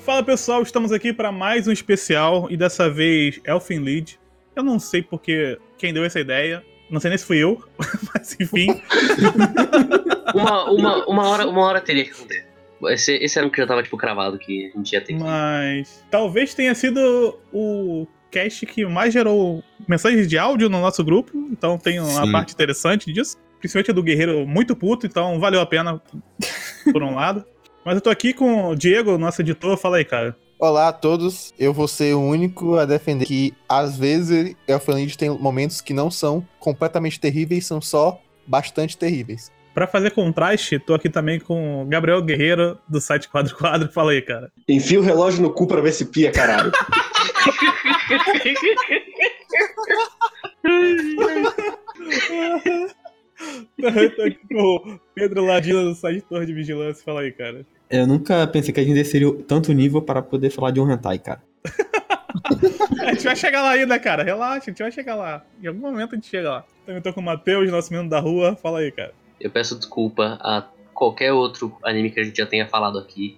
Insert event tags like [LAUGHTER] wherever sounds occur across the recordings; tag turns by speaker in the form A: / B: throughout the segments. A: Fala pessoal, estamos aqui para mais um especial e dessa vez Elfin Lead. Eu não sei porque quem deu essa ideia, não sei nem se fui eu, [LAUGHS] mas enfim.
B: Uma, uma, uma, hora, uma hora teria que acontecer. Esse, esse era um que já tava, tipo, cravado que a gente ia
A: [LAUGHS]
B: ter que...
A: Mas talvez tenha sido o cast que mais gerou mensagens de áudio no nosso grupo, então tem uma
C: Sim.
A: parte interessante disso. Principalmente a do Guerreiro muito puto, então valeu a pena por um lado. [LAUGHS] Mas eu tô aqui com o Diego, nosso editor, fala aí, cara.
C: Olá a todos, eu vou ser o único a defender que às vezes Elfenland tem momentos que não são completamente terríveis, são só bastante terríveis.
A: Pra fazer contraste, tô aqui também com o Gabriel Guerreiro, do site Quadro Quadro. Fala aí, cara.
D: Enfia o relógio no cu pra ver se pia, caralho.
A: tô aqui com o Pedro Ladina, do site Torre de Vigilância. Fala aí, cara.
E: [LAUGHS] Eu nunca pensei que a gente desceria tanto nível para poder falar de um hentai, cara.
A: A gente vai chegar lá ainda, cara. Relaxa, a gente vai chegar lá. Em algum momento a gente chega lá. Também tô com o Matheus, nosso menino da rua. Fala aí, cara.
B: Eu peço desculpa a qualquer outro anime que a gente já tenha falado aqui.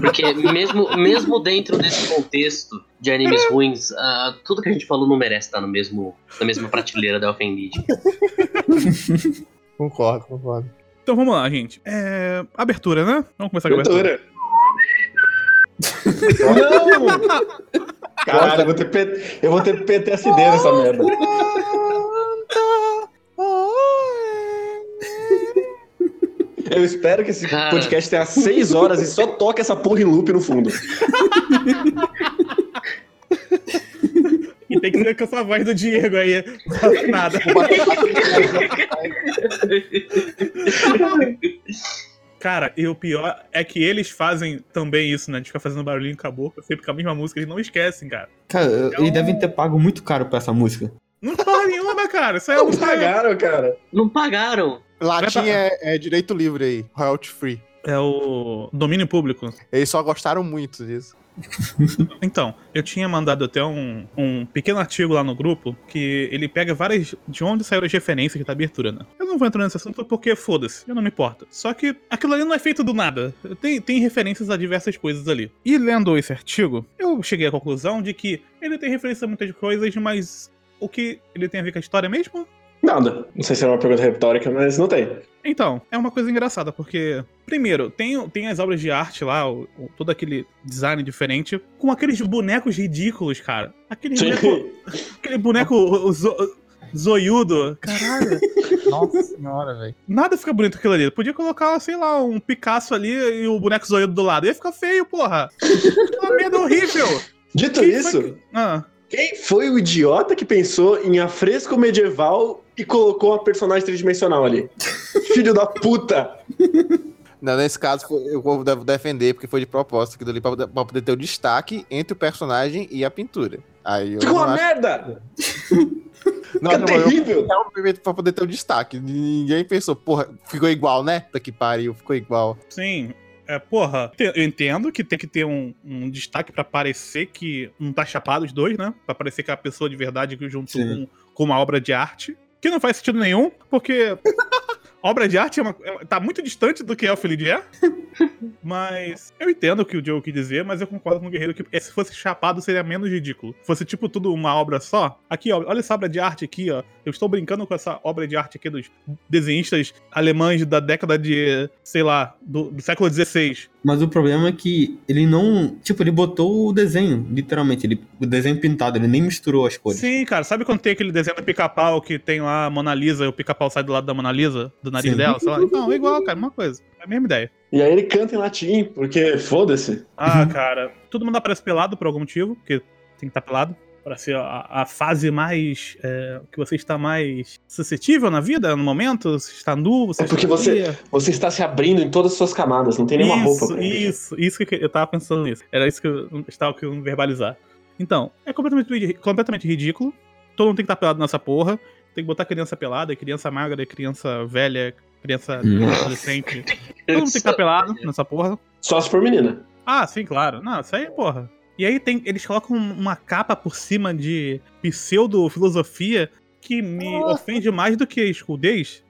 B: Porque mesmo, mesmo dentro desse contexto de animes ruins, ah, tudo que a gente falou não merece estar no mesmo, na mesma prateleira da Offenbid.
C: Concordo, concordo.
A: Então vamos lá, gente. É... Abertura, né? Vamos começar com a abertura.
D: Doutora. Não! Caralho, eu vou, ter P- eu vou ter PTSD nessa merda. Eu espero que esse
B: Cara.
D: podcast tenha seis horas e só toque essa porra em loop no fundo.
A: E tem que ser com essa voz do Diego aí. Nada. Cara, e o pior é que eles fazem também isso, né? A gente fica fazendo barulhinho com a boca, sempre com a mesma música, eles não esquecem, cara.
E: Cara,
A: Então-
E: eles devem ter pago muito caro pra essa música.
A: Não tem porra nenhuma, cara. Isso é
D: Não
A: um cara.
D: pagaram, cara.
B: Não pagaram!
A: Vai pra-
C: Latinha é, é direito livre aí, royalty free.
A: É o domínio público.
C: Eles só gostaram muito disso.
A: Então, eu tinha mandado até um, um pequeno artigo lá no grupo que ele pega várias. de onde saíram as referências da abertura, né? Eu não vou entrar nesse assunto porque foda-se, eu não me importo. Só que aquilo ali não é feito do nada. Tem, tem referências a diversas coisas ali. E lendo esse artigo, eu cheguei à conclusão de que ele tem referência a muitas coisas, mas o que ele tem a ver com a história mesmo?
D: Nada. Não sei se era uma pergunta retórica, mas não tem.
A: Então, é uma coisa engraçada, porque, primeiro, tem, tem as obras de arte lá, o- o- todo aquele design diferente, com aqueles bonecos ridículos, cara. Aquele
D: Né, [LAUGHS]
A: boneco, aquele boneco o- o zo- zoiudo. Caralho.
C: Nossa senhora, velho.
A: Nada fica bonito aquilo ali. Podia colocar, sei lá, um Picasso ali e o boneco zoiudo do lado. Ia ficar feio, porra. Uma merda horrível.
D: Dito
A: Quem foi
D: Então isso,
A: que- Ah,
D: quem foi o idiota que pensou em afresco medieval e colocou uma personagem tridimensional [LAUGHS] ali? Filho da puta!
C: Não, nesse caso foi- eu vou de- defender, porque foi de propósito aquilo ali pra, poder- pra poder ter o destaque entre o personagem e a pintura. Aí eu
D: Ficou
C: não
D: uma
C: acho,
D: merda!
C: não,
D: Fica
C: não, é eu-
D: terrível!
C: é um primeiro pra poder ter o destaque. Ninguém pensou, porra, ficou igual, né? Puta que pariu, ficou [LAUGHS] igual.
A: sim. É, porra, te- eu entendo que tem que ter um, um destaque pra parecer que não tá chapado os dois, né? Pra parecer que é a pessoa de verdade que junto com,
E: Sim.
A: com uma obra de arte. Que não faz sentido nenhum, porque obra de arte é uma, é- tá muito distante do que Elfilid é. Mas eu entendo o que o Diogo quis dizer, mas eu concordo com o Guerreiro que é, se fosse chapado seria menos ridículo. Fosse tipo tudo uma obra só. Aqui, ó, olha essa obra de arte aqui, ó. Eu estou brincando com essa obra de arte aqui dos desenhistas alemães da década de, sei lá, do, do século XVI.
E: Mas o problema é que ele não. Tipo, ele botou o desenho, literalmente. Ele, o desenho pintado, ele nem misturou as cores.
A: Sim, cara, sabe quando tem aquele desenho do pica-pau que tem lá a Mona Lisa e o pica-pau sai do lado da Mona Lisa, do nariz
E: Sim.
A: dela, sei lá? Então, é igual, cara, uma coisa. É a mesma ideia.
D: E aí ele canta em latim, porque foda-se.
A: Ah, cara, todo mundo aparece pelado por algum motivo, porque tem que estar pelado. Pra ser a, a fase mais. é, que você está mais suscetível na vida, no momento. Você está nu, você
D: É porque
A: está
D: você-
A: fria.
D: Você está se abrindo em todas as suas camadas, não tem nenhuma roupa.
A: Isso,
D: pra ele.
A: isso, isso que eu tava pensando nisso. Era isso que eu estava querendo verbalizar. Então, é completamente, ri- completamente ridículo. Todo mundo tem que estar pelado nessa porra. Tem que botar criança pelada, criança magra, criança velha, criança
E: Nossa.
A: adolescente. Todo mundo tem que estar pelado nessa porra.
D: Só se for menina.
A: Ah, sim, claro. Não, isso aí, porra. E aí tem, eles colocam um, uma capa por cima de pseudo-filosofia que me ofende mais do que a escudez,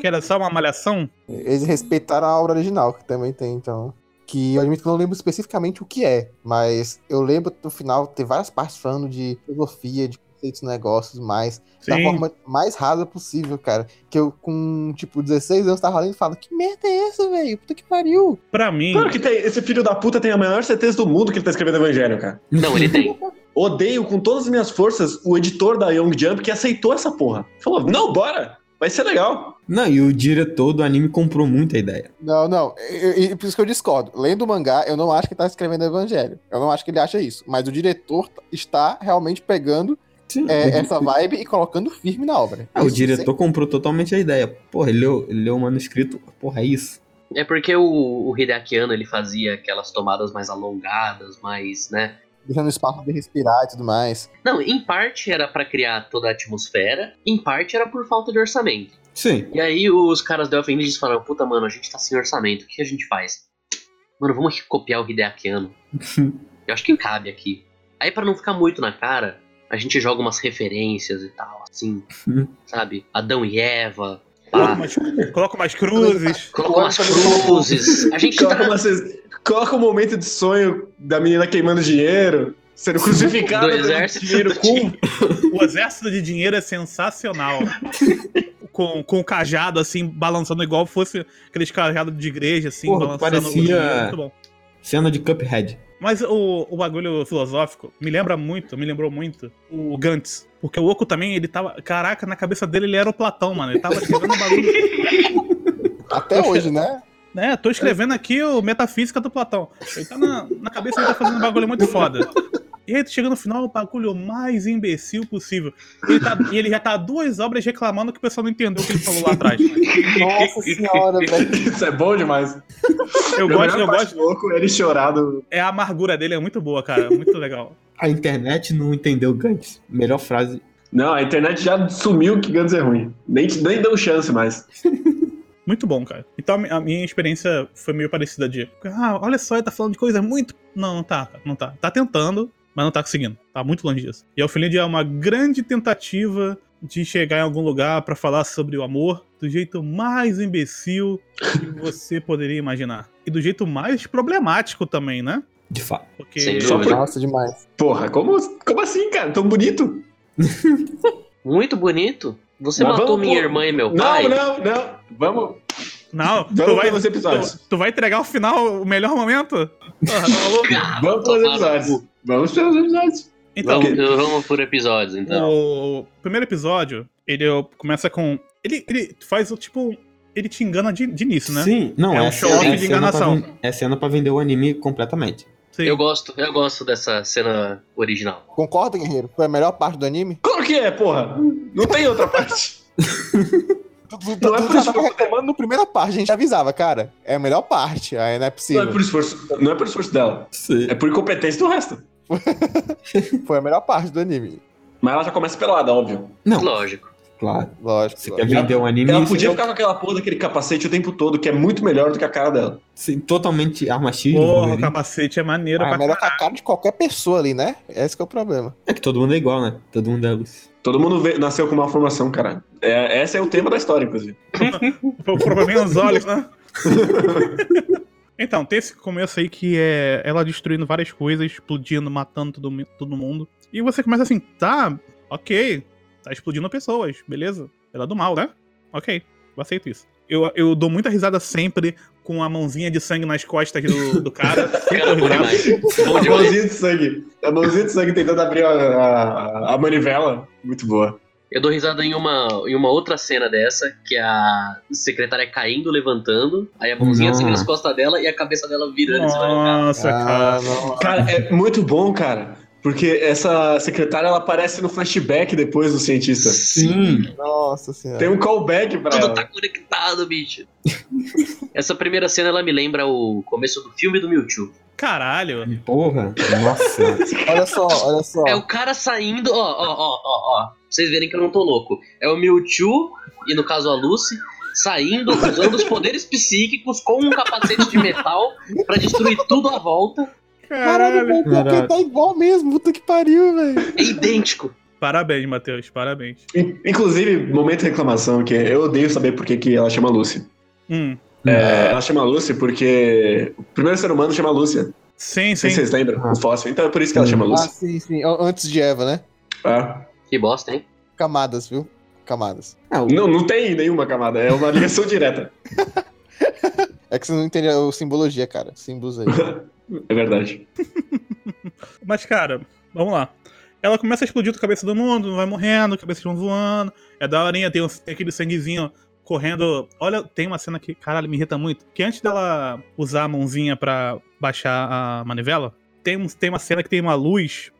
A: que era só uma malhação.
C: Eles respeitaram a obra original, que também tem, então. que eu admito que eu não lembro especificamente o que é, mas eu lembro do final ter várias partes falando de filosofia, de conceitos, negócios, mas da forma mais rasa possível, cara. Que eu, com, tipo, 16 anos, tava lendo e falo, que merda é essa, velho? Puta que pariu.
A: Pra mim,
D: Claro que tem. Esse filho da puta tem a maior certeza do mundo que ele tá escrevendo evangelho, cara.
B: Não, ele tem.
D: Odeio com todas as minhas forças o editor da Young Jump que aceitou essa porra. Falou, não, bora! Vai ser legal.
E: Não, e o diretor do anime comprou muito a ideia.
C: Não, não. E, e- e por isso que eu discordo. Lendo o mangá, eu não acho que ele tá escrevendo evangelho. Eu não acho que ele acha isso. Mas o diretor t- está realmente pegando
E: Sim.
C: é,
E: o, di-
C: essa vibe e colocando firme na obra.
E: Ah, o
C: Isso,
E: diretor comprou totalmente a ideia. Porra, ele leu, ele leu o manuscrito. Porra, é isso.
B: É porque o, o Hideaki Anno, ele fazia aquelas tomadas mais alongadas, mais, né?
C: sem- Deixando espaço de respirar e tudo mais.
B: Não, em parte era pra criar toda a atmosfera, em parte era por falta de orçamento.
E: Sim.
B: E aí os caras do Elfen Leeds falaram, puta, mano, a gente tá sem orçamento, o que a gente faz? Mano, vamos copiar o Hideaki Anno.
D: [LAUGHS]
B: Eu acho que cabe aqui. Aí pra não ficar muito na cara, a gente joga umas referências e tal,
D: [LAUGHS]
B: assim, sabe? Adão e Eva,
A: coloca
B: pá,
A: umas, coloca umas cruzes.
B: coloca umas cruzes. A gente
D: Coloca,
B: tá
D: uma, ces- coloca o momento de sonho da menina queimando dinheiro, sendo crucificada
B: do
D: pelo
B: exército.
D: dinheiro com.
A: O exército de dinheiro é sensacional. Com, com o cajado, assim, balançando igual fosse aqueles cajados de igreja, assim,
E: Porra,
A: balançando
E: parecia-
A: o dinheiro, muito bom.
E: Cena de Cuphead.
A: Mas o, o bagulho filosófico me lembra muito, me lembrou muito o Gantz. Porque o Oco também, ele tava. Caraca, na cabeça dele ele era o Platão, mano. Ele tava escrevendo um bagulho. [LAUGHS]
C: Até hoje, né?
A: Né, tô escrevendo aqui o Metafísica do Platão. Ele tá na, na cabeça ele tá fazendo um bagulho muito foda. E aí tu chega no final, o bagulho mais imbecil possível. E ele, tá- e ele já tá duas obras reclamando que o pessoal não entendeu o que ele falou lá atrás.
C: Nossa senhora, velho.
D: Isso é bom demais.
A: Eu
D: Minha
A: gosto,
D: melhor
A: eu
D: parte
A: gosto.
D: do Oco é ele chorado.
A: É a amargura dele, é muito boa, cara. Muito legal.
E: A internet não entendeu Gantz. Melhor frase.
D: Não, a internet já sumiu que Guns é ruim. Nem, nem deu chance mais.
A: Muito bom, cara. Então a mi- a minha experiência foi meio parecida de. Ah, olha só, ele tá falando de coisa muito. Não, não tá, cara, não tá. Tá tentando, mas não tá conseguindo. Tá muito longe disso. E Elfenlind é uma grande tentativa de chegar em algum lugar pra falar sobre o amor do jeito mais imbecil
B: [LAUGHS]
A: que você poderia imaginar. E do jeito mais problemático também, né?
E: De fato.
A: Porque.
B: Sem
A: Só
B: dúvida.
A: por-
C: Nossa, demais.
D: Porra, como, como assim, cara? Tão bonito?
B: Muito bonito. Você
D: Mas
B: matou
D: vamos
B: minha
D: pôr-
B: irmã e meu pai.
D: Não, não, não. Vamos.
A: Não, tu
D: Vamos
A: vai,
D: pelos episódios.
A: tu, tu vai entregar o final, o melhor momento? Porra, tá maluco?
B: [LAUGHS]
D: Vamos pelos episódios. Vamos pelos episódios.
A: Então,
B: Vamos, vamos por episódios, então.
A: O primeiro episódio, ele ó, começa com. Ele, ele faz o tipo. Ele te engana de, de início, né?
E: Sim. Não,
A: É um
E: é,
A: show-off
E: é
A: de
E: cena pra
A: enganação.
E: ven- É cena pra vender o anime completamente.
A: Sim.
B: Eu gosto, eu gosto dessa cena original.
C: Concorda, guerreiro? Foi a melhor parte do anime?
D: Claro que é, porra. Não tem outra parte.
C: Tu, tu,
D: Não é
C: tu
D: por
C: já
D: isso que
C: tava
D: eu-
C: reclamando na primeira parte, a gente avisava, cara. É a melhor parte, aí não é
D: Não é
C: possível.
D: por esforço, não é por esforço dela.
E: Sim.
D: É por incompetência do resto.
C: Foi a melhor parte do anime.
D: Mas ela já começa pelada, óbvio.
E: Não,
B: Lógico.
E: claro.
C: Lógico.
E: Você quer vender um anime?
D: Ela
E: você
D: podia
E: quer-
D: ficar com aquela porra daquele capacete o tempo todo, que é muito melhor do que a cara dela.
E: Sim, totalmente arma X do
A: Porra, o
E: Wolverine.
A: capacete é maneiro
C: Ah,
A: pra
C: é melhor
A: caralho.
C: com a cara de qualquer pessoa ali, né? Esse que é o problema.
E: É que todo mundo é igual, né? Todo mundo é Lucy.
D: Todo mundo vê- nasceu com uma formação, cara. É, esse é o tema da história, inclusive.
A: O problema é os olhos,
C: [LAUGHS]
A: né? então, tem esse começo aí que é ela destruindo várias coisas, explodindo, matando todo, mu- todo mundo. E você começa assim, tá, ok, tá explodindo pessoas, beleza? Ela é do mal, né? Ok, eu aceito isso. Eu, eu dou muita risada sempre com a mãozinha de sangue nas costas do, do cara. Sempre
B: [LAUGHS] Cara,
A: dou
B: bom
A: risada.
B: demais. Bom
D: A
B: demais.
D: mãozinha de sangue. A mãozinha de sangue tentando abrir a, a- a manivela. Muito boa.
B: Eu dou risada em uma, em uma outra cena dessa, que é a secretária caindo, levantando, aí a mãozinha
E: Não.
B: assim nas costas dela e a cabeça dela virando em cima da cara.
A: Nossa, cara.
C: Ah, não.
D: Cara, é muito bom, cara. Porque essa secretária, ela aparece no flashback depois do cientista.
E: Sim.
C: Nossa senhora.
D: Tem um callback pra
B: Tudo
D: ela.
B: tá conectado,
E: [LAUGHS]
B: bicho. Essa primeira cena ela me lembra o começo do filme do Mewtwo.
A: Caralho.
E: Porra. Nossa.
C: Olha só, olha só.
B: É o cara saindo, ó, ó, ó, ó, ó. Pra vocês verem que eu não tô louco. É o Mewtwo, e no caso a Lucy, saindo, usando os poderes psíquicos com um capacete de metal pra destruir tudo à volta.
A: Caralho.
C: Caralho, velho, pior que ele tá igual mesmo. Puta que pariu, velho.
B: É idêntico.
A: Parabéns, Matheus, parabéns.
D: In- Inclusive, momento de reclamação, que eu odeio saber por que, que ela chama Lucy.
A: Hum.
D: É, ela chama Lucy porque o primeiro ser humano chama Lúcia.
A: Sim,
D: Não
A: sim.
D: sei se vocês lembram, o fóssil. Então é por isso que ela chama
C: Ah,
D: Lúcia.
C: sim, sim. An- Antes de Eva, né?
D: Ah.
B: Que bosta, hein?
C: Camadas, viu? Camadas.
E: Ah, o-
D: Não, não tem nenhuma camada, é uma ligação [LAUGHS] direta.
C: É que você não entende a simbologia, cara. Símbolos aí.
D: É verdade.
A: Mas, cara, vamos lá. Ela começa a explodir a cabeça do mundo, vai morrendo, cabeças vão voando. É daorinha, tem, um- tem aquele sanguezinho correndo. Olha, tem uma cena que, caralho, me irrita muito. Que antes dela usar a mãozinha pra baixar a manivela, tem, um- tem uma cena que tem uma luz,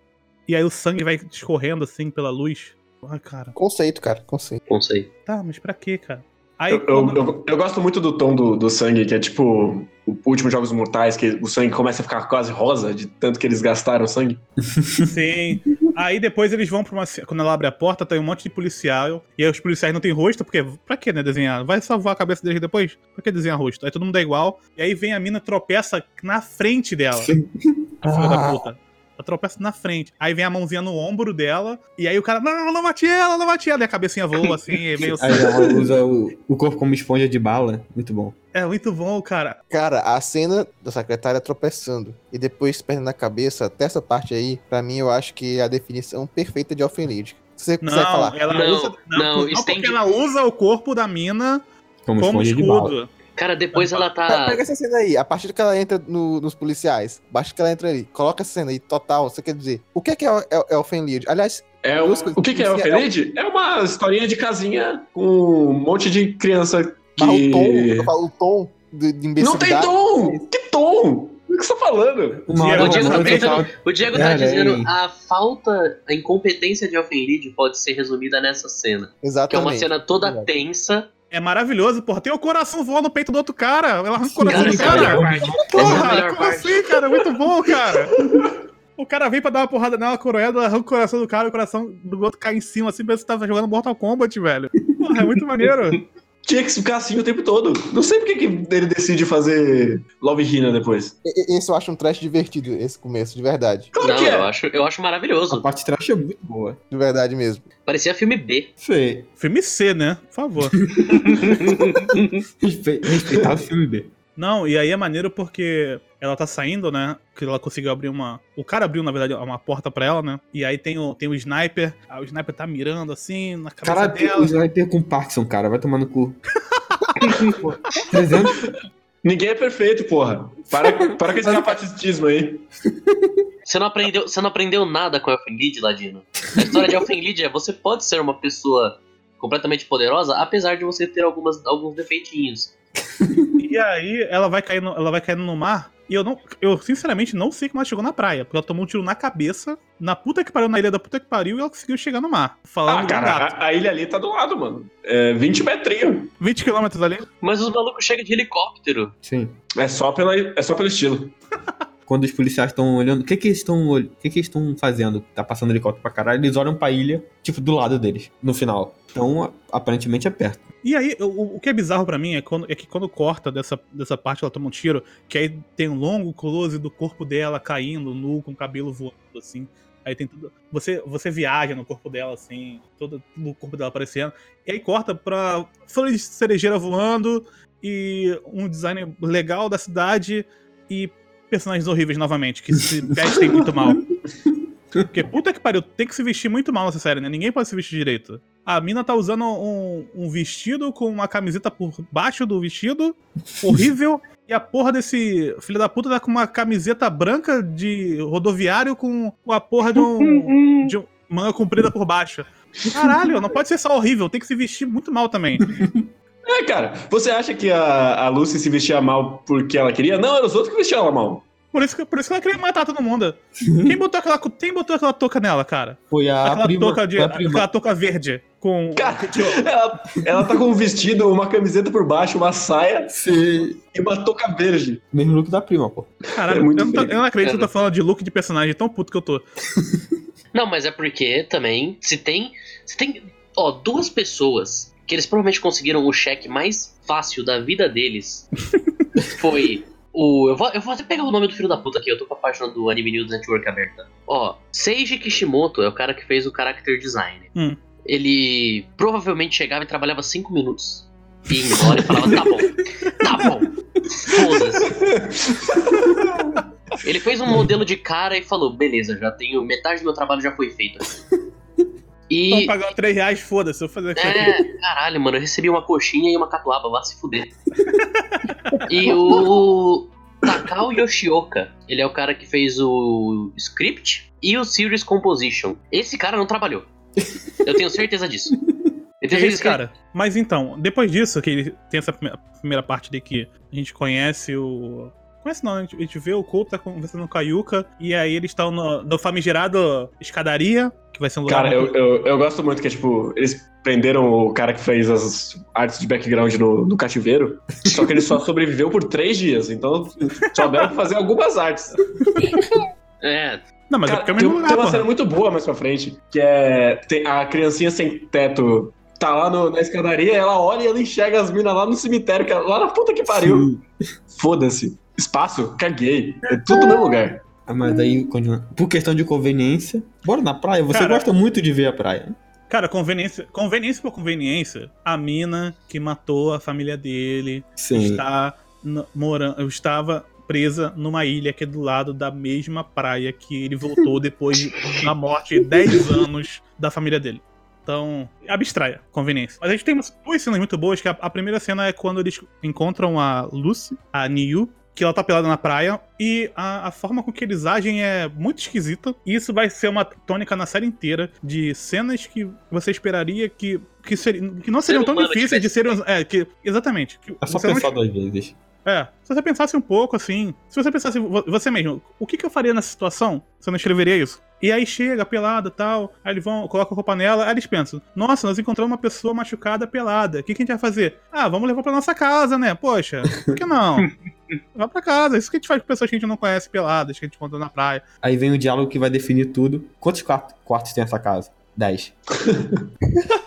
A: e aí o sangue vai escorrendo assim pela luz. Ah, cara.
C: Conceito, cara. Conceito.
B: Não sei.
A: Tá, mas pra quê, cara? Aí.
D: Eu, eu,
A: quando-
D: eu, eu gosto muito do tom do, do sangue, que é tipo o último Jogos Mortais, que o sangue começa a ficar quase rosa, de tanto que eles gastaram sangue.
A: Sim. Aí depois eles vão pra uma. ce- Quando ela abre a porta, tem um monte de policial. E aí os policiais não têm rosto, porque. Pra que, né, desenhar? Vai salvar a cabeça deles depois? Pra que desenhar rosto? Aí todo mundo é igual. E aí vem a mina, tropeça na frente dela. A filha
E: Ah.
A: da puta. Ela tropeça na frente. Aí vem a mãozinha no ombro dela. E aí o cara. Não, não, não bate ela, não bate ela. E a cabecinha voa assim. E vem o
E: Aí ela usa o, o corpo como esponja de bala. Muito bom.
A: É muito bom, cara.
C: Cara, a cena da secretária tropeçando e depois perdendo a cabeça, até essa parte aí, pra mim eu acho que é a definição perfeita de Alfenid. Se você
A: Não,
C: quiser falar,
A: ela
B: Não,
A: usa. Não,
B: não,
A: não,
B: estende-
A: porque ela usa o corpo da mina
E: Como,
A: como
E: esponja de bala.
A: escudo.
B: Cara, depois ela
C: Pe-
B: tá.
C: pega essa cena aí, a partir que ela entra no- nos policiais, a partir que ela entra ali, coloca essa cena aí, total, você quer dizer, o que é, que é, é, é Alfenid? Aliás,
D: É o, o que, que é o Felid? É uma historinha de casinha com um monte de criança
C: mas o tom, eu
D: que.
C: falo, o tom de, de
D: Não tem
C: imbecilidade...
D: tom! Que tom? O que você tá falando?
E: Uma hora
A: Ela
B: O
E: ou
B: Diego, tá
A: Geralmente-
E: outra eu
B: dizendo,
E: falo,
B: o Diego tá
E: Cara,
B: dizendo
E: hein?
B: a falta, a incompetência de Elfenlid pode ser resumida nessa cena. Que é
C: Exatamente.
B: uma cena toda
C: Verdade.
B: tensa.
A: É maravilhoso, porra. Tem o coração voando no peito do outro cara. Ela arranca o coração
B: Cara,
A: do
B: essa é a
A: cara.
B: melhor Essa é a
A: Porra,
B: melhor
A: como
B: parte.
A: assim, cara? Muito bom, cara. O cara vem pra dar uma porrada nela, coroada, arranca o coração do cara, o coração do outro cai em cima, assim, parece que tava jogando Mortal Kombat, velho. Porra, é muito
B: [LAUGHS]
A: maneiro.
D: Tinha que ficar assim o tempo todo. Não sei por que que ele decide fazer Love Hina depois.
C: E- e- Esse eu acho um trash divertido, esse começo, de verdade.
D: Claro
B: Não,
D: que
B: eu
D: é.
B: acho, eu acho
E: A
B: maravilhoso.
E: parte de trás é muito boa.
C: De verdade mesmo.
B: Parecia filme B.
E: Fê,
A: Filme C, né? Por favor.
E: respe- respeitar o filme B.
A: Não, e aí é maneiro porque ela tá saindo, né? Que ela conseguiu abrir uma. O cara abriu, na verdade, uma porta pra ela, né? E aí tem o, tem o sniper. Ah, o sniper tá mirando assim na cabeça
E: Caralho,
B: um
E: tem- o
A: dela.
E: Sniper com Parkinson, cara. Vai tomar no [LAUGHS] cu. Pô, 300?
D: Ninguém é perfeito, porra. Para,
A: [LAUGHS]
D: para com esse capacitismo aí.
B: Você não aprendeu, você não aprendeu nada com Elfenlid, Ladino. A história de Elfenlid é você pode ser uma pessoa completamente poderosa, apesar de você ter algumas, alguns defeitinhos.
A: E aí ela vai caindo, ela vai caindo no mar. E eu não. Eu sinceramente não sei como ela chegou na praia. Porque ela tomou um tiro na cabeça, na puta que pariu, na ilha da puta que pariu, e ela conseguiu chegar no mar. Falando
D: Ah,
A: do
D: cara,
A: gato.
D: a, a ilha ali tá do lado, mano. É 20 metrinhos.
A: 20 quilômetros ali.
B: Mas os malucos chegam de helicóptero.
E: Sim.
D: É só, pela, é só pelo estilo.
E: Quando os policiais estão olhando, o que que eles estão olh- o que que eles estão fazendo? Tá passando helicóptero pra caralho, eles olham pra ilha, tipo, do lado deles, no final. Então, a- aparentemente é perto.
A: E aí, o, o que é bizarro pra mim é, quando, é que quando corta dessa, dessa parte, ela toma um tiro, que aí tem um longo close do corpo dela caindo, nu, com o cabelo voando, assim. Aí tem tudo. Você, você viaja no corpo dela, assim, todo o corpo dela aparecendo. E aí corta pra flor de cerejeira voando e um design legal da cidade e personagens horríveis novamente, que se vestem muito mal. Porque puta que pariu, tem que se vestir muito mal nessa série, né? Ninguém pode se vestir direito. A mina tá usando um, um vestido com uma camiseta por baixo do vestido, horrível. E a porra desse filho da puta tá com uma camiseta branca de rodoviário com com a porra de um. de um- manga comprida por baixo. Caralho, não pode ser só horrível, tem que se vestir muito mal também.
D: É, cara, você acha que a, a Lucy se vestia mal porque ela queria? Não, eram os outros que vestiam ela mal. [LAUGHS]
A: Por isso que, por isso que ela queria matar todo mundo. Quem botou aquela, co- quem botou aquela touca nela, cara?
E: Foi a
A: Aquela
E: prima,
A: touca de.
E: foi a prima.
A: Aquela touca verde com.
D: Cara, ela, ela tá com um vestido, uma camiseta por baixo, uma saia
E: Sim.
D: e uma touca verde.
E: Mesmo look da prima, pô.
A: Caralho,
D: É muito
A: eu, não tô-
D: feio.
A: eu não acredito que eu tô falando de look de personagem tão puto que eu tô.
B: Não, mas é porque também se tem, se tem, ó, duas pessoas que eles provavelmente conseguiram o cheque mais fácil da vida deles. foi o eu vou, eu vou até pegar o nome do filho da puta aqui, eu tô com a página do Anime News Network aberta. Ó, Seiji Kishimoto é o cara que fez o character design.
A: Hum.
B: Ele provavelmente chegava e trabalhava cinco minutos. ia embora e falava, tá bom, tá bom, foda-se. Ele fez um modelo de cara e falou, beleza, já tenho, metade do meu trabalho já foi feito.
A: Estão
B: E,
A: pagando 3 reais, foda-se, eu vou fazer aqui.
B: é, caralho, mano, eu recebi uma coxinha e uma catuaba, vá se fuder. [LAUGHS] E o Takao Yoshioka, ele é o cara que fez o script e o series composition. Esse cara não trabalhou. Eu tenho certeza disso. Eu tenho
A: É
B: certeza
A: isso, cara. Mas então, depois disso, que ele tem essa primeira, primeira parte de que a gente conhece o. Conhece não, a gente, a gente vê o Couto tá conversando com a Yuka, e aí eles estão no, no famigerado escadaria, que vai ser um lugar.
D: Cara, eu,
A: muito-
D: eu, eu gosto muito que, tipo, eles prenderam o cara que fez as artes de background no, no cativeiro, só que ele
A: [LAUGHS]
D: só sobreviveu por três dias, então só deram pra fazer algumas artes.
B: Que... É,
A: Não, mas é
D: Cara,
A: porque é o
D: tem, um-
A: mesmo lugar,
D: tem uma
A: porra.
D: cena muito boa mais pra frente, que é tem a criancinha sem teto tá lá no- na escadaria, ela olha e ela enxerga as minas lá no cemitério, que ela- lá na puta que pariu.
E: Sim.
D: Foda-se. Espaço, caguei. É tudo no mesmo lugar.
E: Ah, Mas aí, continua. por questão de conveniência, bora na praia. Você
A: Hum. Cara.
E: gosta muito de ver a praia.
A: Cara, conveniência, conveniência por conveniência, a mina que matou a família dele
E: Sim.
A: está no- morando. Eu estava presa numa ilha que é do lado da mesma praia que ele voltou depois da morte de 10 anos da família dele. Então, abstraia, conveniência. Mas a gente tem umas duas cenas muito boas, que a, a primeira cena é quando eles encontram a Lucy, a Niu, que ela tá pelada na praia, e a, a forma com que eles agem é muito esquisita. E isso vai ser uma tônica na série inteira de cenas que você esperaria que. Que, seri- que não seriam tão
B: humano
A: difíceis de serem. É, que, exatamente. que
E: É só
A: você não
E: pensar duas vezes.
A: é, se você pensasse um pouco assim, se você pensasse vo- você mesmo, o que, que eu faria nessa situação? Você não escreveria isso? E aí chega, pelada tal, aí eles vão, colocam a roupa nela, aí eles pensam, nossa, nós encontramos uma pessoa machucada pelada, o que, que a gente vai fazer? Ah, vamos levar pra nossa casa, né? Poxa, por que
E: [LAUGHS]
A: não? Vai pra casa, isso que a gente faz com pessoas que a gente não conhece peladas, que a gente encontra na praia.
E: Aí vem o diálogo que vai definir tudo. Quantos quart- quartos tem essa casa?
A: [LAUGHS]
E: 10.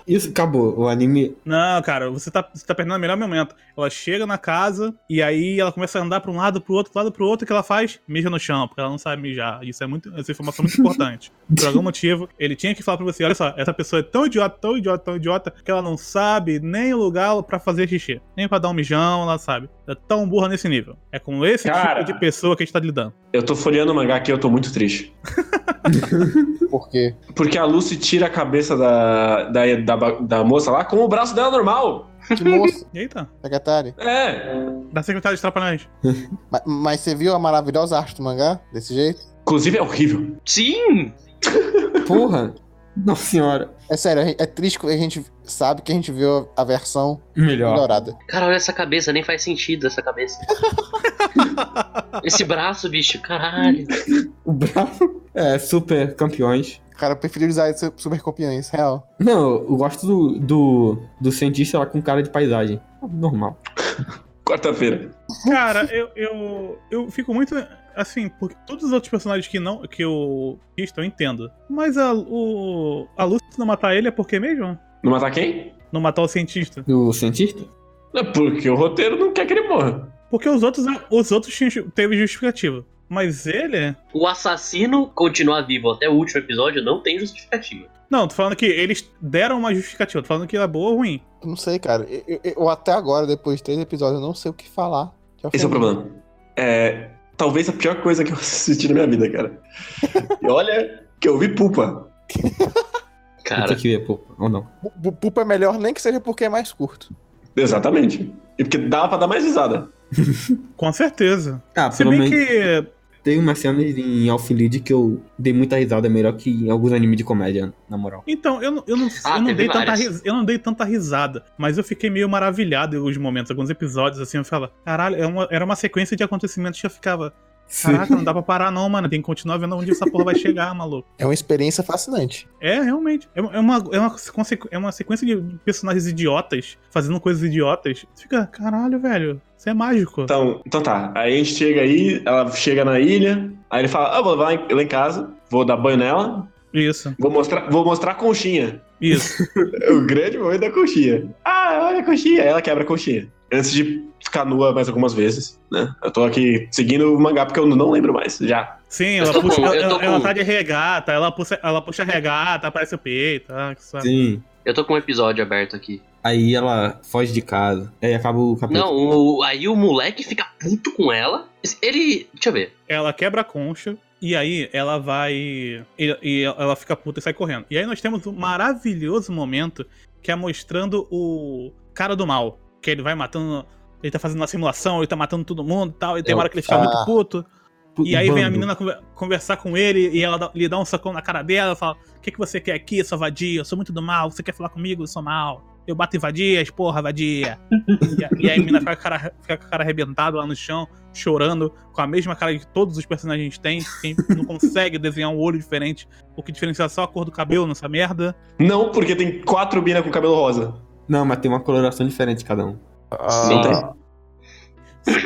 E: Isso, acabou. O anime.
A: Não, cara, você tá, você tá perdendo o melhor momento. Ela chega na casa e aí ela começa a andar pra um lado, pro outro, pro lado, pro outro, o que ela faz? Mija no chão, porque ela não sabe mijar. Isso é muito, essa informação é muito importante. Por algum motivo, ele tinha que falar pra você, olha só, essa pessoa é tão idiota, tão idiota, tão idiota, que ela não sabe nem o lugar pra fazer xixi. Nem pra dar um mijão, ela sabe. É tão burra nesse nível. É com esse
D: Cara.
A: tipo de pessoa que a gente tá lidando.
D: Eu tô folheando o mangá aqui, eu tô muito triste.
C: Por quê?
D: Porque a Lucy tira a cabeça da, da, da, ba- da moça lá com o braço dela normal.
C: Que moça,
A: Eita,
C: [LAUGHS] secretária.
D: É.
A: da secretária de Trapalhões.
C: Ma- mas você viu a maravilhosa arte do mangá? Desse jeito?
D: Inclusive é horrível.
B: sim!
E: Porra! Nossa senhora.
C: É sério, é triste que a gente sabe que a gente viu a versão
E: Melhor.
C: melhorada.
B: Cara, olha essa cabeça, nem faz sentido essa cabeça.
A: [LAUGHS]
B: Esse braço, bicho, caralho.
E: O Bravo é super campeões.
C: Cara, eu prefiro usar esse super copiões, real.
E: Não, eu gosto do, do, do cientista lá com cara de paisagem. Normal.
D: Quarta-feira.
A: Cara, eu, eu, eu fico muito assim, porque todos os outros personagens que não que eu isto eu entendo. Mas a, o, a Lucy não matar ele é por quê mesmo?
D: Não matar quem?
A: Não matar o cientista.
E: Do cientista?
D: É porque o roteiro não quer que ele morra.
A: Porque os outros, os outros tinham ju- teve justificativa. Mas ele.
B: O assassino continuar vivo até o último episódio não tem justificativa.
A: Não, tô falando que eles deram uma justificativa. Tô falando que ela é boa ou ruim.
C: Eu não sei, cara. Eu, eu- eu até agora, depois de três episódios, eu não sei o que falar. de
D: Esse é o
C: ofensivo.
D: problema. É. Talvez a pior coisa que eu [LAUGHS] assisti na minha vida, cara. E olha que eu vi pupa.
E: Cara.
B: Cara,
E: que ver, pô. Ou não.
C: Bu- bu- Pupa é melhor, nem que seja porque é mais curto.
D: Exatamente. E porque dava pra dar mais risada.
A: Com certeza.
E: Ah,
A: Se
E: pelo
A: bem
E: menos
A: que.
E: tem umas cenas em Alpha Lead que eu dei muita risada é melhor que em alguns animes de comédia, na moral.
A: Então, eu, não- eu, não,
B: Ah,
A: eu, não
B: teve
A: dei tanta
B: várias.
A: ris- eu não dei tanta risada, mas eu fiquei meio maravilhado em alguns momentos, alguns episódios, assim, eu ficava, caralho, é uma- era uma sequência de acontecimentos que eu ficava, caraca, não dá pra parar não, mano, tem que continuar vendo onde essa porra vai chegar, [LAUGHS] maluco.
C: É uma experiência fascinante.
A: É, realmente, é, uma- é uma, é, uma, consequ- é uma sequência de personagens idiotas, fazendo coisas idiotas, Você fica, caralho, velho, isso é mágico.
D: Então, então tá. Aí a gente chega aí, ela chega na ilha. Aí ele fala: Ah, vou levar em- lá em casa, vou dar banho nela,
A: Isso,
D: vou mostrar, vou mostrar a conchinha.
A: isso.
D: O grande momento da conchinha. Ah, olha a conchinha. Aí ela quebra a conchinha. Antes de ficar nua mais algumas vezes, né? Eu tô aqui seguindo o mangá porque eu não lembro mais, já.
A: Sim,
B: Eu
A: ela
B: tô
A: puxa,
B: com- eu
A: ela,
B: tô
A: ela- ela
B: com-
A: tá de regata, ela puxa, ela puxa a regata, aparece o peito, ah, que saco.
E: Sim.
B: eu tô com um episódio aberto aqui.
E: Aí ela foge de casa. Aí acaba o capítulo.
B: Não, o- aí o moleque fica puto com ela. Ele. Deixa eu ver.
A: Ela quebra a concha. E aí ela vai. E, e ela fica puta e sai correndo. E aí nós temos um maravilhoso momento que é mostrando o cara do mal. Que ele vai matando. Ele tá fazendo uma simulação, ele tá matando todo mundo e tal. E tem
E: É
A: uma
E: o-
A: hora que ele fica
C: Ah.
A: muito puto. E aí vem a
E: Bando.
A: menina conver- conversar com ele e ela dá- lhe dá um socão na cara dela, fala: O que, que você quer aqui, sua vadia? Eu sou muito do mal, você quer falar comigo? Eu sou mal. Eu bato em vadias, porra, vadia. [LAUGHS] e, a- e aí a menina fica com, a cara, fica com a cara arrebentada lá no chão, chorando, com a mesma cara que todos os personagens têm. Quem
D: [LAUGHS]
A: não consegue desenhar um olho diferente, o que diferencia é só a cor do cabelo nessa merda.
D: Não, porque tem quatro minas com cabelo rosa.
E: Não, mas tem uma coloração diferente cada um.
B: Sim.
C: Ah,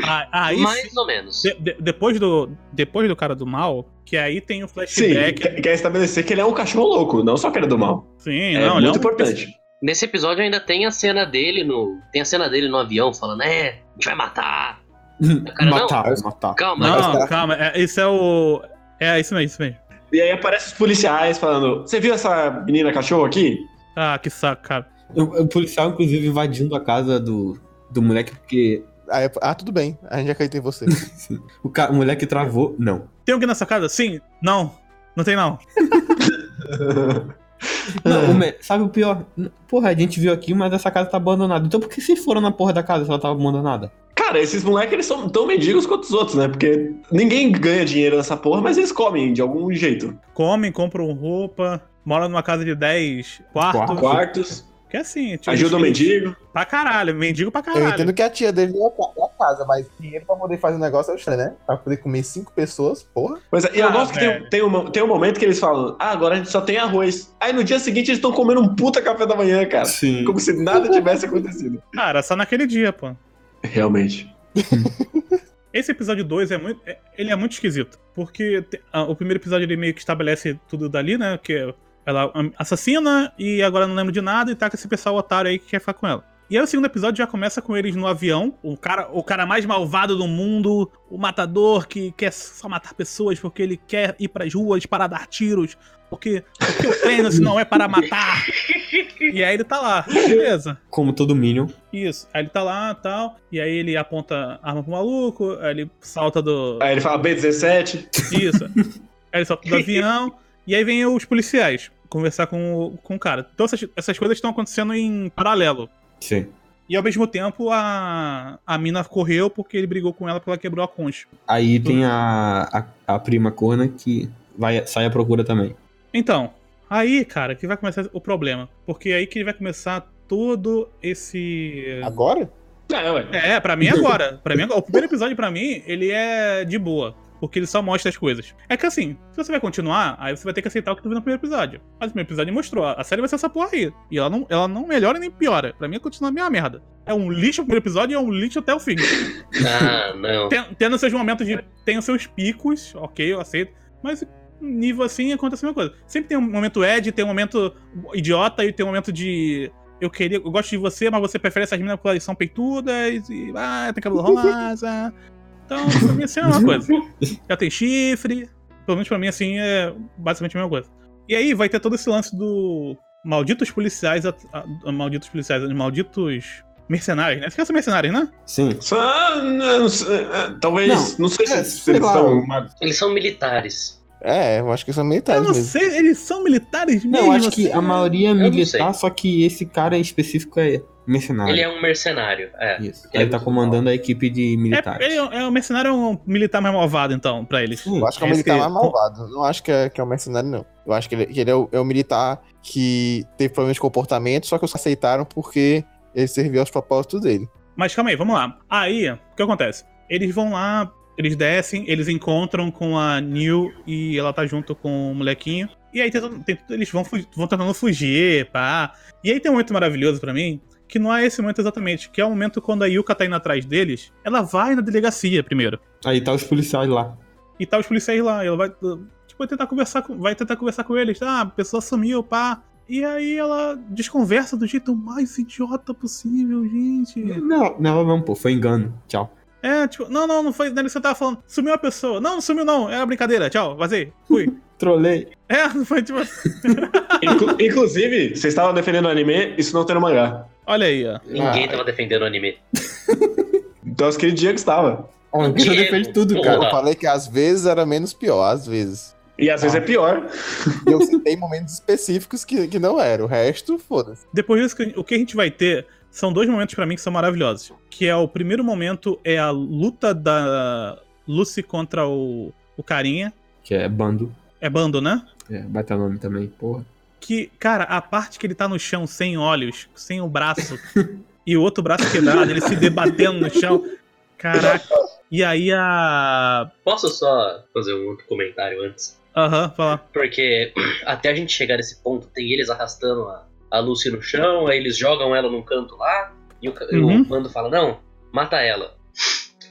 A: Ah, Então, Aí,
B: Mais ou menos.
A: de- de- depois, do, depois do cara do mal, que aí tem o
D: Sim,
A: flashback.
D: quer, quer estabelecer que ele é um cachorro louco, não só que ele é do mal.
A: Sim,
D: é
A: não, ele é
D: muito
A: um-
D: importante.
B: Nesse episódio ainda tem a cena dele no. Tem a cena dele no avião falando, é, a gente vai matar. Cara, não.
E: matar, matar.
B: Calma,
A: Não,
B: calma.
A: calma, é, isso é o. É, isso mesmo, isso mesmo.
D: E aí aparecem os policiais falando: Você viu essa menina cachorro aqui?
A: Ah, que saco, cara.
E: O, o policial, inclusive, invadindo a casa do, do moleque, porque
C: aí- ah, tudo bem. A gente acredita em você.
E: o, ca- o moleque travou. Não.
A: Tem alguém nessa casa? Sim? Não. Não tem, não.
E: Não, o me- sabe o pior? Porra, a gente viu aqui, mas essa casa tá abandonada. Então por que vocês foram na porra da casa se ela tava abandonada?
D: Cara, esses moleques eles são tão mendigos quanto os outros, né? Porque ninguém ganha dinheiro nessa porra, mas eles comem de algum jeito.
A: Comem, compram roupa, moram numa casa de 10 quartos.
E: Quarto.
D: Quartos,
A: Que é assim, tipo.
D: ajuda o mendigo.
A: Pra caralho, mendigo pra
C: Eu
A: caralho.
C: entendo que a tia dele não é ca- é a casa, mas dinheiro pra poder fazer um negócio é o estranho, né? Pra poder comer cinco pessoas, porra.
D: Pois é, e eu
A: Ah,
D: gosto que tem,
A: velho.
D: tem, um, tem um momento que eles falam: Ah, agora a gente só tem arroz. Aí no dia seguinte eles estão comendo um puta café da manhã, cara.
E: Sim.
D: Como se nada tivesse acontecido.
A: Cara, só naquele dia, pô.
D: Realmente.
A: Esse episódio 2 é muito. é- ele é muito esquisito. Porque te- ah, o primeiro episódio ele meio que estabelece tudo dali, né? Que ela hum, assassina e agora não lembro de nada e tá com esse pessoal otário aí que quer ficar com ela. E aí o segundo episódio já começa com eles no avião, o cara, o cara mais malvado do mundo, o matador que quer só matar pessoas porque ele quer ir pras ruas para dar tiros, porque o que eu treino se não é para matar. E aí ele tá lá, beleza.
E: Como todo Minion.
A: Isso. Aí ele tá lá tal. E aí ele aponta a arma pro maluco, aí ele salta do.
D: Aí ele fala B17.
A: Isso. aí ele salta do avião. E aí vem os policiais conversar com o, com o cara. Então essas, essas coisas estão acontecendo em paralelo.
E: Sim.
A: E ao mesmo tempo a, a mina correu porque ele brigou com ela porque ela quebrou a concha.
E: Aí
A: Uhum.
E: tem a, a, a prima corna que vai, sai à procura também.
A: Então, aí, cara, que vai começar o problema. Porque é aí que ele vai começar todo esse.
C: Agora?
D: É, ué.
A: É, pra mim agora. Pra mim é agora. O primeiro episódio, pra mim, ele é de boa. Porque ele só mostra as coisas. É que assim, se você vai continuar, aí você vai ter que aceitar o que tu viu no primeiro episódio. Mas o primeiro episódio mostrou. A série vai ser essa porra aí. E ela não, ela não melhora nem piora. Pra mim, continua a mesma merda. É um lixo o primeiro episódio e é um lixo até o fim.
B: Ah, não.
A: Ten- tendo seus momentos de. Tem os seus picos, ok, eu aceito. Mas nível assim acontece a mesma coisa. Sempre tem um momento Ed, tem um momento idiota e tem um momento de. Eu queria. Eu gosto de você, mas você prefere essas meninas porque elas são peitudas e. Ah, tem cabelo rosa. Então, pra mim assim é uma coisa. Ela tem chifre. Pelo menos pra mim, assim, é basicamente a mesma coisa. E aí vai ter todo esse lance do. Malditos policiais. at- a- a- Malditos policiais. Malditos mercenários, né? Esquece mercenários, né?
E: Sim.
D: Só- não, não sei, é, talvez. Não, sei se,
E: é,
D: se
E: sei
D: eles
E: lá.
D: são. [LAUGHS]
B: Eles são militares.
C: É, eu acho que são
A: Eu
C: militares
A: não
C: mesmo.
A: sei, Então eles são militares mesmo?
E: Não, acho que
A: assim?
E: a maioria é
B: não
E: militar, só que esse cara em específico é mercenário.
B: Ele é um mercenário. É.
E: Isso.
B: ele é
E: Ele tá
B: muito
E: comandando a equipe de
A: É,
E: militares.
A: ele é, um- é um mercenário é um militar mais malvado, então, pra eles.
E: Sim.
C: Eu acho que é o
A: Esse-
C: militar mais malvado. Não acho que é, que é um mercenário, não. Eu acho que ele, que ele é, o, é o militar que teve problemas de comportamento, só que os aceitaram porque ele serviu aos propósitos dele.
A: Mas calma aí, vamos lá. Aí, o que acontece? Eles vão lá, eles descem, eles encontram com a Neil e ela tá junto com o molequinho. E aí tem todo- tem tudo- eles vão, fu- vão tentando fugir, pá. E aí tem um momento maravilhoso pra mim, que não é esse momento exatamente, que é o momento quando a Yuka tá indo atrás deles, ela vai na delegacia primeiro.
E: Aí tá os policiais lá.
A: e tá os policiais lá. Ela vai, tipo, vai tentar conversar com, vai tentar conversar com eles. Ah, a pessoa sumiu, pá. E aí ela desconversa do jeito mais idiota possível, gente.
E: Não, não, não, pô, foi engano. Tchau.
A: É, tipo, não, não, não foi nada que você tava falando. Sumiu a pessoa. Não, não sumiu não. Era brincadeira. Tchau, vazei. Fui. [LAUGHS]
E: Trolei.
A: É, não foi tipo.
D: Inclu- inclusive, vocês estavam defendendo o anime, isso não tem no mangá.
A: Olha aí, ó.
B: Ninguém
C: Ah.
B: tava defendendo o anime.
D: Então aquele dia que estava.
E: Antônio
B: Diego,
E: defende tudo,
B: porra.
E: cara.
C: Eu falei que às vezes era menos pior, às vezes.
D: E às vezes é pior.
C: E eu citei [LAUGHS] momentos específicos que, que não era. O resto, foda-se.
A: Depois disso, que- o que a gente vai ter são dois momentos pra mim que são maravilhosos. Que é o primeiro momento é a luta da Lucy contra o, o carinha.
E: Que é bando.
A: É bando, né?
E: É, bata nome também, porra.
A: Que, cara, a parte que ele tá no chão sem olhos, sem o braço, e o outro braço quebrado, ele se debatendo no chão. Caraca. E aí a.
B: Posso só fazer um outro comentário antes?
A: Aham, fala.
B: Porque [CLEARS THROAT] até a gente chegar nesse ponto, tem eles arrastando a, a Lucy no chão, aí eles jogam ela num canto lá, e o, ca- e o
A: Uhum.
B: Mando fala, não, mata ela.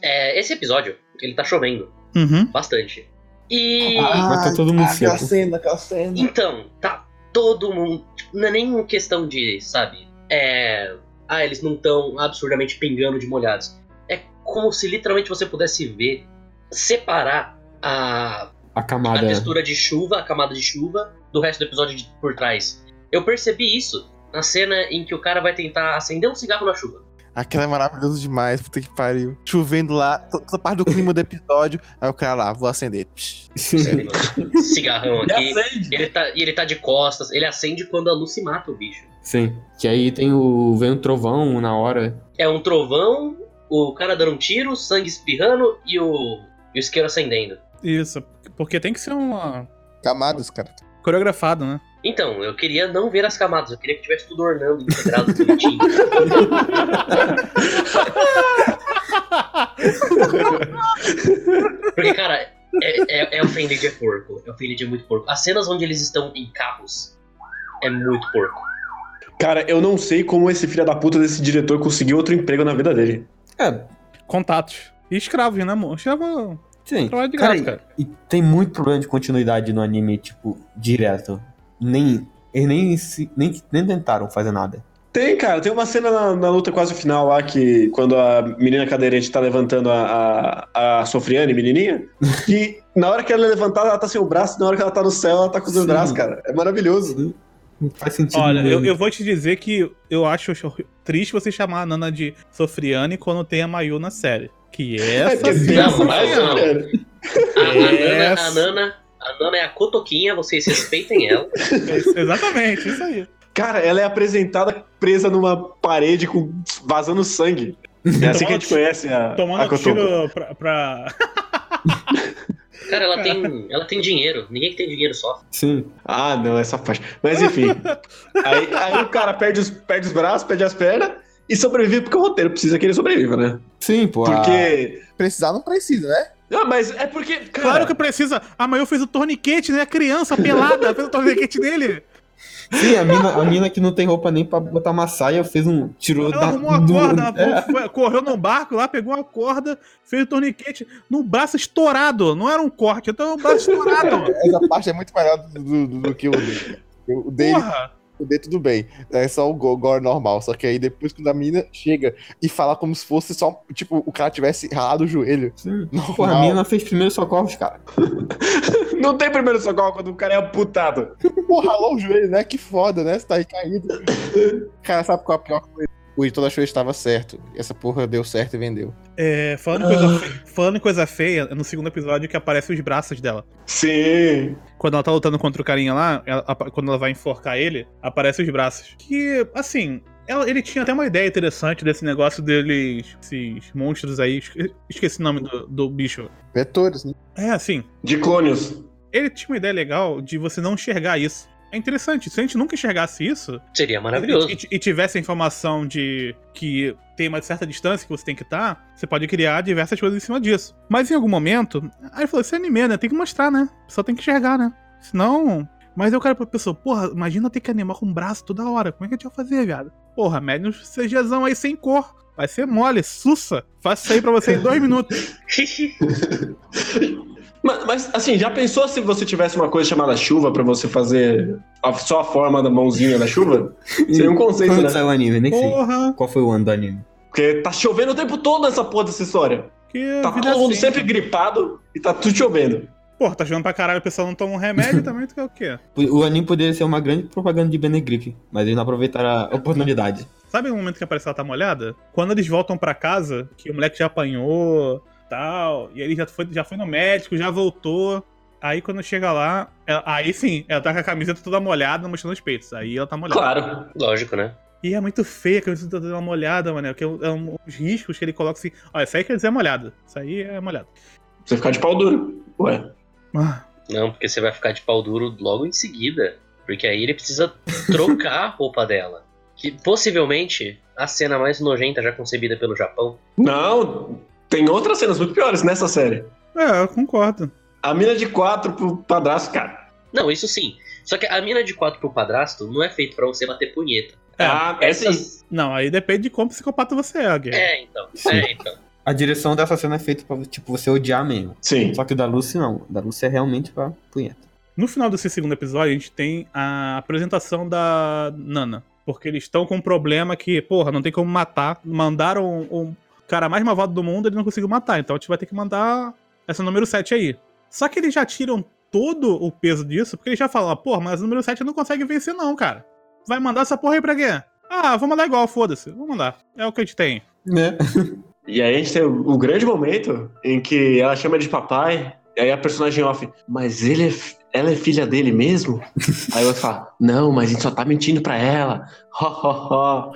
B: É, esse episódio, ele tá chovendo
A: Uhum.
B: bastante. E.
E: Mas
A: Ah,
E: tá todo mundo seco.
A: é
C: cena, aquela cena.
B: Então, tá todo mundo. tipo, Não é nem questão de, sabe? É. Ah, eles não estão absurdamente pingando de molhados. É como se literalmente você pudesse ver, separar a,
E: A
B: a
E: camada. [LAUGHS]
B: textura de chuva, a camada de chuva, do resto do episódio de- por trás. Eu percebi isso na cena em que o cara vai tentar acender um cigarro na chuva.
C: Aquela é maravilhosa demais, puta que pariu. Chovendo lá, to- toda parte do clima do episódio. Aí o cara lá, "Ah, vou acender. Psh.
B: Ele tem um cigarrão
D: E
B: aqui.
D: acende.
B: Ele tá, e ele tá de costas, ele acende quando a luz se mata o bicho.
E: Sim. Que aí tem o. Vem o trovão na hora.
B: É um trovão, o cara dando um tiro, sangue espirrando e o, e o isqueiro acendendo.
A: Isso. Porque tem que ser uma.
C: Camadas, cara.
A: coreografado, né?
B: Então, eu queria não ver as camadas, eu queria que tivesse tudo ornando, integrado, bonitinho. [LAUGHS] Porque, cara, é, é, é ofender de porco. É ofender de muito porco. As cenas onde eles estão em carros é muito porco.
D: Cara, eu não sei como esse filho da puta desse diretor conseguiu outro emprego na vida dele.
E: É,
A: Contatos. E escravos, né, amor? Escravo
E: sim.
A: trabalho é de
E: Cara,
A: graça, cara.
E: E tem muito problema de continuidade no anime, tipo, direto. Nem. Eles nem, se- nem, nem tentaram fazer nada.
D: Tem, cara, tem uma cena na, na luta quase final lá que quando a menina cadeirante tá levantando a, a, a Sofriane, menininha, que na hora que ela é levantada, ela tá sem o braço, na hora que ela tá no céu, ela tá com os dois
E: Sim.
D: braços, cara. É maravilhoso.
E: Não faz sentido.
A: Olha, eu,
E: nenhum.
A: eu vou te dizer que eu acho triste você chamar a Nana de Sofriane quando tem a Mayu na série. Que essa
D: porque
A: sim,
D: tem a
B: não,
A: Sofriane.
D: mais,
B: não.
D: cara.
B: A, a Nana,
A: Essa.
B: a Nana. A Nana é a cotoquinha, vocês respeitem ela.
A: Ex- [LAUGHS] Exatamente, isso aí.
D: Cara, ela é apresentada presa numa parede com vazando sangue. É assim que a gente conhece a, a
A: Tomando um
D: Kotoko.
A: tiro pra. pra-
B: Cara, ela tem, ela tem dinheiro. Ninguém que tem dinheiro sofre.
E: Sim.
D: Ah, não, essa parte.
A: [LAUGHS]
D: Mas enfim. aí, aí o cara perde os, perde os braços, perde as pernas e sobrevive porque o roteiro precisa que ele sobreviva, né?
E: Sim, pô. a-
D: Porque.
C: Precisar não precisa, né?
D: Não, mas é porque. Cara,
A: Claro que precisa. Ah, A Mayu fez o torniquete, né? A criança pelada fez o torniquete dele.
E: Sim, a mina, a mina que não tem roupa nem pra botar uma saia fez um. Tirou
A: Ela arrumou a
E: do-
A: corda,
E: é,
A: ela foi- correu num barco lá, pegou uma corda, fez o torniquete no braço estourado. Não era um corte, então era um braço
C: [LAUGHS]
A: estourado.
C: Essa parte é muito melhor do, do- do- do que o dele. cara. O dele,
A: Porra!
C: o dele tudo bem. É só o go- gore normal. Só que aí depois quando a menina chega e fala como se fosse só, tipo, o cara tivesse ralado o joelho.
E: sim.
C: Normal.
E: Pô, a mina fez primeiro socorros, cara.
D: não tem primeiro socorro quando o cara é amputado.
C: Pô, ralou o joelho, né? Que foda, né? Você tá aí
E: [LAUGHS]
C: caído. Cara, sabe qual é a pior coisa? O editor achou que estava certo. Essa porra deu certo e vendeu.
A: É, falando, em coisa feia, falando em coisa feia, é no segundo episódio que aparece os braços dela.
D: Sim.
A: Quando ela tá lutando contra o carinha lá, ela- apa- quando ela vai enforcar ele, aparece os braços. Que, assim, ela- ele tinha até uma ideia interessante desse negócio deles, esses monstros aí. esque- Esqueci o nome do, do bicho.
C: Vetores, né?
A: É, assim,
D: De clônios.
A: ele tinha uma ideia legal de você não enxergar isso. É interessante, se a gente nunca enxergasse isso, [LAUGHS]
B: Seria maravilhoso.
A: E, e- e tivesse a informação de que tem uma certa distância que você tem que estar, você pode criar diversas coisas em cima disso. Mas em algum momento, aí ele falou: isso é anime, né? Tem que mostrar, né? Só tem que enxergar, né? Senão. Mas eu quero pra pessoa, porra, imagina ter que animar com o braço toda hora. Como é que a gente vai fazer, viado? Porra, mede um CGzão aí sem cor. Vai ser mole, sussa. Faço isso aí pra você
D: [LAUGHS]
A: em dois minutos.
D: Mas, mas, assim, já pensou se você tivesse uma coisa chamada chuva pra você fazer a- só a forma da mãozinha da chuva? Seria um conceito,
E: Quando
D: né?
E: saiu o anime, nem sei.
A: Porra.
E: Qual foi o ano do anime?
D: Porque tá chovendo o tempo todo nessa porra dessa história.
A: Que
D: Tá
A: vida é
D: todo mundo
A: assim,
D: sempre
A: cara.
D: gripado e tá tudo chovendo.
A: Porra, tá jogando pra caralho, o pessoal não toma um remédio também, tu quer o quê?
E: O anime poderia ser uma grande propaganda de Benegripe, mas eles não aproveitaram a oportunidade.
A: Sabe o momento que aparece ela tá molhada? Quando eles voltam pra casa, que o moleque já apanhou, tal, e ele já foi, já foi no médico, já voltou. Aí quando chega lá, ela- aí sim, ela tá com a camiseta toda molhada, mostrando os peitos. Aí ela tá molhada.
B: Claro, lógico, né?
A: E é muito feia a camiseta dando uma molhada, mano. Que é um, é um- os riscos que ele coloca assim. Olha, isso aí quer dizer molhado. Isso aí é molhado.
D: Você ficar de pau duro. Ué.
A: Ah,
B: Não, porque você vai ficar de pau duro logo em seguida. Porque aí ele precisa trocar a roupa dela. Que possivelmente a cena mais nojenta já concebida pelo Japão.
D: Não, tem outras cenas muito piores nessa série.
A: É, eu concordo.
D: A mina de quatro pro padrasto, cara.
B: Não, isso sim. Só que a mina de quatro pro padrasto não é feito pra você bater punheta.
A: É,
D: ah, é sim.
A: Não, aí depende de quão psicopata você é, Guerra.
B: É, então.
E: Sim.
B: É, então.
E: A direção dessa cena é feita pra tipo, você odiar mesmo.
D: Sim.
E: Só que o da Lucy não. O da Lucy é realmente pra punheta.
A: No final desse segundo episódio, a gente tem a apresentação da Nana. Porque eles estão com um problema que, porra, não tem como matar. Mandaram o um cara mais malvado do mundo, ele não conseguiu matar. Então a gente vai ter que mandar essa número 7 aí. Só que eles já tiram todo o peso disso, porque eles já falam, porra, mas o número 7 não consegue vencer, não, cara. Vai mandar essa porra aí pra quê? Ah, vou mandar igual, foda-se. Vou mandar. É o que a gente tem.
E: Né?
D: E aí a gente tem o o grande momento em que ela chama ele de papai, e aí a personagem off, mas ele é, fi- ela é filha dele mesmo? aí o outro fala, não, mas a gente só tá mentindo pra ela. Ho, ho, ho.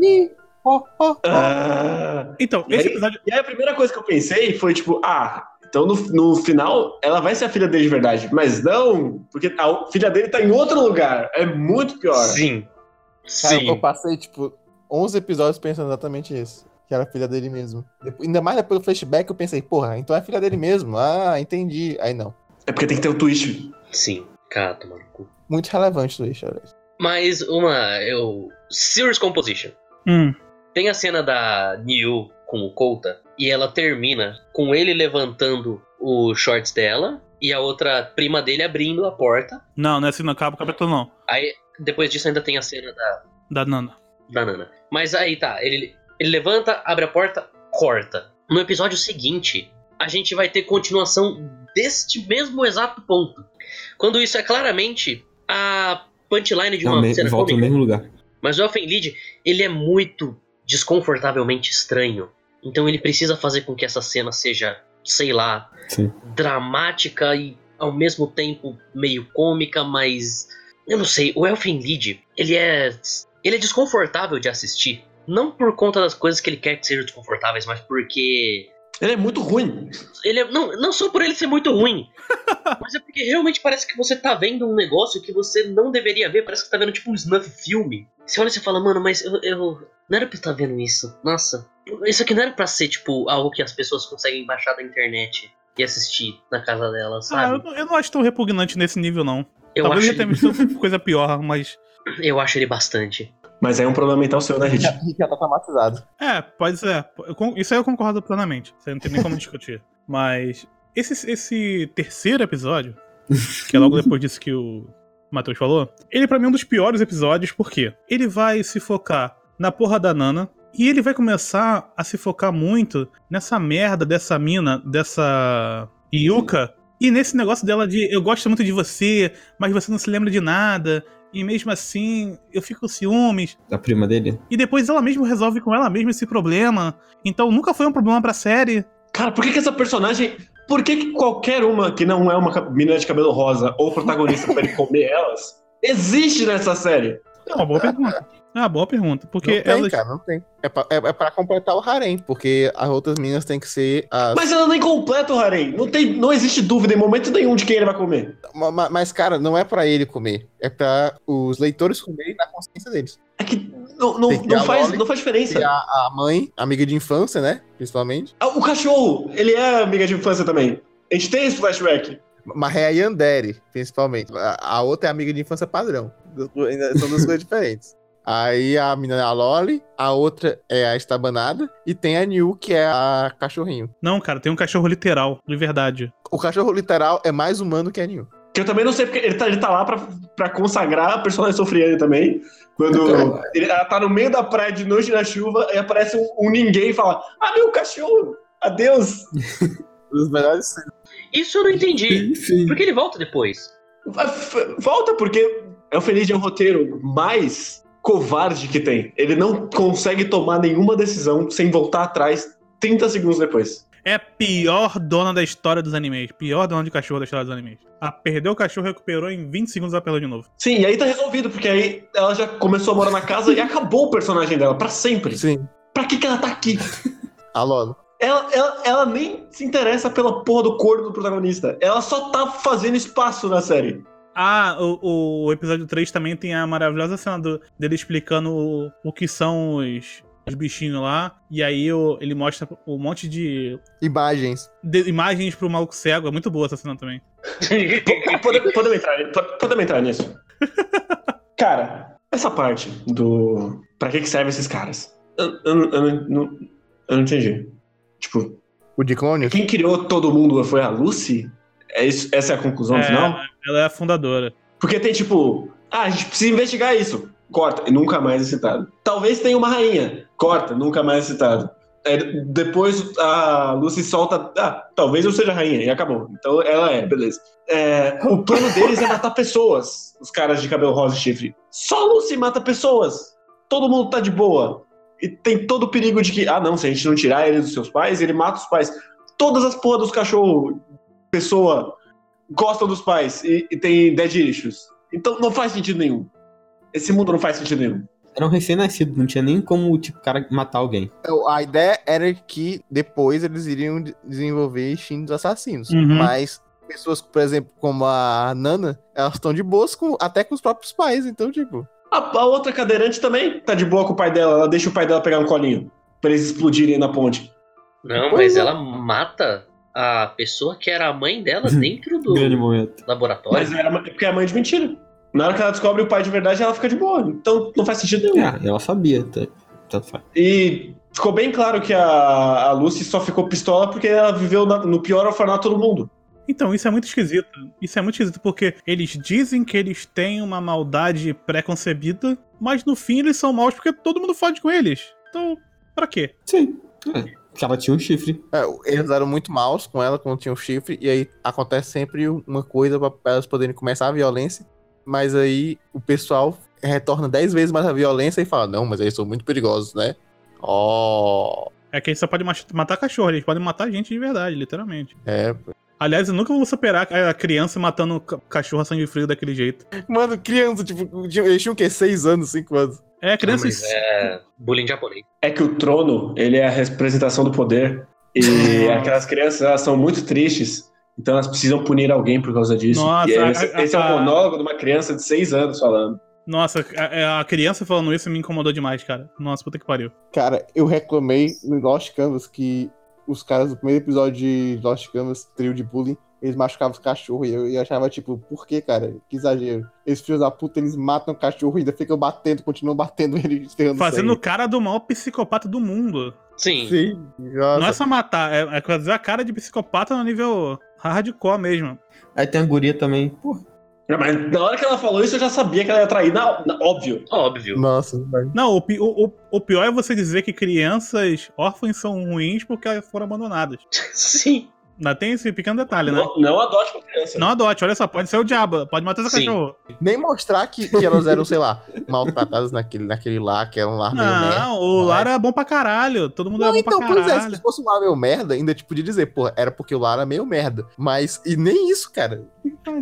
C: Ih, ó, ó.
D: Ah.
A: Então,
D: E
A: esse
D: aí?
A: episódio.
D: E aí a primeira coisa que eu pensei foi tipo, ah, então no, no final ela vai ser a filha dele de verdade. Mas não, porque a o- filha dele tá em outro lugar. É muito pior.
B: Sim.
C: Cara, eu-
B: Sim.
C: eu passei, tipo, 11 episódios pensando exatamente isso. Que era filha dele mesmo. Depois- ainda mais depois do flashback, eu pensei, porra, então é filha dele mesmo. Ah, entendi. Aí não.
D: É porque tem que ter o twist.
B: Sim. Cara, toma no cu.
C: Muito relevante isso, aliás.
B: Mais uma. Eu. Serious Composition.
A: Hum.
B: Tem a cena da Niu com o Kouta e ela termina com ele levantando os shorts dela e a outra prima dele abrindo a porta.
A: Não, não é assim, não. Cabo capítulo não.
B: Depois disso ainda tem a cena da,
A: Da Nana.
B: da Nana. Mas aí tá, ele, ele levanta, abre a porta, corta. No episódio seguinte, a gente vai ter continuação deste mesmo exato ponto. Quando isso é claramente a punchline de uma
E: Não, Tá me-
B: cena
E: volta
B: cômica.
E: no mesmo lugar.
B: Mas o Elfen Lied, ele é muito desconfortavelmente estranho. Então ele precisa fazer com que essa cena seja, sei lá,
E: Sim.
B: dramática e ao mesmo tempo meio cômica, mas eu não sei, o Elfen Lied, ele é ele é desconfortável de assistir, não por conta das coisas que ele quer que sejam desconfortáveis, mas porque
D: Ele é muito ruim.
B: ele é- não, não só por ele ser muito ruim,
A: [LAUGHS]
B: mas é porque realmente parece que você tá vendo um negócio que você não deveria ver, parece que tá vendo tipo um snuff filme. Você olha e você fala, mano, mas eu, eu- não era pra eu estar vendo isso. Nossa, isso aqui não era pra ser tipo algo que as pessoas conseguem baixar da internet e assistir na casa dela,
A: Ah, eu,
B: sabe?
A: não- eu não acho tão repugnante nesse nível, não.
B: eu,
A: Talvez
B: acho,
A: eu já tenha visto coisa pior, mas.
B: ele- eu acho ele bastante.
D: Mas aí é um problema mental seu, né, Hit?
C: E já tá traumatizado.
A: É, pode ser. Eu con- Isso aí eu concordo plenamente. Isso aí não tem nem como
B: [LAUGHS]
A: discutir. Mas esse, esse terceiro episódio, que é logo depois disso que o Matheus falou, ele pra mim é um dos piores episódios, porque ele vai se focar na porra da Nana e ele vai começar a se focar muito nessa merda dessa mina, dessa Yuka, e nesse negócio dela de eu gosto muito de você, mas você não se lembra de nada, e mesmo assim eu fico com ciúmes.
E: Da prima dele?
A: E depois ela mesma resolve com ela mesma esse problema. Então nunca foi um problema pra série.
D: Cara, por que, que essa personagem. Por que, que qualquer uma que não é uma ca- menina de cabelo rosa ou protagonista pra ele comer elas existe nessa série?
A: É uma boa pergunta. É uma boa pergunta. Porque
C: não tem,
A: elas.
C: cara, não tem. É pra, é, é pra completar o harem, porque as outras meninas têm que ser as...
D: Mas ela nem completa o harem. Não, tem, não existe dúvida em momento nenhum de quem ele vai comer.
C: Ma- ma- Mas, cara, não é pra ele comer. É pra os leitores comerem na consciência deles.
D: É que não, não,
C: Tem que ter
D: não
C: a
D: faz,
C: Loli,
D: não faz
C: E
D: diferença.
C: a, a mãe, amiga de infância, né? Principalmente.
D: Ah, O cachorro, ele é amiga de infância também. A gente tem esse flashback.
C: Mas é a Yandere, principalmente. A, a outra é amiga de infância padrão. Du- ainda São duas coisas [LAUGHS] diferentes. Aí a menina é a Loli, a outra é a estabanada, e tem a New, que é a cachorrinho.
A: Não, cara, tem um cachorro literal, de verdade.
C: O cachorro literal é mais humano que a New.
D: Que eu também não sei porque ele tá, ele tá lá pra, pra consagrar a personagem sofriane também.
C: Então,
D: Quando ele- ela tá no meio da praia de noite na chuva e aparece um, um ninguém e fala: Ah, meu cachorro! Adeus!
C: Os melhores.
B: Isso eu não entendi.
E: sim.
B: Porque ele volta depois. [LAUGHS]
D: Vai- f- Volta, porque é o Feliz de um é roteiro mais covarde que tem. Ele não consegue tomar nenhuma decisão sem voltar atrás 30 segundos depois.
A: É pior dona da história dos animes. Pior dona de cachorro da história dos animes. A perdeu o cachorro, recuperou em 20 segundos ela perdeu de novo.
D: Sim, e aí tá resolvido, porque aí ela já começou a morar na casa e acabou o personagem dela, pra sempre.
C: Sim.
D: Pra que que ela tá aqui?
C: Alô.
D: Ela, ela, ela nem se interessa pela porra do corpo do protagonista. Ela só tá fazendo espaço na série.
A: Ah, o, o episódio 3 também tem a maravilhosa cena do- dele explicando o, o que são os, os bichinhos lá. E aí o- ele mostra um monte de,
C: Imagens.
A: de imagens pro maluco cego. É muito boa essa cena também.
D: Podemos, podemos entrar, po- podemos entrar nisso. Cara, essa parte do. Pra que, que servem esses caras? Eu, eu não- eu não- não- eu não entendi. Tipo,
C: O de clones?
D: quem criou todo mundo foi a Lucy? É isso- essa é a conclusão
A: É,
D: final?
A: Ela é a fundadora.
D: Porque tem tipo. Ah, a gente precisa investigar isso. Corta, e nunca mais é citado. Talvez tenha uma rainha. Corta, nunca mais é citado. É, depois a Lucy solta. Ah, talvez eu seja rainha. E acabou. Então ela é, beleza. É, o plano deles é matar pessoas. Os caras de cabelo rosa e chifre. Só a Lucy mata pessoas. Todo mundo tá de boa. E tem todo o perigo de que. Ah, não, se a gente não tirar ele dos seus pais, ele mata os pais. Todas as porra dos cachorros, pessoa, gostam dos pais e, e tem dead issues. Então não faz sentido nenhum. Esse mundo não faz sentido nenhum.
E: Era um recém-nascido, não tinha nem como, tipo, o cara matar alguém.
C: Então, a ideia era que depois eles iriam de- desenvolver instintos assassinos.
A: Uhum.
C: Mas pessoas, por exemplo, como a Nana, elas estão de boas com- até com os próprios pais. Então, tipo,
D: A, a outra cadeirante também tá de boa com o pai dela. Ela deixa o pai dela pegar um colinho pra eles explodirem na ponte.
B: Não, mas ela mata a pessoa que era a mãe dela
A: Hum.
B: dentro do
E: Grande momento.
B: laboratório.
D: Mas era, porque é mãe de mentira. Na hora que ela descobre o pai de verdade, ela fica de boa. Então não faz sentido nenhum.
E: É, ela sabia, tá? Tanto faz.
D: E ficou bem claro que a, a Lucy só ficou pistola porque ela viveu na- no pior orfanato do mundo.
A: Então, isso é muito esquisito. Isso é muito esquisito porque eles dizem que eles têm uma maldade pré-concebida, mas no fim eles são maus porque todo mundo fode com eles. Então, pra quê?
E: Sim. É. Porque ela tinha um chifre.
C: é, eles eram muito maus com ela quando tinham chifre. E aí acontece sempre uma coisa pra pra elas poderem começar a violência. Mas aí o pessoal retorna dez vezes mais a violência e fala: Não, mas eles são muito perigosos, né? Ó.
A: É que eles só podem mach- matar cachorro, eles podem matar gente de verdade, literalmente.
C: É.
A: Aliás, eu nunca vou superar a criança matando ca- cachorro a sangue frio daquele jeito.
C: Mano, criança, tipo, tinha- eles tinham o quê? Seis anos, cinco anos.
A: É, criança.
B: Mas é bullying japonês.
D: é que o trono, ele é a representação do poder. E aquelas crianças, elas são muito tristes. Então elas precisam punir alguém por causa disso.
A: Nossa,
D: e esse,
A: a-
D: esse é
A: a-
D: o monólogo de uma criança de seis anos falando.
A: Nossa, a, a criança falando isso me incomodou demais, cara. Nossa, puta que pariu.
C: Cara, eu reclamei no Lost Canvas que os caras do primeiro episódio de Lost Canvas, trio de bullying, eles machucavam os cachorros. E eu, e eu achava, tipo, por que, cara? Que exagero. Esses filhos da puta, eles matam o cachorro e ainda ficam batendo, continuam batendo ele, [LAUGHS] enterrando
A: Fazendo o
C: sangue.
A: cara do maior psicopata do mundo.
B: Sim.
C: Sim, nossa.
A: Não é só matar, é, é fazer a cara de psicopata no nível hardcore mesmo.
E: Aí tem a guria também. Pô,
D: Não, Mas na hora que ela falou isso, eu já sabia que ela ia trair. Na, na- óbvio.
B: Óbvio.
C: Nossa, velho.
A: Não, o, pi- o- o- o pior é você dizer que crianças órfãs são ruins porque elas foram abandonadas.
B: Sim.
A: Ainda tem esse pequeno detalhe, né?
D: Não, não adote uma criança.
A: Não adote, olha só, pode ser o diabo, pode matar seu
B: Sim.
A: cachorro.
C: Nem mostrar que, que elas eram, sei lá, maltratadas naquele, naquele lar, que era um
B: Ah,
C: lar meio merda.
A: Não, o
C: Mas-
A: Lara era bom pra caralho. Todo mundo
C: Não,
A: era bom
C: então,
A: pra
C: pois é,
A: caralho.
C: se fosse um Lara meio merda, ainda te podia dizer, pô, era porque o Lara é meio merda. Mas, e nem isso, cara.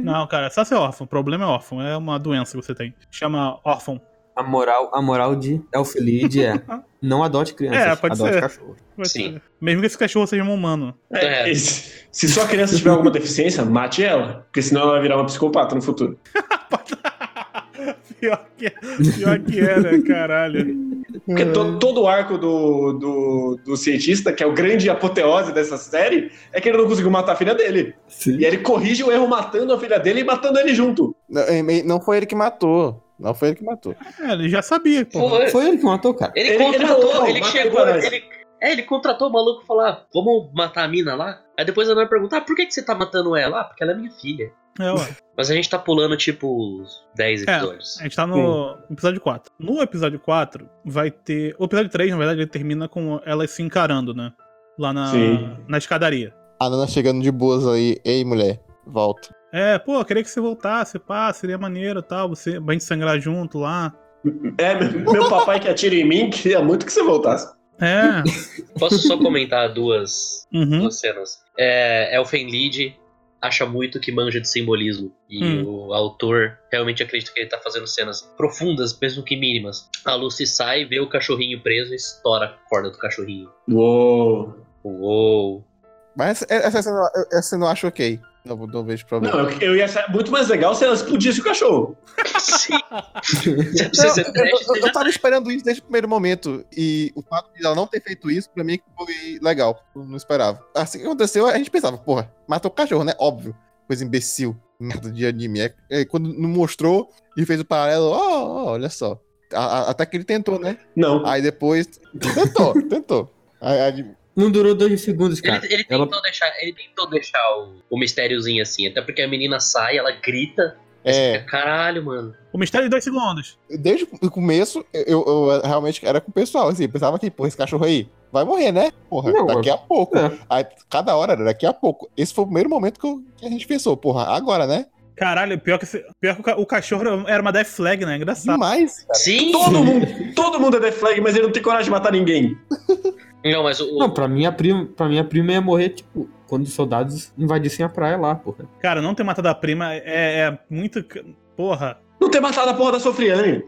A: Não, cara, só ser órfão. O problema é órfão. É uma doença que você tem. Chama órfão.
E: a moral, a moral de Elfelid [LAUGHS] é não adote crianças,
A: É, pode
E: adote
A: ser.
E: cachorro.
B: Sim.
A: Mesmo que esse cachorro seja um humano.
D: É, e se, se sua criança tiver alguma deficiência, mate ela. Porque senão ela vai virar uma psicopata no futuro.
A: [LAUGHS] pior, que, pior que é, né? Caralho.
D: Porque to- todo o arco do, do, do cientista, que é o grande apoteose dessa série, é que ele não conseguiu matar a filha dele.
E: Sim.
D: E ele corrige o erro matando a filha dele e matando ele junto.
C: Não, é, me- não foi ele que matou. Não foi ele que matou.
A: É, ele já sabia, pô.
B: Foi.
E: Foi ele que matou, cara.
B: Ele,
D: Ele- ele
B: contratou,
D: falou,
B: ele,
D: "Mata aí
B: chegou,
D: pra nós."
B: ele, é, ele contratou o maluco e falou, ah, vamos matar a mina lá. Aí depois a Nora pergunta, ah, por que, que você tá matando ela? Ah, porque ela é minha filha.
A: É, ué.
B: Mas a gente tá pulando, tipo, uns 10
A: É.
B: episódios.
A: A gente tá no episódio 4. No episódio 4, vai ter. O episódio 3, na verdade, ele termina com elas se encarando, né? Lá na,
D: Sim.
A: na escadaria.
C: A Nana chegando de boas aí. Ei, mulher, volta.
A: É, pô, eu queria que você voltasse, pá, seria maneiro e tal, você, pra gente sangrar junto lá.
D: É, meu meu papai que atira em mim queria muito que você voltasse.
A: É.
B: Posso só comentar duas,
A: Uhum.
B: duas cenas? É, Elfen Lied acha muito que manja de simbolismo. E
A: Hum.
B: o autor realmente acredita que ele tá fazendo cenas profundas, mesmo que mínimas. A Lucy sai, vê o cachorrinho preso e estoura a corda do cachorrinho.
D: Uou.
B: Uou!
C: Mas é, essa, essa, eu não- essa eu não acho ok. Não, não vejo problema.
D: Não, eu, eu ia achar muito mais legal se ela explodisse o cachorro.
B: Sim! Você
C: Não,
B: precisa ser
C: eu,
B: trash,
C: eu-
B: você
C: eu tava esperando isso desde o primeiro momento. E o fato de ela não ter feito isso, pra mim, foi legal. Eu não esperava. Assim que aconteceu, a gente pensava, porra, matou o cachorro, né? Óbvio. Coisa imbecil. Merda de anime. É- é, quando não mostrou e fez o paralelo, ó, ó, olha só. A- a- até que ele tentou, né?
D: Não.
C: Aí depois. Tentou, [LAUGHS] tentou. Aí, aí-
E: Não durou dois segundos, cara.
B: Ele, ele
E: Ela-
B: tentou deixar, ele tentou deixar o, o mistériozinho assim, até porque a menina sai, ela grita.
C: é,
B: Caralho, mano.
A: O mistério de dois segundos.
C: desde o começo, eu, eu realmente era com o pessoal, assim, eu pensava que, porra, esse cachorro aí vai morrer, né? Porra,
E: Não,
C: daqui a pouco.
E: É.
C: Aí, cada hora, era daqui a pouco. Esse foi o primeiro momento que, eu- que a gente pensou, porra, agora, né?
A: Caralho, pior que, esse- pior que o ca- o cachorro era uma death flag, né? Engraçado.
C: Demais.
B: Sim!
D: Todo mundo, todo mundo é Death Flag, mas ele não tem coragem de matar ninguém.
B: Não, mas o.
E: Não, pra minha prima, pra minha prima ia morrer, tipo, quando os soldados invadissem a praia lá, porra.
A: Cara, não ter matado a prima é, é muito. c- Porra.
D: Não ter matado a porra da Sofriane.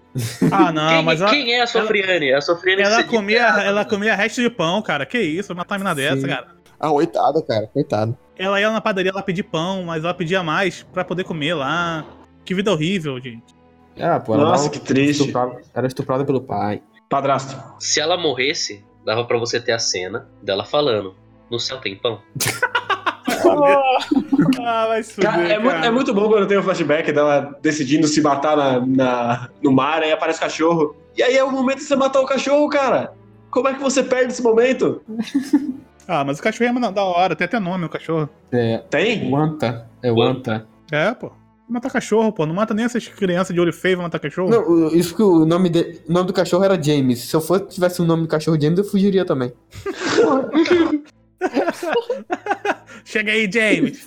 A: Ah, não,
B: quem,
A: mas a-
B: quem é a Sofriane? a Sofriane
A: ela
B: se-
A: comia, ela comia resto de pão, cara. Que isso, uma mina dessa,
E: Sim.
A: cara.
C: Ah, coitada, cara, coitado.
A: Ela ia na padaria, ela pedia pão, mas ela pedia mais pra poder comer lá. Que vida horrível, gente.
E: Ah, pô, ela
D: Nossa,
E: tava
D: que triste.
E: estuprada- era é estuprada pelo pai.
D: Padrasto.
B: Se ela morresse, dava pra você ter a cena dela falando. No céu tem pão.
A: Ah, vai subir.
D: Cara, é, mu- é muito bom quando tem o flashback dela decidindo se matar na, na- no mar, aí aparece o cachorro. E aí é o momento de você matar o cachorro, cara. Como é que você perde esse momento?
A: Ah, mas o cachorro é mano, da hora, tem até nome o cachorro.
E: É,
D: Tem?
E: o Anta. É o Anta.
A: É, pô. Matar cachorro, pô. Não mata nem essas crianças de olho feio, vai matar cachorro.
E: Não, o- isso que o nome, de, o nome do cachorro era James. Se eu fosse, tivesse o nome do cachorro James, eu fugiria também.
A: Chega aí,
D: [LAUGHS]
A: James.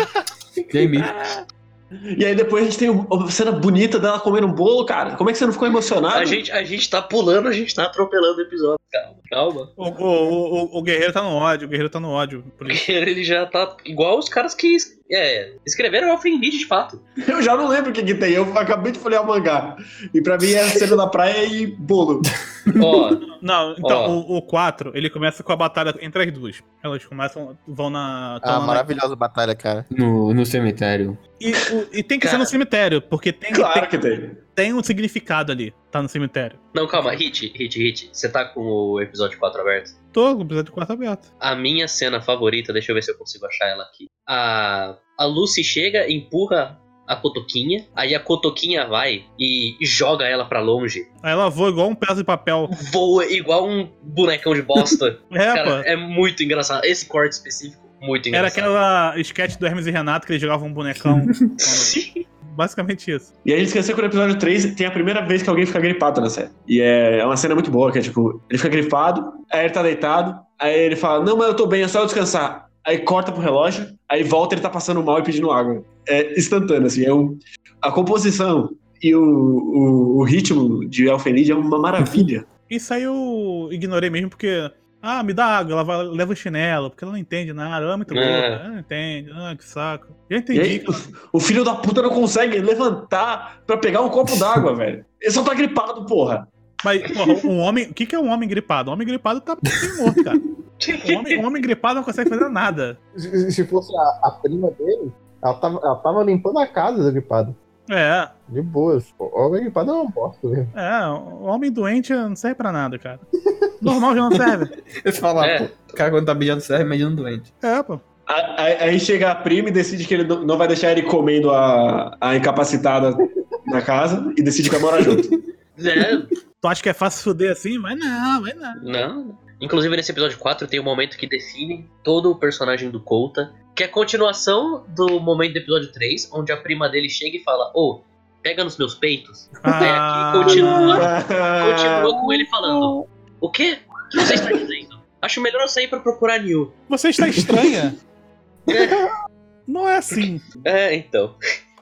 E: [LAUGHS] James.
D: E aí depois a gente tem o- a cena bonita dela comendo um bolo, cara. Como é que você não ficou emocionado?
B: A gente, a gente tá pulando, a gente tá atropelando o episódio. Calma, calma.
A: O, o- o- o guerreiro tá no ódio, o guerreiro tá no ódio. Por isso.
B: Porque [LAUGHS] ele já tá igual os caras que es- é, escreveram Elfen Lied de fato.
D: Eu já não lembro o que, que tem. Eu acabei de folhear o mangá. E pra mim é a cena da praia e bolo.
B: Ó,
A: Não, então,
B: Ó.
A: o, o 4, ele começa com a batalha entre as duas. Elas começam, vão na. tão
C: Ah,
A: lá na-
C: maravilhosa batalha, cara.
E: No, no cemitério.
A: E, o- e tem que ser
B: Cara.
A: no cemitério, porque tem,
D: [LAUGHS] Claro
A: tem,
D: que tem.
A: tem um significado ali, tá no cemitério.
B: não, calma, Hit, Hit, Hit. Você tá com o episódio 4 aberto?
A: Tô com o episódio 4 aberto.
B: A minha cena favorita, deixa eu ver se eu consigo achar ela aqui. A, a Lucy chega, empurra a Cotoquinha, aí a Cotoquinha vai e joga ela pra longe.
A: Aí ela voa igual um pedaço de
B: [LAUGHS]
A: papel.
B: Voa igual um bonecão de
A: [LAUGHS]
B: bosta.
A: É,
B: Cara,
A: pô.
B: é muito engraçado. Esse corte específico, muito
A: Era
B: engraçado.
A: aquela sketch do Hermes e Renato que eles jogavam um bonecão.
B: [LAUGHS] Sim.
A: Basicamente isso.
D: E a gente esqueceu que no episódio 3 tem a primeira vez que alguém fica gripado na série. E é, é uma cena muito boa, que é tipo, ele fica gripado, aí ele tá deitado, aí ele fala, não, mas eu tô bem, é só eu descansar. Aí corta pro relógio, aí volta ele tá passando mal e pedindo água. É instantâneo, assim, é um, a composição e o, o, o ritmo de Elfenid é uma maravilha.
A: Isso aí eu ignorei mesmo, porque. Ah, me dá água, ela vai- leva o chinelo, porque ela não entende nada, ela é muito
B: É.
A: louca, ela não entende, ah, que saco. Já
D: E
A: entendi.
D: aí,
A: que ela-
D: o filho da puta não consegue levantar pra pegar um copo d'água, [LAUGHS] velho. Ele só tá gripado, porra.
A: Mas, porra, um homem. O que, que é um homem gripado? Um homem gripado tá bem morto, cara. Um homem, um homem gripado não consegue fazer nada.
C: Se, se fosse a, a prima dele, ela tava, ela tava limpando a casa da gripada.
A: É,
C: De boas. O homem gripado é uma bosta mesmo.
A: é. Um homem doente não serve pra nada, cara. Normal já não serve.
E: Eu falava,
B: É.
E: pô, o cara quando tá beijando serve, medindo doente.
A: É, pô.
D: A- a- Aí chega a prima e decide que ele não não vai deixar ele comendo a, a incapacitada na casa e decide que vai morar [LAUGHS] junto.
B: É,
A: Tu acha que é fácil fuder assim? Mas não, vai não.
B: não. Inclusive, nesse episódio 4 tem um momento que define todo o personagem do Colta, que é a continuação do momento do episódio 3, onde a prima dele chega e fala: Ô, pega nos meus peitos. Até aqui continua.
D: Ah.
B: Continua com ele falando. O quê? O que você está dizendo? Acho melhor eu sair pra procurar New.
A: Você está estranha? Não [LAUGHS] é assim.
B: É, então.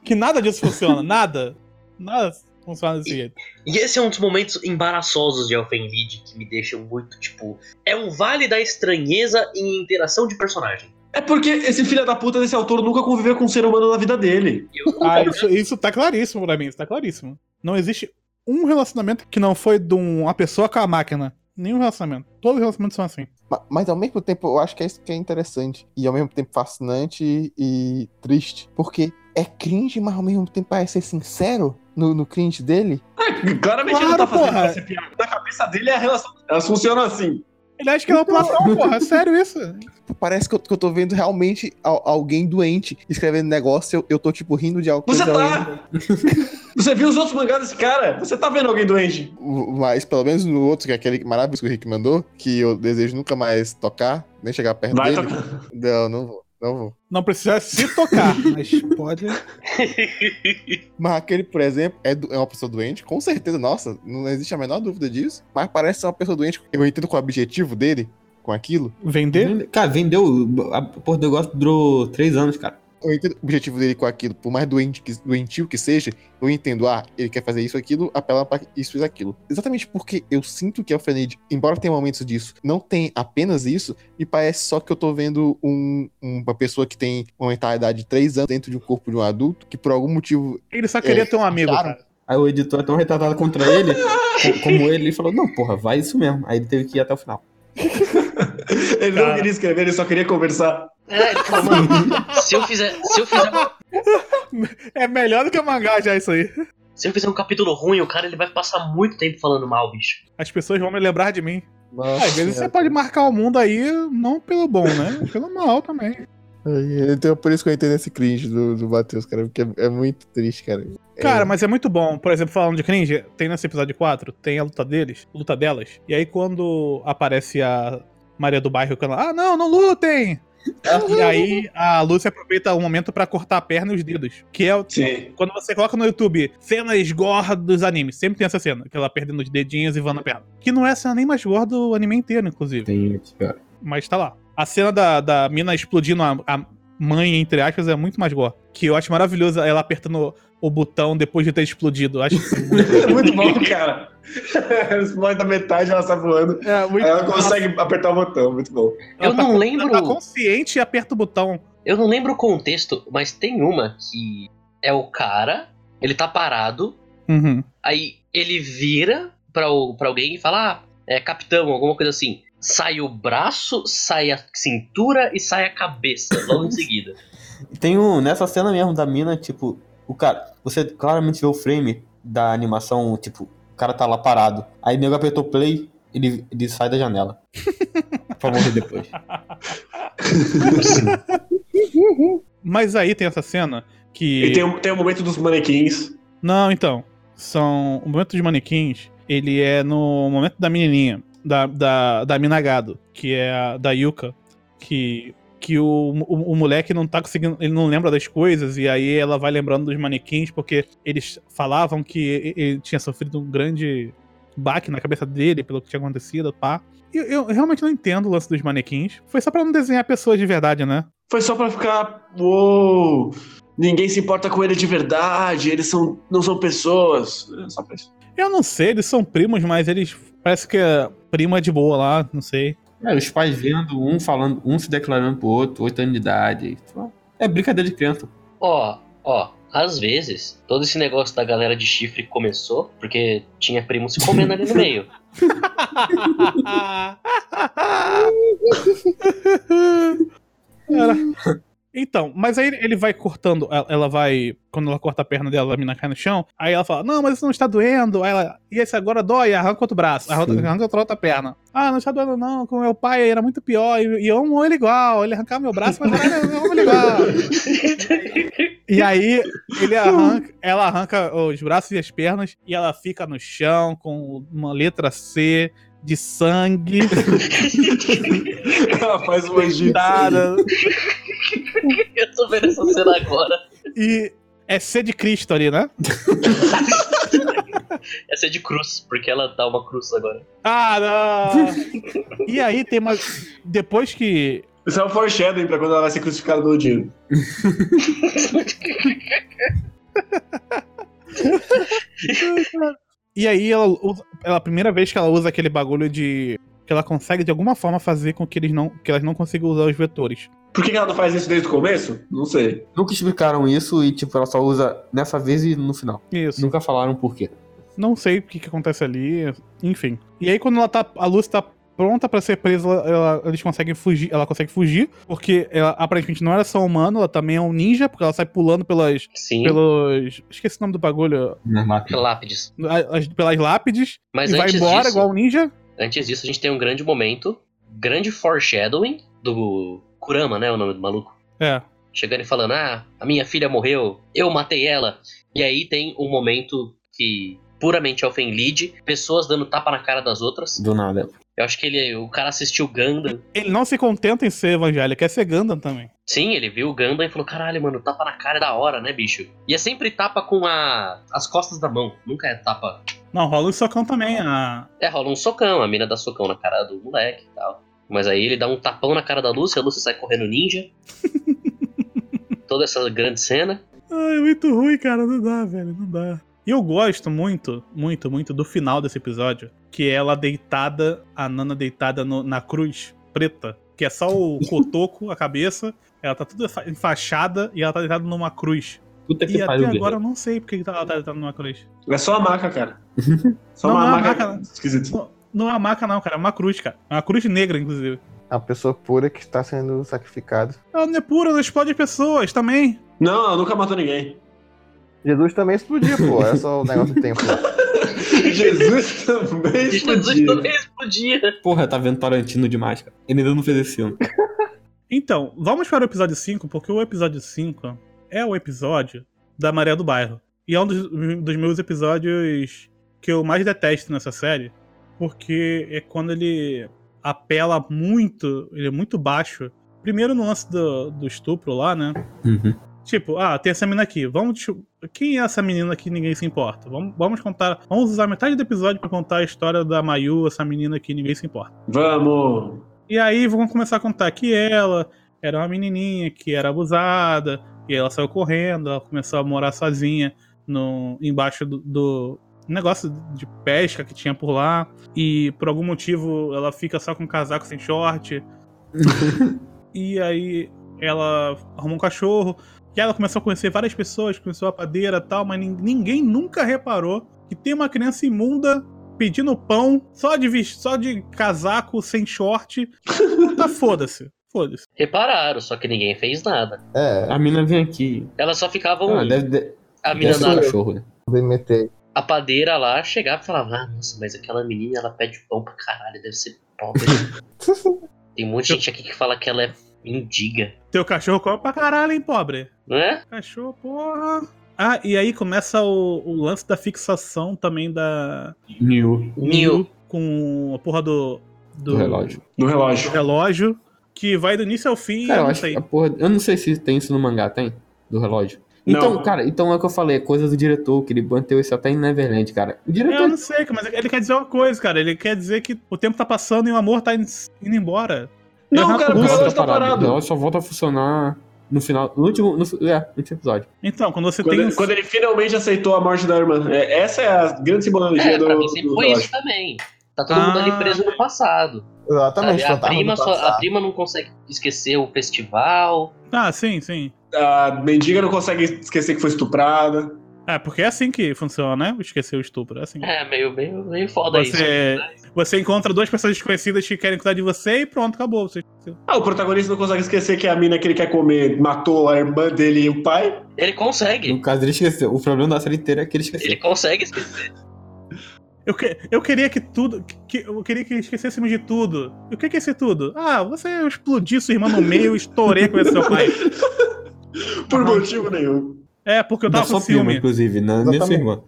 A: Que nada disso funciona. Nada. Nada. funciona desse jeito.
B: E esse é um dos momentos embaraçosos de Elfenlid que me deixam muito, tipo. É um vale da estranheza em interação de personagem.
D: É porque esse filho da puta desse autor nunca conviveu com um ser humano na vida dele.
B: Eu-
A: Ah, isso, isso tá claríssimo pra mim, isso tá claríssimo. Não existe um relacionamento que não foi de um- uma pessoa com a máquina. Nenhum relacionamento. Todos os relacionamentos são assim.
C: Ma- Mas ao mesmo tempo, eu acho que é isso que é interessante. E ao mesmo tempo fascinante e triste. Porque é cringe, mas ao mesmo tempo parece ser sincero no, no cringe dele.
D: É, claramente ele não tá
A: Claro,
D: fazendo
A: porra.
D: essa piada. Na cabeça dele é a relação. Elas funcionam assim.
A: Ele acha que é uma platão, porra. É sério isso?
C: Parece que eu, que eu tô vendo realmente al- alguém doente escrevendo negócio. Eu, eu tô, tipo, rindo de alguma
D: Você
C: coisa.
D: tá. [LAUGHS] Você viu os outros mangás desse cara? Você tá vendo alguém doente?
C: Mas pelo menos no outro, que é aquele maravilhoso que o Rick mandou, que eu desejo nunca mais tocar, nem chegar perto
D: Vai
C: dele.
D: tocar.
C: Não, não vou, não vou.
A: Não precisa se tocar, mas pode.
C: Mas aquele, por exemplo, é, do- é uma pessoa doente, com certeza, nossa, não existe a menor dúvida disso. Mas parece ser uma pessoa doente. Eu entendo qual é o objetivo dele com aquilo.
A: Vender?
E: Cara, vendeu. A, porra, o negócio durou três anos, cara.
C: Eu entendo o objetivo dele com aquilo, por mais doente que, doentio que seja, eu entendo, ah, ele quer fazer isso, aquilo, apela pra isso e aquilo. Exatamente porque eu sinto que a Fenid, embora tenha momentos disso, não tem apenas isso, me parece só que eu tô vendo um- uma pessoa que tem uma mentalidade de 3 anos dentro de um corpo de um adulto, que por algum motivo
A: Ele só queria
C: É,
A: ter um amigo,
C: claro.
A: cara.
E: Aí o editor é tão retratado contra ele, co- como ele, ele falou, não, porra, vai isso mesmo. Aí ele teve que ir até o final.
D: Ele não
A: Cara.
D: queria escrever, ele só queria conversar.
B: É, tipo, mano, se eu fizer. Se eu fizer.
A: É melhor do que mangá já isso aí.
B: Se eu fizer um capítulo ruim, o cara ele vai passar muito tempo falando mal, bicho.
A: As pessoas vão me lembrar de mim. Às vezes você pode marcar o mundo aí, não pelo bom, né? Pelo mal também.
C: Ai, Então por isso que eu entendo esse cringe do, do Matheus, cara, porque é, é muito triste, cara.
A: Cara, mas é muito bom. Por exemplo, falando de cringe, tem nesse episódio 4, tem a luta deles, luta delas. E aí quando aparece a Maria do Bairro que ela, ah, não, não lutem! e aí a Lúcia aproveita o momento pra cortar a perna e os dedos. Que é o-
D: Sim.
A: quando você coloca no YouTube cenas gordas dos animes, sempre tem essa cena, que ela perdendo os dedinhos e vando a perna. Que não é a cena nem mais gorda do anime inteiro, inclusive.
E: Tem, cara.
A: Mas tá lá. A cena da, da mina explodindo a, a mãe, entre aspas, é muito mais gore. Que eu acho maravilhoso ela apertando o botão depois de ter explodido.
B: [LAUGHS]
A: Acho isso muito-
D: É muito [LAUGHS] bom, cara. Eles morrem da metade, ela sai voando.
A: é, muito
D: Aí ela consegue apertar o botão, muito bom.
A: Ela
B: Eu
A: tá-
B: não
A: Ela tá
B: lembro.
A: consciente e aperta o botão.
B: Eu não lembro o contexto, mas tem uma que é o cara, ele tá parado,
A: Uhum.
B: aí ele vira pra, o- pra alguém e fala, ah, é capitão, alguma coisa assim. Sai o braço, sai a cintura e sai a cabeça logo em seguida.
E: Tem um, nessa cena mesmo da mina, tipo, o cara, você claramente vê o frame da animação, tipo, o cara tá lá parado. Aí o nego apertou play, ele, ele sai
A: [LAUGHS]
E: da janela. pra morrer depois.
A: Mas aí tem essa cena que.
D: E tem, o- tem o momento dos manequins.
A: Não, então. São. O momento dos manequins, ele é no momento da menininha, da, da, da mina gado, que é a da Yuka, que. Que o, o, o moleque não tá conseguindo. Ele não lembra das coisas, e aí ela vai lembrando dos manequins, porque eles falavam que e- ele tinha sofrido um grande baque na cabeça dele pelo que tinha acontecido, pá. E Eu, eu realmente não entendo o lance dos manequins. Foi só pra não desenhar pessoas de verdade, né?
D: Foi só pra ficar. Uou! Ninguém se importa com ele de verdade, eles são, não são pessoas. É só pra isso.
A: Eu não sei, eles são primos, mas eles. Parece que é prima de boa lá, não sei.
E: É, os pais vendo, um falando, um se declarando pro outro, oito anos de idade. É brincadeira de criança.
B: Ó, ó, às vezes, todo esse negócio da galera de chifre começou porque tinha primo se comendo ali no meio.
A: Cara. Então, mas aí ele vai cortando, ela- ela vai. Quando ela corta a perna dela, a mina cai no chão. Aí ela fala: Não, mas isso não está doendo. Aí ela, e esse agora dói, arranca outro braço, arranca,
E: Sim.
A: arranca outra, outra perna. Ah, não está doendo, não. Com meu pai era muito pior. E, e eu amo ele igual. Ele arrancava meu braço, mas eu amo ele igual. E aí ele arranca, ela arranca os braços e as pernas e ela fica no chão com uma letra C de sangue
D: [LAUGHS] Ela faz um anjinho.
A: pintada.
B: Eu tô vendo essa cena agora.
A: E é C de Cristo ali, né?
B: Essa é de cruz, porque ela dá uma cruz agora.
A: Ah, não! E aí tem uma. Depois que.
D: Isso é um foreshadowing pra quando ela vai ser crucificada pelo Dino.
A: E aí, ela, usa- ela, a primeira vez que ela usa aquele bagulho de. que ela consegue de alguma forma fazer com que, eles não, que elas não consigam usar os vetores.
D: Por que que ela não faz isso desde o começo? Não sei.
E: Nunca explicaram isso e, tipo, ela só usa nessa vez e no final.
A: Isso.
E: Nunca falaram por quê.
A: Não sei o que, que acontece ali, enfim. E aí quando ela tá, a Lucy tá pronta pra ser presa, ela, ela- eles conseguem fugir, ela consegue fugir, porque ela aparentemente não era só humana, ela também é um ninja, porque ela sai pulando pelas
B: Sim,
A: pelos, esqueci o nome do bagulho,
B: lápides.
A: a- as- pelas lápides
B: Mas
A: Uhum. e vai
B: antes
A: embora
B: disso,
A: igual um ninja.
B: antes disso, a gente tem um grande momento, grande foreshadowing do Kurama, né? O nome do maluco.
A: É.
B: chegando e falando: Ah, a minha filha morreu, eu matei ela. E aí tem um momento que puramente é o Fenlid, pessoas dando tapa na cara das outras.
E: Do nada.
B: Eu acho que ele, o cara assistiu Gundam.
A: Ele não se contenta em ser evangélico, quer ser Gundam também.
B: Sim, ele viu o Gundam e falou: Caralho, mano, tapa na cara é da hora, né, bicho? E é sempre tapa com a, as costas da mão, nunca é tapa.
A: Não, rola um socão também, ah. a...
B: É, rola um socão, a mina dá socão na cara do moleque e tal. Mas aí ele dá um tapão na cara da Lúcia, a Lúcia sai correndo
E: [LAUGHS]
B: ninja. Toda essa grande cena.
A: Ai, é muito ruim, cara. Não dá, velho. Não dá. E eu gosto muito, muito, muito do final desse episódio. Que é ela deitada, a Nana deitada no- na cruz preta. Que é só [LAUGHS] o cotoco, a cabeça. Ela tá toda fa- enfaixada e ela tá deitada numa cruz.
E: Puta
A: E
E: que
A: até
E: pariu,
A: agora
E: guerreiro.
A: eu não sei porque que ela tá deitada numa cruz.
D: É só a maca,
A: [LAUGHS]
D: cara. Só
A: Não,
D: uma
A: não é a
D: maca,
A: maca, não.
D: esquisita.
A: Não, não é uma maca, não, cara. É uma cruz, cara. É uma cruz negra, inclusive.
C: É uma pessoa pura que está sendo sacrificada.
A: Ela não é pura, ela explode pessoas também.
D: Não, ela nunca matou ninguém. [LAUGHS]
C: Jesus também explodia, pô. É só o negócio do tempo.
D: Jesus também
B: Jesus
D: explodiu.
B: também explodia.
E: Porra, tá vendo Tarantino demais, cara. Ele ainda não fez esse filme.
A: Então, vamos para o episódio 5, porque o episódio 5 é o episódio da Maré do Bairro. E é um dos, dos meus episódios que eu mais detesto nessa série, porque é quando ele apela muito, ele é muito baixo. Primeiro no lance do, do estupro lá, né? Tipo, ah, tem essa menina aqui, vamos. desco- Quem é essa menina que ninguém se importa? Vamos, vamos contar. Vamos usar metade do episódio pra contar a história da Mayu, essa menina que ninguém se importa.
D: Vamos.
A: E aí vão começar a contar que ela era uma menininha que era abusada, e ela saiu correndo, ela começou a morar sozinha no, embaixo do, do negócio de pesca que tinha por lá, e por algum motivo ela fica só com casaco sem short. e aí ela arrumou um cachorro, e ela começou a conhecer várias pessoas, começou a padeira e tal, mas nin- ninguém nunca reparou que tem uma criança imunda pedindo pão, só de vis- só de casaco, sem short. Tá foda-se. Foda-se.
B: Repararam, só que ninguém fez nada.
C: É,
E: A mina vem aqui.
B: Elas só ficavam.
E: Ah, deve, deve,
B: a
E: deve
B: mina
E: ser um
B: na,
E: cachorro, né?
C: vou meter.
B: a padeira lá chegava e falava: Ah, nossa, mas aquela menina ela pede pão pra caralho, deve ser pobre.
E: [LAUGHS]
B: Tem um monte de gente aqui que fala que ela é mendiga,
A: Teu cachorro come pra caralho, hein, pobre?
B: não é?
A: Cachorro, porra. Ah, e aí começa o, o lance da fixação também da
E: New.
B: Nil.
A: com a porra do. Do,
E: Do relógio.
D: No
A: do
D: relógio.
A: relógio, Que vai do início ao fim, eu
E: Cara, eu
A: não
E: acho
A: sei.
E: que a porra. Eu não sei se tem isso no mangá, tem? Do relógio.
D: Não.
E: Então, cara, então é o que eu falei, é coisa do diretor, que ele manteu isso até em Neverland, cara. O
A: É, Eu
E: diretor.
A: não sei, mas ele quer dizer uma coisa, cara. Ele quer dizer que o tempo tá passando e o amor tá indo indo embora.
D: Não,
A: Errado
D: cara,
A: com então.
D: o
A: você,
D: relógio tá
E: O
D: parado.
E: relógio só volta a funcionar no final. No último. No, fi- é, no último episódio.
A: Então, quando você
D: Quando
A: tem.
D: ele, quando ele finalmente aceitou a morte da irmã. É, essa é a grande simbologia
B: É,
D: do,
B: pra mim sempre
D: do
B: foi isso
D: relógio.
B: também. Tá todo mundo ali
A: Ah.
B: preso no passado.
C: [LAUGHS] Exatamente,
B: sabe? A,
C: fantasma
B: prima
C: do
B: só- a
C: passado.
B: prima não consegue esquecer o festival.
A: Ah, sim, sim.
D: A mendiga não consegue esquecer que foi estuprada.
A: É, porque é assim que funciona, né? Esquecer o estupro, é assim.
B: É, meio, meio, meio foda isso. né?
A: Você, você encontra duas pessoas desconhecidas que querem cuidar de você e pronto, acabou. Você-
D: Ah, o protagonista não consegue esquecer que a mina que ele quer comer matou a irmã dele e o pai.
B: Ele consegue.
E: No caso, ele esqueceu. O problema da série inteira é que ele esqueceu.
B: Ele consegue esquecer.
A: Eu, que- eu queria que tudo. que- eu queria que esquecêssemos de tudo. E o que que é esse tudo? Ah, você eu explodi sua irmã no meio e estourei com esse seu pai.
D: Por
A: Aham.
D: motivo nenhum.
A: É, porque eu
E: Da
A: tava com
E: sua prima,
A: ciúme.
E: inclusive, na, nem sua
C: Exatamente.
E: irmã.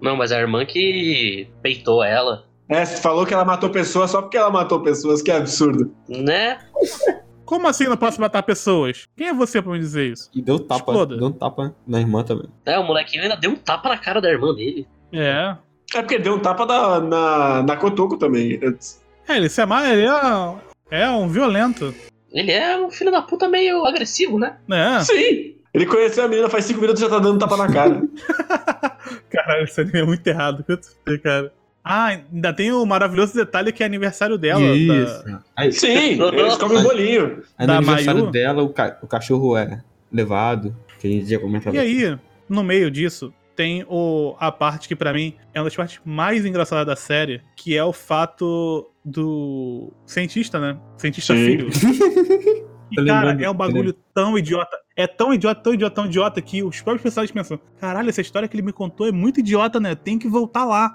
B: Não, mas a irmã que peitou ela,
D: É, você falou que ela matou pessoas só porque ela matou pessoas, que absurdo.
B: né?
A: Como assim eu não posso matar pessoas? Quem é você pra me dizer isso?
E: E deu tapa.
A: Exploda.
E: Deu um tapa na irmã também.
B: É, o molequinho ainda deu um tapa na cara da irmã dele.
A: É.
D: É porque deu um tapa da- na, na Kotoko também. antes.
A: É, ele se ama, ele é, é um violento.
B: Ele é um filho da puta meio agressivo, né?
A: É.
D: Ah. [LAUGHS] Sim! Ele conheceu a menina faz cinco minutos e já tá dando tapa na cara.
A: Caralho, esse anime é muito errado. Que eu tô- cara. Ah, ainda tem o maravilhoso detalhe que é aniversário dela. da-
E: Aí,
D: Sim, eles comem um bolinho.
E: aí no
A: Da
E: aniversário
A: Mayu?
E: dela, o, ca- o cachorro é levado, que a gente já comentava.
A: E aí, no meio disso, tem o, a parte que pra mim é uma das partes mais engraçadas da série, que é o fato do cientista, né? Cientista
D: Sim.
A: filho.
E: Tô
A: E, cara,
E: lembrando,
A: é um
E: tô
A: bagulho tão idiota. É tão idiota, tão idiota, tão idiota que os próprios personagens pensam: caralho, essa história que ele me contou é muito idiota, né? Tem que voltar lá.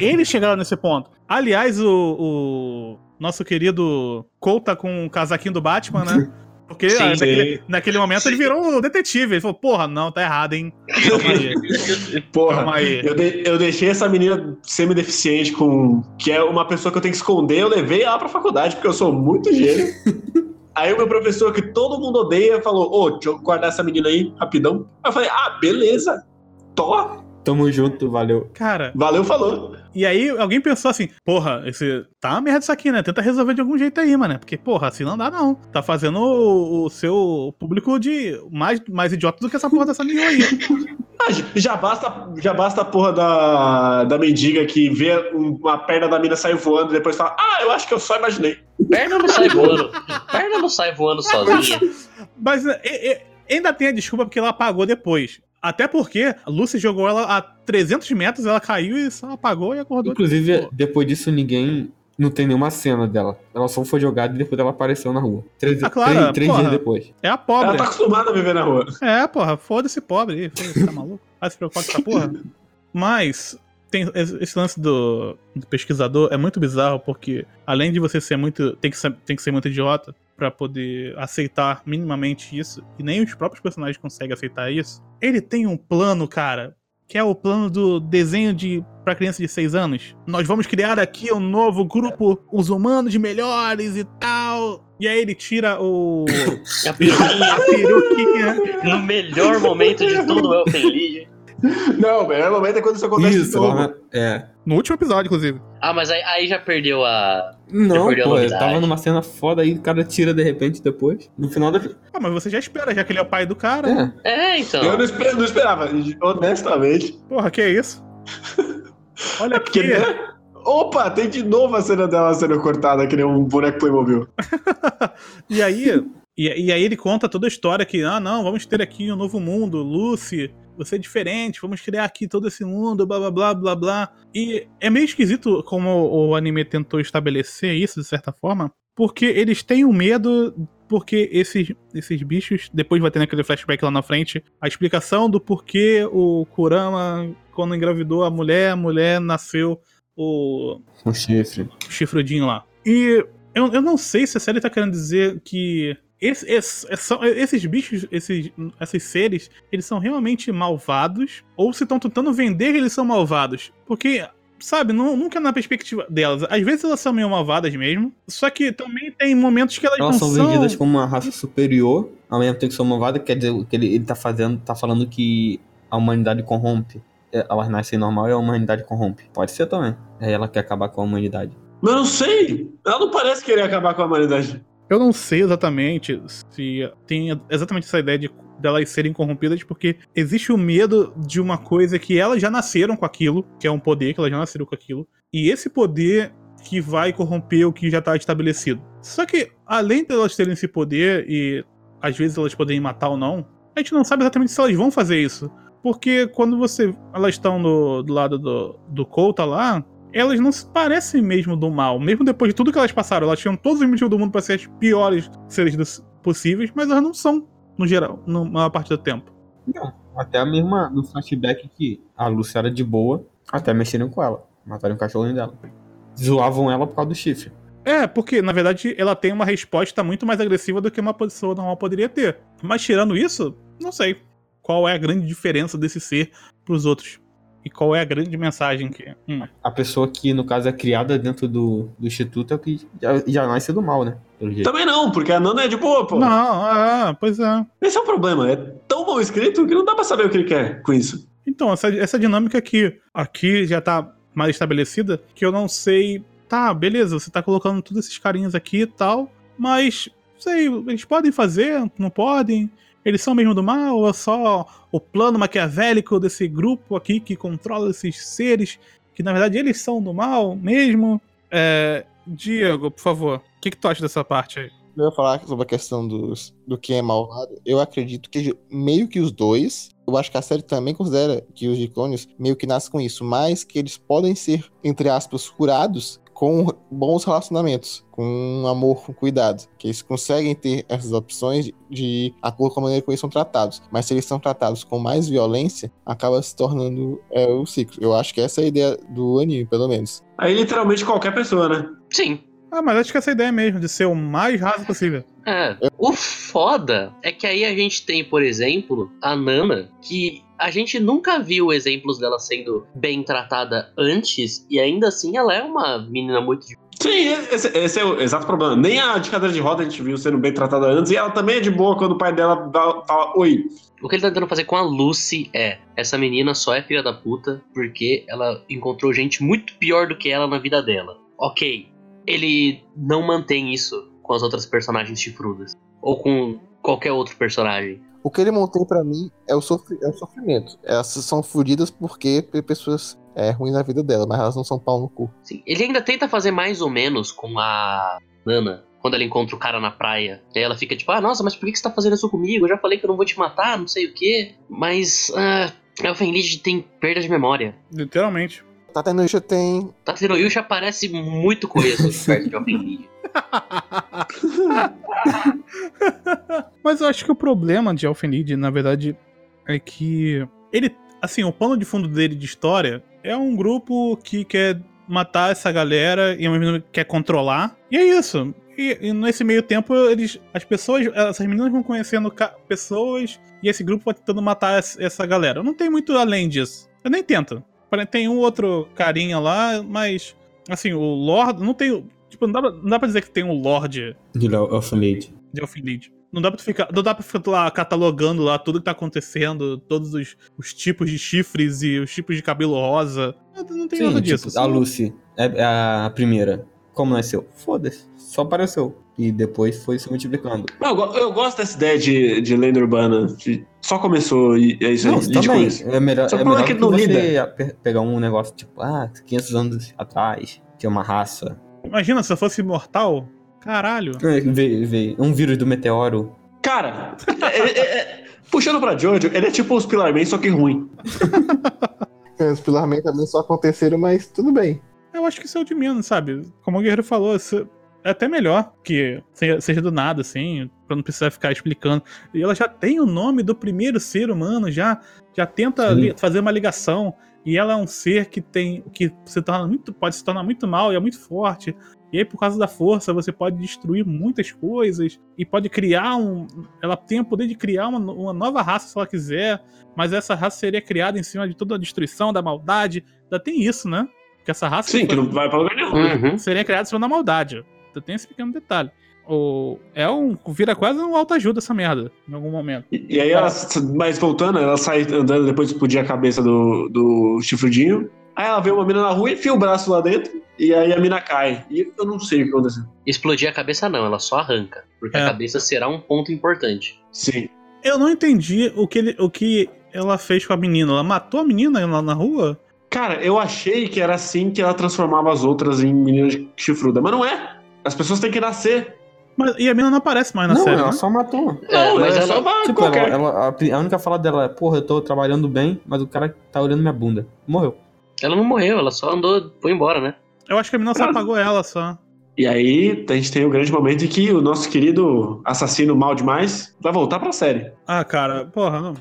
A: Eles chegaram nesse ponto. Aliás, o, o nosso querido Cole tá com o casaquinho do Batman, né? Porque
B: Sim,
A: ah, naquele,
D: sim.
A: naquele momento ele virou o detetive. Ele falou: porra, não, tá errado, hein? Calma aí, calma
D: Porra.
A: aí.
D: Eu, de- eu deixei essa menina semi-deficiente com. que é uma pessoa que eu tenho que esconder, eu levei ela pra faculdade, porque eu sou muito [LAUGHS] gênio. Aí o meu professor, que todo mundo odeia, falou: Ô, deixa eu guardar essa menina aí, rapidão. Aí eu falei: Ah, beleza. Tó.
E: Tamo junto, valeu.
A: Cara,
D: Valeu, falou.
A: e aí alguém pensou assim: porra, esse, tá uma merda isso aqui, né? Tenta resolver de algum jeito aí, mano. Porque, porra, assim não dá, não. Tá fazendo o, o seu público de mais, mais idiota do que essa porra dessa menina aí.
D: Ah, já basta, já basta a porra da, da mendiga que vê um- uma perna da mina sair voando e depois fala: Ah, eu acho que eu só imaginei.
B: Perna não sai voando. Perna não sai voando sozinha.
A: Mas é, é, ainda tem a desculpa porque ela apagou depois. Até porque a Lucy jogou ela a 300 metros, ela caiu e só apagou e acordou.
E: Inclusive, depois disso, ninguém. Não tem nenhuma cena dela. Ela só foi jogada e depois ela apareceu na rua. Três,
A: Ah, claro,
E: três- três
A: porra.
E: dias depois.
A: É a
D: Ela
A: pobre.
D: tá acostumada a viver na rua.
A: É, porra, foda-se pobre aí. Foda-se, tá maluco? Vai se preocupar com essa porra. Mas tem esse esse lance do, do pesquisador é muito bizarro porque além de você ser muito tem que ser, tem que ser muito idiota pra poder aceitar minimamente isso e nem os próprios personagens conseguem aceitar isso. Ele tem um plano, cara, que é o plano do desenho de para criança de 6 anos. Nós vamos criar aqui um novo grupo, os humanos melhores e tal. E aí ele tira o
B: É
D: [LAUGHS]
B: A peruquinha,
A: a peruquinha
B: no melhor momento de todo o Elfen League.
D: Não, o melhor momento é quando isso acontece de
E: Isso,
D: novo.
E: lá na- é.
A: No último episódio, inclusive.
B: Ah, mas aí, aí já perdeu a.
E: Não,
B: perdeu a
E: pô,
B: novidade.
E: tava numa cena foda aí, o cara tira de repente depois. No final da.
A: Ah, mas você já espera, já que ele é o pai do cara.
E: É.
B: É, então.
D: Eu não espe- não esperava, honestamente.
A: Porra, que é isso? Olha
D: Porque,
A: aqui.
D: né? Opa, tem de novo a cena dela sendo cortada, que nem um boneco Playmobil.
A: E aí, e, e aí ele conta toda a história que, ah, não, vamos ter aqui um novo mundo, Lucy, você é diferente, vamos criar aqui todo esse mundo, blá blá blá blá blá. E é meio esquisito como o, o anime tentou estabelecer isso, de certa forma, porque eles têm um medo. Porque esses, esses bichos, depois vai ter naquele flashback lá na frente, a explicação do porquê o Kurama, quando engravidou a mulher, a mulher nasceu o
E: Com chifre.
A: chifrudinho lá. E eu, eu não sei se a série tá querendo dizer que esse- esse- são- esses bichos, esses, esses seres, eles são realmente malvados ou se estão tentando vender que eles são malvados. Porque, sabe, nu- nunca na perspectiva delas. Às vezes elas são meio malvadas mesmo, só que também tem momentos que elas,
E: Elas
A: não
E: são vendidas como uma raça superior, ao mesmo tempo que são malvadas, quer dizer, o que ele, ele tá fazendo, tá falando que a humanidade corrompe. É, Elas nascem normal e a humanidade corrompe. Pode ser também. Aí ela quer acabar com a humanidade.
D: Mas eu não sei. Ela não parece querer acabar com a humanidade.
A: Eu não sei exatamente se tem exatamente essa ideia de delas serem corrompidas, porque existe o medo de uma coisa que elas já nasceram com aquilo, que é um poder que elas já nasceram com aquilo, e esse poder que vai corromper o que já está estabelecido. Só que, além de elas terem esse poder e às vezes elas poderem matar ou não, a gente não sabe exatamente se elas vão fazer isso. Porque quando você. Elas estão do, do lado do, do Colta lá, elas não se parecem mesmo do mal. Mesmo depois de tudo que elas passaram, elas tinham todos os motivos do mundo pra ser as piores seres dos- possíveis, mas elas não são, no geral, na maior parte do tempo.
E: Até a mesma no flashback que a Lúcia era de boa, até mexeram com ela. Mataram o cachorrinho dela. Zoavam ela por causa do chifre.
A: É, porque, na verdade, ela tem uma resposta muito mais agressiva do que uma pessoa normal poderia ter. Mas tirando isso, não sei qual é a grande diferença desse ser pros outros. E qual é a grande mensagem que. Hum.
E: A pessoa que, no caso, é criada dentro do, do instituto é o que já, já nasce do mal, né? Pelo jeito.
D: Também não, porque a Nana é de boa, pô.
A: Não, ah, pois é.
D: Esse é o problema. É tão mal escrito que não dá pra saber o que ele quer com isso.
A: Então, essa, essa dinâmica aqui, aqui já tá mais estabelecida, que eu não sei. Tá, beleza, você tá colocando todos esses carinhas aqui e tal, mas sei, eles podem fazer, não podem? Eles são mesmo do mal ou é só o plano maquiavélico desse grupo aqui que controla esses seres que na verdade eles são do mal mesmo? É, Diego, por favor, o que, que tu acha dessa parte aí?
C: Eu ia falar sobre a questão dos, do que é malvado. Eu acredito que meio que os dois. Eu acho que a série também considera que os Gicônios meio que nascem com isso, mas que eles podem ser, entre aspas, curados com bons relacionamentos, com um amor, com cuidado. Que eles conseguem ter essas opções de, de acordo com a maneira como eles são tratados. Mas se eles são tratados com mais violência, acaba se tornando é, o ciclo. Eu acho que essa é a ideia do anime, pelo menos.
D: Aí literalmente qualquer pessoa, né?
B: Sim.
A: Ah, mas acho que essa é a ideia mesmo, de ser o mais raso possível.
B: É. O foda é que aí a gente tem, por exemplo, a Nana, que a gente nunca viu exemplos dela sendo bem tratada antes, e ainda assim ela é uma menina muito. de-
D: Sim, esse, esse é o exato problema. Nem a de cadeira de roda a gente viu sendo bem tratada antes, e ela também é de boa quando o pai dela dá- fala oi.
B: O que ele tá tentando fazer com a Lucy é: essa menina só é filha da puta porque ela encontrou gente muito pior do que ela na vida dela. Ok, ele não mantém isso com as outras personagens chifrudas, ou com qualquer outro personagem.
C: O que ele montou pra mim é o, sofri- é o sofrimento. Elas são fodidas porque tem pessoas é, ruins na vida dela, mas elas não são pau no cu.
B: Sim, ele ainda tenta fazer mais ou menos com a Nana. Quando ela encontra o cara na praia. E aí ela fica tipo, ah, nossa, mas por que que você tá fazendo isso comigo? Eu já falei que eu não vou te matar, não sei o quê. Mas, ah, Elfen Lied tem perda de memória.
A: Literalmente.
C: Tatanusha tem.
B: Tatero Yusha parece muito com isso perto de Elfen Lied.
A: [LAUGHS] Mas eu acho que o problema de Elfenid, na verdade, é que ele, assim, o pano de fundo dele de história é um grupo que quer matar essa galera e ao mesmo tempo quer controlar. E é isso. E, e nesse meio tempo, eles, as pessoas, essas meninas vão conhecendo ca- pessoas e esse grupo vai tentando matar es- essa galera. Não tem muito além disso. Eu nem tento. Pare- Tem um outro carinha lá, mas, assim, o Lorde. Não tem. Tipo, não dá pra, não dá pra dizer que tem um Lorde
E: De Leo- Elfen Lied.
A: de Elfenid. Não dá pra tu ficar, não dá pra ficar lá catalogando lá tudo que tá acontecendo, todos os, os tipos de chifres e os tipos de cabelo rosa. Não, não tem
E: Sim,
A: nada
E: tipo,
A: disso. assim.
E: a
A: Só-
E: Lucy é é a primeira. Como nasceu? Foda-se. Só apareceu. E depois foi se multiplicando.
D: Não, eu, go- eu gosto dessa ideia de, de lenda urbana. de só começou e é isso
E: Não,
D: aí. lide com
E: também.
D: isso.
E: É melhor,
D: Só
E: é
D: o problema é
E: melhor
D: que
E: que
D: não
E: você pe- pegar um negócio tipo, ah, 500 anos atrás, tinha uma raça.
A: Imagina se eu fosse imortal. Caralho.
E: É, Veio, veio um vírus do meteoro.
D: Cara, é- é- é- puxando pra Jojo, ele é tipo os Pilar Man, só que ruim.
C: Os Pilarmen também só aconteceram, mas tudo bem.
A: Eu acho que isso é o de menos, sabe? Como o Guerreiro falou, isso é até melhor que se- seja do nada, assim, pra não precisar ficar explicando. E ela já tem o nome do primeiro ser humano, já, já tenta
E: Sim.
A: li- fazer uma ligação. E ela é um ser que tem. que se torna muito. pode se tornar muito mal e é muito forte. E aí, por causa da força, você pode destruir muitas coisas e pode criar um. Ela tem o poder de criar uma, no- uma nova raça se ela quiser, mas essa raça seria criada em cima de toda a destruição, da maldade. Ainda tem isso, né? Porque essa raça
D: Sim, que não vai pra lugar nenhum.
B: Uhum.
A: seria criada em cima da maldade. Então tem esse pequeno detalhe. O, é um. vira quase um autoajuda essa merda, em algum momento.
D: E, e aí ela, mas voltando, ela sai andando depois de explodir a cabeça do, do chifrudinho. Aí ela vê uma mina na rua, enfia o braço lá dentro, e aí a mina cai. E eu não sei o que aconteceu.
B: Explodir a cabeça não, ela só arranca. Porque
A: É.
B: a cabeça será um ponto importante.
D: Sim.
A: Eu não entendi o que, ele, o que ela fez com a menina. Ela matou a menina lá na rua?
D: Cara, eu achei que era assim que ela transformava as outras em meninas chifruda, mas não é. As pessoas têm que nascer.
A: Mas- e a menina não aparece mais na
E: não,
A: série,
E: ela
A: né?
E: só matou.
B: É,
D: não,
B: mas
D: é
B: ela-
D: só uma
E: Tipo, ela,
D: qualquer.
E: ela- a, a única fala dela é, porra, eu tô trabalhando bem, mas o cara tá olhando minha bunda. Morreu.
B: Ela não morreu, ela só andou, foi embora, né?
A: Eu acho que a menina só apagou ela só.
D: E aí a gente tem o grande momento em que o nosso querido assassino mal demais vai voltar pra série.
A: Ah, cara, porra, não.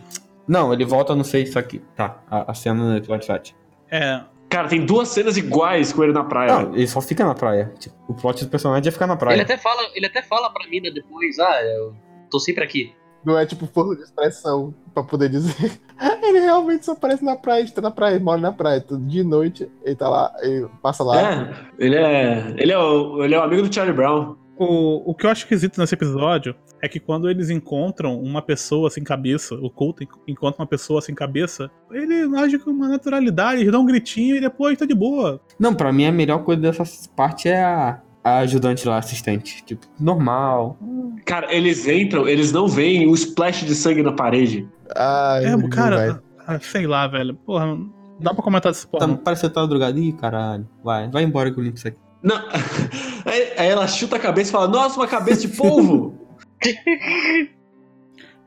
E: Não, ele volta, não sei, isso aqui. Tá, a, a cena no episódio 7.
A: É.
D: Cara, tem duas cenas iguais com ele na praia.
E: É.
D: É,
E: Não, ele só fica na praia. Tipo, o plot do personagem é ficar na praia.
B: Ele até fala, ele até fala pra mina depois, ah, eu tô sempre aqui.
C: Não é tipo força de expressão pra poder dizer. [LAUGHS] Ele realmente só aparece na praia, ele tá na praia, ele mora na praia. Tudo de noite, ele tá lá, ele passa lá.
D: É, ele é, ele é, o, ele é o amigo do Charlie Brown.
A: O, o que eu acho esquisito nesse episódio é que quando eles encontram uma pessoa sem cabeça, o Colt en- encontra uma pessoa sem cabeça, ele age com uma naturalidade, eles dão um gritinho e depois tá de boa.
E: Não, pra mim a melhor coisa dessa parte é a, a ajudante lá, assistente. Tipo, normal.
D: Cara, eles entram, eles não veem o splash de sangue na parede.
C: Ai,
A: É,
C: velho.
A: cara, ah, sei lá, velho. Porra, não dá pra comentar desse
E: Tá,
A: porra.
E: parece que tá drogado. Ih, caralho. Vai, vai embora que eu limpo isso aqui.
D: Não. [LAUGHS] Aí, aí ela chuta a cabeça e fala: Nossa, uma cabeça de polvo!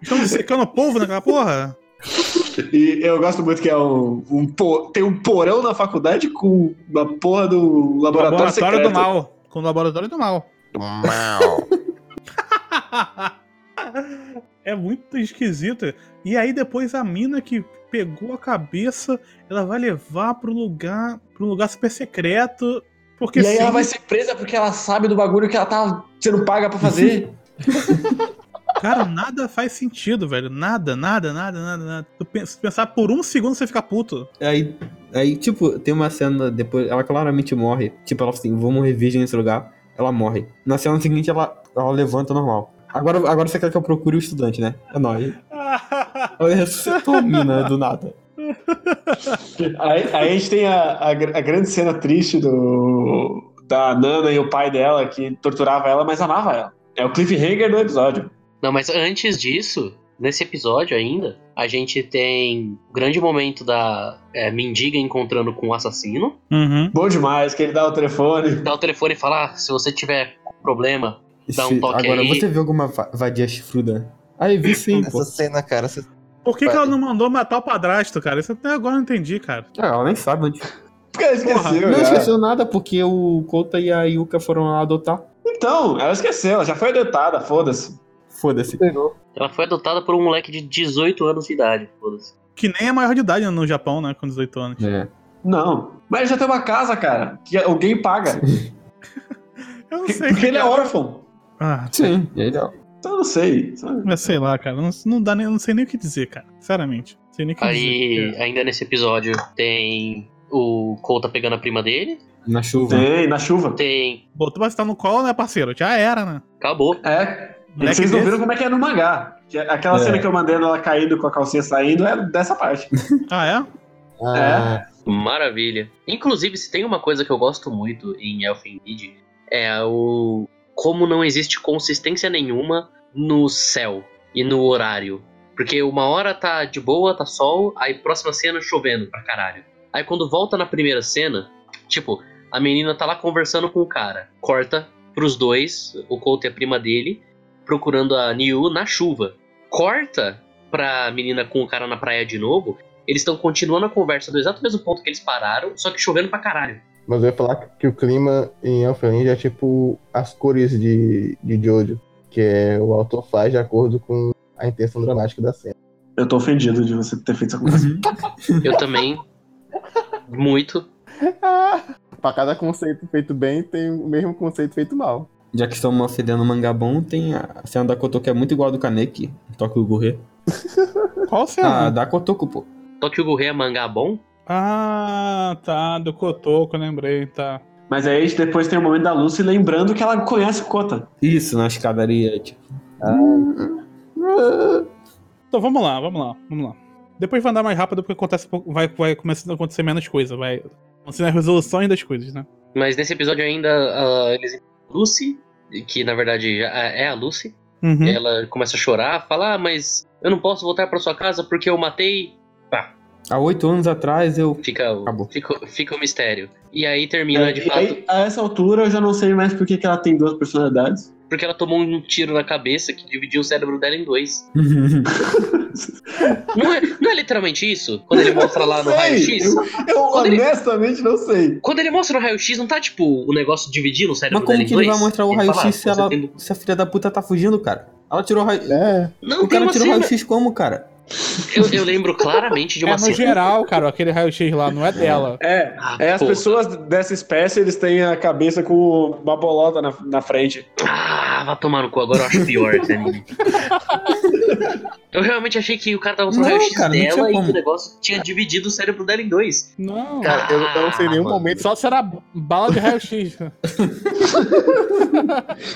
A: Estão secando polvo naquela porra?
D: [LAUGHS] e eu gosto muito que é um. um po- tem um porão na faculdade com a porra do [LAUGHS] laboratório,
A: Laboratório do
D: secreto.
A: mal. Com o laboratório do mal. [LAUGHS]
C: Mal.
A: é muito esquisita. E aí depois a mina que pegou a cabeça, ela vai levar pro lugar, pro lugar super secreto, porque
D: E aí
A: sim,
D: ela vai ser presa porque ela sabe do bagulho que ela tá sendo paga pra fazer.
A: cara, nada faz sentido, velho. Nada, nada, nada, nada, nada. Tu pen- se pensar por um segundo você fica
D: [LAUGHS]
A: puto.
E: Aí, aí, tipo, tem uma cena depois. Ela claramente morre. Tipo, ela fala assim: vou morrer virgem nesse lugar. Ela morre. Na cena seguinte, ela, ela levanta normal. Agora, agora você quer que eu procure o estudante, né? É nóis. Ela ressuscitou a
B: [LAUGHS]
E: mina do nada.
D: aí, aí a gente tem a, a gr- a grande cena triste do da Nana e o pai dela que torturava ela, mas amava ela. É o cliffhanger do episódio.
B: Não, mas antes disso, nesse episódio ainda, a gente tem o grande momento da é, mendiga encontrando com o assassino.
A: Uhum.
D: Bom demais, que ele dá o telefone.
B: Dá o telefone e fala: ah, se você tiver problema. Dá um
E: Se-
B: toque
E: agora,
B: aí.
E: você viu alguma va- vadia chifruda? Aí vi sim, pô.
C: Essa cena, cara. Essa...
A: Por que, que ela não mandou matar o padrasto, cara? Isso até agora eu não entendi, cara.
E: É, ela nem sabe onde.
D: Porque ela esqueceu.
A: Porra,
E: Não
D: né?
E: esqueceu nada, porque o Kota e a Yuka foram lá adotar.
D: Então, ela esqueceu, ela já foi adotada, foda-se.
E: Foda-se.
B: Ela foi adotada por um moleque de 18 anos de idade. foda-se.
A: Que nem é maior de idade no Japão, né? Com 18 anos.
E: É.
D: Não. Mas ele já tem uma casa, cara, que alguém paga.
A: Eu
D: [LAUGHS]
A: não sei.
D: Porque ele é
A: cara.
D: órfão.
A: Ah,
E: Sim, é ideal.
D: Então eu não sei.
A: Mas sei lá, cara, não, não dá nem, não sei nem o que dizer, cara. Sinceramente, não sei nem o que
B: Aí,
A: dizer.
B: ainda nesse episódio, tem o Cole tá pegando a prima dele.
E: Na chuva.
D: Tem, na chuva.
B: Tem.
A: Botou pra citar no colo, né, parceiro? Já era, né?
B: Acabou.
D: É,
A: Moleque
D: vocês não
A: desse-
D: viram como é que é no mangá. Que é- Aquela
E: É.
D: cena que eu mandei ela caindo com a calcinha saindo é dessa parte.
A: Ah, é?
C: Ah,
B: Maravilha. Inclusive, se tem uma coisa que eu gosto muito em Elfen Lied, é o como não existe consistência nenhuma no céu e no horário. Porque uma hora tá de boa, tá sol, aí próxima cena chovendo pra caralho. Aí quando volta na primeira cena, tipo, a menina tá lá conversando com o cara. Corta pros dois, o Colt e a prima dele, procurando a Niu na chuva. Corta pra menina com o cara na praia de novo, eles estão continuando a conversa do exato mesmo ponto que eles pararam, só que chovendo pra caralho.
C: Mas eu ia falar que o clima em Elfenlind é tipo as cores de, de Jojo, que é o autor faz de acordo com a intenção dramática da cena.
D: Eu tô ofendido de você ter feito essa conversa.
B: Eu também. muito.
C: Pra cada conceito feito bem, tem o mesmo conceito feito mal.
E: Já que estamos fedendo mangá bom, tem a cena da Kotoko que é muito igual a do Kaneki. Toque o Gurê.
A: Qual
E: Ah,
A: será?
E: da Kotoko, pô.
B: Tokyo Gurrey é mangá bom?
A: Ah, tá, do Kotoko, lembrei, tá.
D: Mas aí a gente depois tem o momento da Lucy lembrando que ela conhece o Kota.
E: Isso, na escadaria, tipo.
A: Então vamos lá, vamos lá, vamos lá. Depois vai andar mais rápido porque acontece, pou- vai, vai começando a acontecer menos coisa, vai. Acontecendo as resoluções das coisas, né?
B: Mas nesse episódio ainda ah, eles encontram a Lucy, que na verdade já é a Lucy.
A: Uhum.
B: Ela começa a chorar, fala, ah, mas eu não posso voltar pra sua casa porque eu matei.
E: Há oito anos atrás eu.
B: Fica o,
E: Acabou.
B: fica, o- fica o mistério. E aí termina de
D: É, e
B: fato.
D: aí, a essa altura, eu já não sei mais por que que ela tem duas personalidades.
B: Porque ela tomou um tiro na cabeça que dividiu o cérebro dela em dois. Não é, não é literalmente isso? Quando ele mostra lá no
D: Sei,
B: raio-x?
D: Eu, eu
B: Quando ele-
D: honestamente não sei.
B: Quando ele mostra no raio-x, não tá tipo o negócio dividindo o cérebro
E: Mas como
B: dela em
E: que ele
B: dois?
E: vai mostrar o
B: Ele fala,
E: raio-x se,
B: "Ah, você
E: ela...
B: tem-
E: se a filha da puta tá fugindo, cara? Ela tirou o raio.
C: É.
B: Não,
E: O
B: tem
E: cara
B: uma
E: tirou o
B: cena.
E: raio-x como, cara?
B: Eu, eu lembro claramente de
A: É
B: uma
A: no
B: cena.
A: geral, cara, aquele raio-x lá não é dela.
D: É,
B: Ah,
D: é as
B: porra.
D: pessoas dessa espécie, eles têm a cabeça com uma bolota na, na frente.
B: Ah, vai tomar no cu, agora eu acho pior esse anime. Eu realmente achei que o cara tava mostrando o
E: Não,
B: raio-x
E: cara, não tinha
B: dela e que
E: como.
B: o negócio tinha dividido o cérebro dela em dois.
A: Não.
C: Cara, eu, eu não sei em nenhum
E: mano.
C: momento.
A: Só será bala de raio-x.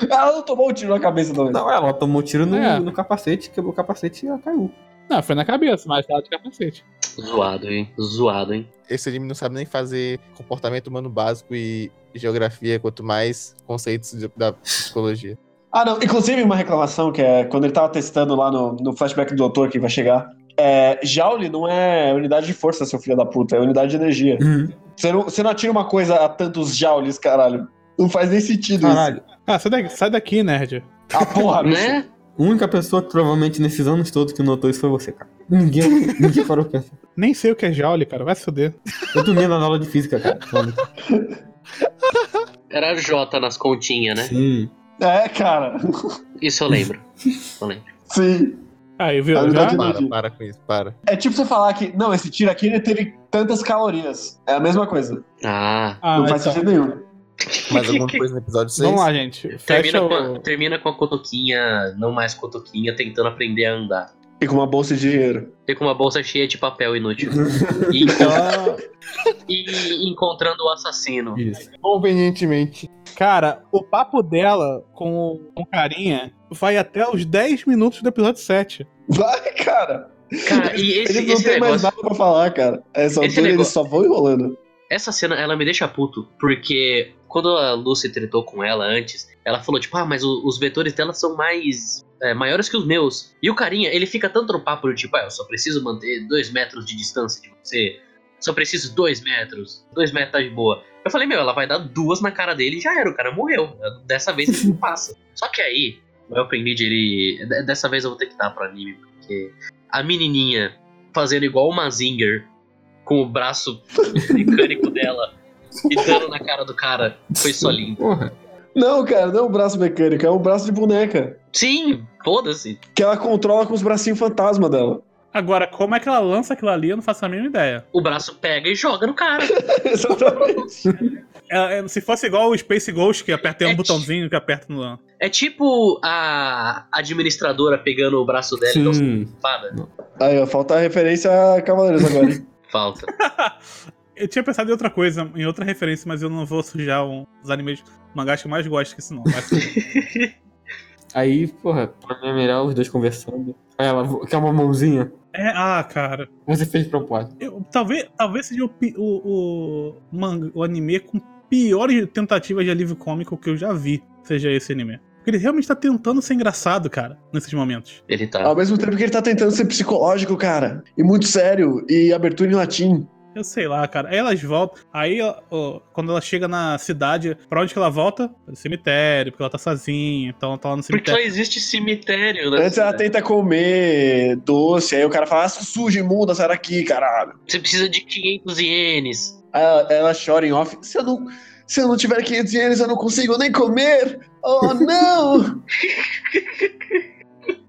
D: Ela não tomou um tiro na cabeça também.
E: Não, ela tomou tiro no,
A: É.
E: no capacete, quebrou o capacete e ela caiu.
F: Não, foi na cabeça, mas tava de capacete.
B: Zoado, hein? Zoado, hein?
C: Esse anime não sabe nem fazer comportamento humano básico e geografia, quanto mais conceitos de- da psicologia.
D: Ah, não. Inclusive, uma reclamação que é quando ele tava testando lá no, no flashback do doutor que vai chegar. É, Joule não é unidade de força, seu filho da puta, é unidade de energia. Você não, você não atira uma coisa a tantos joules, caralho. Não faz nem sentido
E: Caralho,
A: Ah, sai daqui, sai daqui nerd.
D: isso. Ah, porra, bicho.
B: Né?
E: a única pessoa que provavelmente nesses anos todos que notou isso foi você, cara. Ninguém, ninguém parou pra pensar.
A: Nem sei o que é Joule, cara. Vai se fuder.
E: Eu dormia na aula de física, cara. falando,
B: Era J nas continhas, né?
E: Sim.
D: É, cara.
B: Isso eu lembro. Eu lembro.
D: Sim.
A: Aí, viu?
D: Ah,
A: Já?
D: verdade, não.
C: Para,
D: Entendi.
C: para com isso, para.
D: É tipo você falar que, não, esse tiro aqui ele teve tantas calorias. É a mesma coisa.
B: Ah.
A: Ah,
D: não faz
A: então.
D: sentido nenhum.
C: Mais alguma coisa no episódio 6?
A: Vamos lá, gente. Fecha
B: Termina com,
A: o...
B: a, termina com a cotoquinha, não mais cotoquinha, tentando aprender a andar.
D: E com uma bolsa de dinheiro.
B: E com uma bolsa cheia de papel
D: [LAUGHS]
B: inútil. E,
E: Então,
B: e encontrando o assassino.
E: isso.
C: Convenientemente.
A: Cara, o papo dela com o com o carinha vai até os 10 minutos do episódio 7.
D: Vai, cara.
B: Cara, e esse,
D: Eles não
B: esse
D: têm mais
B: negócio.
D: nada pra falar, cara. Essa
B: Esse
D: altura eles
B: negócio-
D: só vão enrolando.
B: Essa cena, ela me deixa puto, porque quando a Lucy tretou com ela antes, ela falou, tipo, ah, mas o- os vetores dela são mais. é, maiores que os meus. E o carinha, ele fica tanto no papo do tipo, ah, eu só preciso manter dois metros de distância de você. Só preciso dois metros. Dois metros tá de boa. Eu falei, meu, ela vai dar duas na cara dele e já era, o cara morreu. Dessa vez ele não passa. Só que aí, o Elfen Grid, ele. de- Dessa vez eu vou ter que dar pro anime, porque a menininha fazendo igual uma Zinger com o braço mecânico dela e dando na cara do cara foi só lindo.
E: Porra.
D: Não, cara, não é um braço mecânico, é um braço de boneca.
B: Sim, foda-se.
D: Que ela controla com os bracinhos fantasma dela. [LAUGHS]
A: Agora, como é que ela lança aquilo ali, eu não faço a mínima ideia.
B: O braço pega e joga no cara.
D: Exatamente.
A: Ela- é, se fosse igual o Space Ghost, que aperta tem um
B: É,
A: botãozinho que aperta no...
B: É tipo a administradora pegando o braço dela e dando uma
E: Sim.
B: espada.
D: Aí, ó, falta a referência a Cavaleiros agora. hein?
B: Falta.
A: Eu tinha pensado em outra coisa, em outra referência, mas eu não vou sujar um, os animes mangás que eu mais gosto que isso não. Mas,
E: Aí, porra, pra mim é melhor os dois conversando. Aí ela, quer uma mãozinha?
A: é, ah, cara.
E: Você fez de propósito.
A: Eu- talvez, talvez seja o, pi- o, o, manga, o anime com piores tentativas de alívio cômico que eu já vi, seja esse anime. Porque ele realmente tá tentando ser engraçado, cara, nesses momentos.
B: Ele [LAUGHS] tá.
D: Ao mesmo tempo que ele tá tentando ser psicológico, cara. E muito sério. E abertura em latim.
A: Eu sei lá, cara. Aí elas voltam. Aí, ó, ó, quando ela chega na cidade, pra onde que ela volta? Pro cemitério, porque ela tá sozinha, então ela tá lá no
B: Porque só
A: cemitério.
B: existe cemitério, né?
D: Antes ela tenta comer doce, aí o cara fala, ah, sua suja, imunda, sai daqui, caralho.
B: Você precisa de 500 ienes.
D: Aí ela, ela chora em off. Se eu não, se eu não tiver 500 ienes, eu não consigo nem comer. Oh,
B: [LAUGHS]
D: não!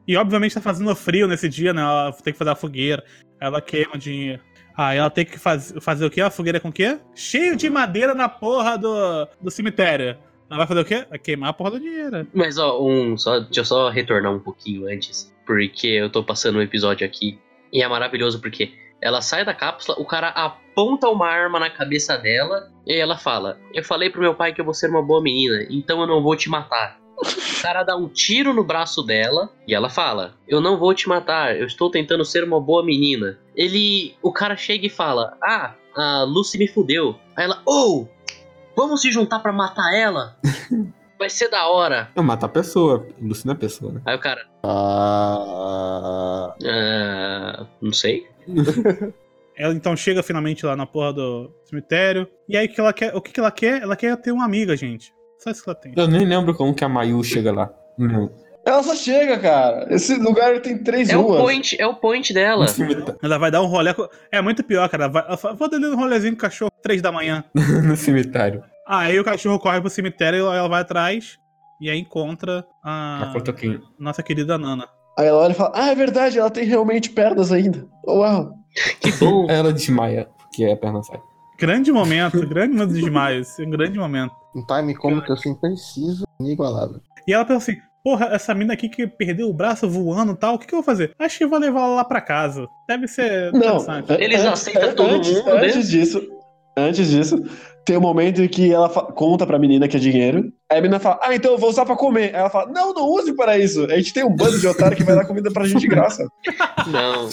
A: E obviamente tá fazendo frio nesse dia, né? Ela tem que fazer a fogueira. Ela queima dinheiro. Aí ela tem que faz, fazer o quê? A fogueira com o quê? Cheio de madeira na porra do, do cemitério. Ela vai fazer o quê? Vai queimar a porra do dinheiro.
B: Mas ó, um, só, deixa eu só retornar um pouquinho antes, porque eu tô passando um episódio aqui e é maravilhoso porque ela sai da cápsula, o cara aponta uma arma na cabeça dela e aí ela fala: "Eu falei pro meu pai que eu vou ser uma boa menina, então eu não vou te matar". O cara dá um tiro no braço dela e ela fala: "Eu não vou te matar, eu estou tentando ser uma boa menina". Ele, o cara chega e fala: "Ah, a Lucy me fudeu". Aí ela: "Oh, vamos se juntar pra matar ela?" Vai ser da hora.
E: Eu mato a pessoa. Lucina é pessoa, né?
B: Aí o cara,
C: Ah,
B: ah, não sei.
A: Ela então chega finalmente lá na porra do cemitério. E aí que ela quer. O que, que ela quer? Ela quer ter uma amiga, gente. Só isso que ela tem.
E: Eu nem lembro como que a Mayu chega lá. Não.
D: Ela só chega, cara. Esse lugar tem três
B: É o
D: ruas.
B: point, é o point
E: [LAUGHS]
B: dela.
E: cemitério,
A: Ela vai dar um rolê. com- É muito pior, cara. Vai... ela fala, Vou dar um rolezinho com o cachorro, três da manhã.
E: no cemitério.
A: Aí o cachorro corre pro cemitério e ela vai atrás. E aí encontra a,
E: A Kotokin.
A: nossa querida Nana.
D: Aí ela olha e fala, ah, é verdade, ela tem realmente pernas ainda. Uau.
B: Que bom.
E: Ela desmaia, porque a perna sai.
A: Grande momento, grande momento de desmaio. esse é Um grande momento.
C: um time cômico assim preciso e inigualável.
A: E ela pensa assim: porra, essa mina aqui que perdeu o braço voando e tal, o que, que eu vou fazer? Acho que eu vou levar ela lá pra casa. Deve ser
D: Não. é-
A: interessante.
B: Eles
D: an-
B: aceitam
D: an-
B: todo
D: antes,
B: mundo, né?
D: Antes disso, antes disso, tem um momento em que ela fa- conta pra menina que é dinheiro. Aí a menina fala, ah, então eu vou usar pra comer. Aí ela fala, não, não use para isso. A gente tem um bando de otário que vai dar comida pra gente de graça.
B: [LAUGHS] Não.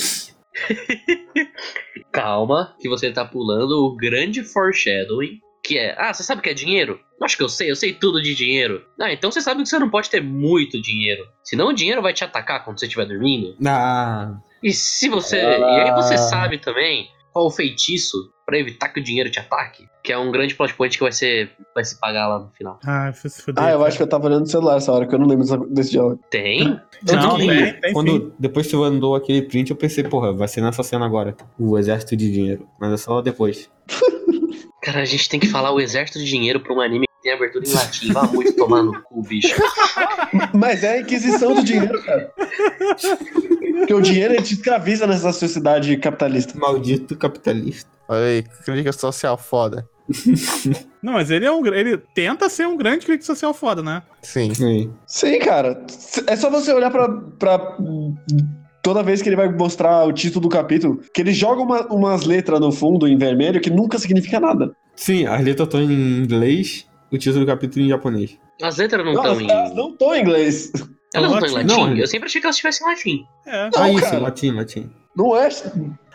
B: Calma, que você tá pulando o grande foreshadowing, que é, ah, você sabe o que é dinheiro? Acho que eu sei, eu sei tudo de dinheiro. Ah, então você sabe que você não pode ter muito dinheiro. Senão o dinheiro vai te atacar quando você estiver dormindo.
E: Ah,
B: E se você.
E: Ah.
B: E aí você sabe também qual o feitiço pra evitar que o dinheiro te ataque. Que é um grande plot point que vai ser. Vai se pagar lá no final.
A: Ah, foi se fuder.
D: Ah, eu acho que eu tava olhando o celular essa hora, que eu não lembro dessa- desse diálogo.
B: Tem?
E: Não,
A: Não,
E: que
A: tem, tem
E: quando
A: sim.
E: depois que você mandou aquele print, eu pensei, porra, vai ser nessa cena agora. tá? O exército de dinheiro. Mas é só depois.
B: Cara, a gente tem que falar o exército de dinheiro pra um anime que tem abertura em latim. Vá muito tomar no cu, bicho.
D: Mas é a inquisição do dinheiro, cara. Porque o dinheiro ele te escraviza nessa sociedade capitalista.
E: Maldito capitalista.
C: Olha aí, crítica social foda.
A: Não, mas ele é um. gr- Ele tenta ser um grande crítico social foda, né?
C: Sim.
E: Sim.
D: Sim, cara. É só você olhar pra. pra... Toda vez que ele vai mostrar o título do capítulo, que ele joga uma- umas letras no fundo em vermelho que nunca significa nada.
E: Sim, as letras estão em inglês, o título do capítulo é em japonês.
B: As letras não
D: Não,
B: estão
D: elas,
B: em.
D: elas não estão em inglês.
B: Elas não estão em
E: Não,
B: latim?
E: olha.
B: Eu sempre achei que elas estivessem em latim.
A: É.
D: Não,
E: ah, isso,
D: cara.
E: latim, latim.
D: Não é.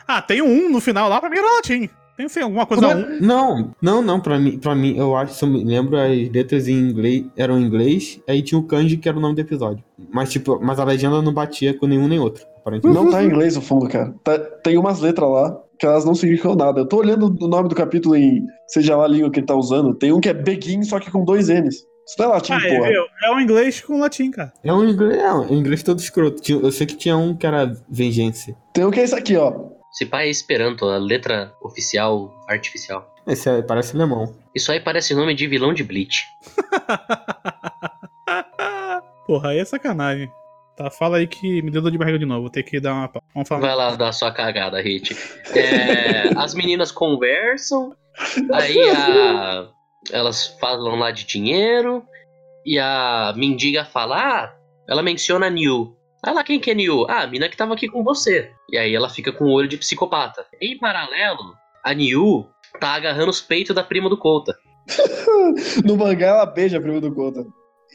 A: Ah, tem um no final lá, pra mim era latim. Tem sim, alguma coisa
D: é
A: um.
E: Não, não, não, pra mim, pra mim, eu acho, se eu me lembro, as letras em inglês eram em inglês, aí tinha o kanji que era o nome do episódio. Mas, tipo, mas a legenda não batia com nenhum nem outro, aparentemente.
D: Não tá em inglês o fundo, cara. Tá- tem umas letras lá que elas não significam nada. Eu tô olhando o nome do capítulo em seja lá a língua que ele tá usando. Tem um que é Begin, só que com dois N's. Isso não é latim,
A: Ah, é,
D: porra.
A: viu? É o inglês com latim, cara.
E: É um inglês, é um inglês todo escroto. Tinha- Eu sei que tinha um que era Vengeance.
D: Tem um que é isso aqui, ó.
B: Se pá é Esperanto, a letra oficial, artificial.
E: Esse aí parece alemão.
B: Isso aí parece nome de vilão de Bleach.
A: Porra, aí é sacanagem. Tá, fala aí que me deu dor de barriga de novo. Vou ter que dar uma. pa- Vamos falar.
B: Vai lá dar sua cagada, Hit. É, as meninas conversam, aí a- elas falam lá de dinheiro, e a mendiga fala, ah, ela menciona a New. Ah lá, quem que é New? Ah, a mina que tava aqui com você. E aí ela fica com o olho de psicopata. Em paralelo, a New tá agarrando os peitos da prima do Colta.
D: [LAUGHS] No mangá ela beija a prima do Kota.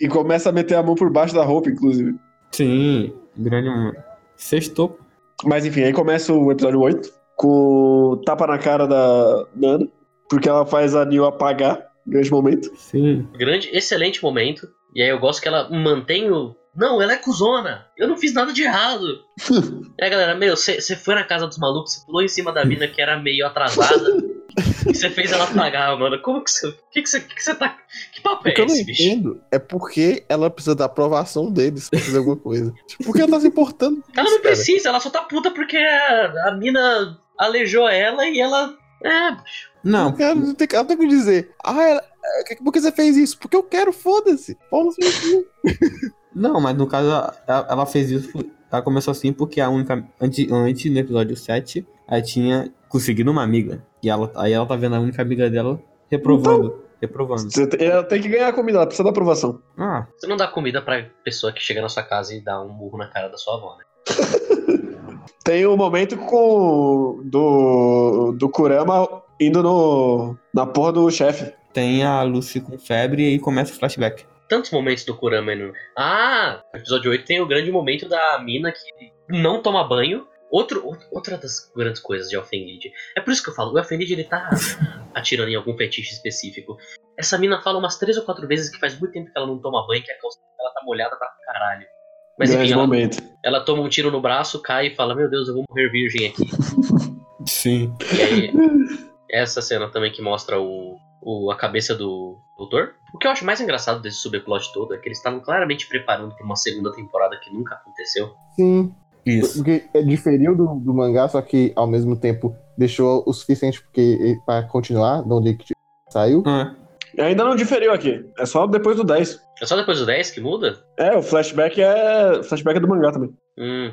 D: E começa a meter a mão por baixo da roupa, inclusive.
E: Sim, grande. Sextou.
D: Mas enfim, aí começa o episódio 8 com o tapa na cara da Nana, porque ela faz a Nil apagar grande momento.
E: Sim.
B: Grande, excelente momento. E aí eu gosto que ela mantém o... Não, ela é cuzona. Eu não fiz nada de errado.
C: [LAUGHS]
B: É, galera, meu, você foi na casa dos malucos, você pulou em cima da mina que era meio atrasada.
C: [LAUGHS]
B: e você fez ela pagar, mano. Como que você. O que você que que cê tá. Que papo
C: O que
B: é
C: eu não
B: esse, bicho?
C: entendo é porque ela precisa da aprovação deles pra fazer alguma coisa. Tipo, por que ela tá se importando? com
B: Ela
C: isso,
B: não
C: cara?
B: precisa, ela só tá puta porque a, a mina aleijou ela e ela. É,
E: Não,
C: Cara, não tem, ela tem que dizer. Ah, ela, é, por que você fez isso? Porque eu quero, foda-se. Pau no seu cu.
E: não, mas no caso, a- ela, fez isso. Ela começou assim porque a única. Antes, antes no episódio 7, ela tinha conseguido uma amiga. E ela, aí ela tá vendo a única amiga dela reprovando. Reprovando.
D: Você tem- Ela tem que ganhar a comida, ela precisa da aprovação.
E: Ah,
B: você não dá comida pra pessoa que chega na sua casa e dá um burro na cara da sua avó, né?
D: Tem o momento com do, do Kurama indo no, na porra do chefe.
E: tem a Lucy com febre e começa o flashback.
B: Tantos momentos do Kurama no. Ah! No episódio 8 tem o grande momento da mina que não toma banho. Outro, ou- outra das grandes coisas de Elfenlid. É por isso que eu falo, o Elfenlid ele tá atirando em algum fetiche específico. Essa mina fala umas três ou quatro vezes que faz muito tempo que ela não toma banho, que a calça dela tá molhada pra caralho. Mas
D: grande
B: enfim, ela,
D: momento.
B: ela toma um tiro no braço, cai e fala, meu Deus, eu vou morrer virgem aqui.
E: Sim.
B: E aí, essa cena também que mostra o, o- a cabeça do doutor. O que eu acho mais engraçado desse subplot todo é que eles estavam claramente preparando pra uma segunda temporada que nunca aconteceu.
C: Sim.
E: Isso.
C: Porque é, diferiu do, do mangá, só que ao mesmo tempo deixou o suficiente porque, pra continuar de onde que saiu.
E: Ah,
D: Ainda não diferiu aqui. É só depois do 10.
B: É só depois do 10 que muda?
D: É, o flashback é. o Flashback é do mangá também.
B: Hum.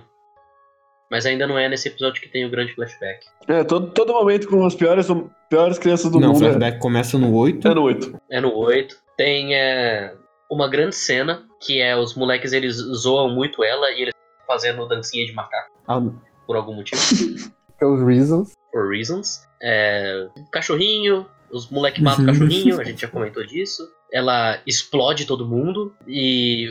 B: Mas ainda não é nesse episódio que tem o grande flashback.
D: É, todo, todo momento com as piores, piores crianças do
E: não, o
D: mundo. é-
E: flashback começa no 8.
D: É no 8.
B: É no 8. Tem é, uma grande cena, que é os moleques, eles zoam muito ela e eles fazendo dancinha de macaco,
E: Ah,
B: por algum motivo.
C: Que é os Reasons.
B: for reasons. É, um cachorrinho, Os moleque matam o cachorrinho, a gente já comentou disso. Ela explode todo mundo e.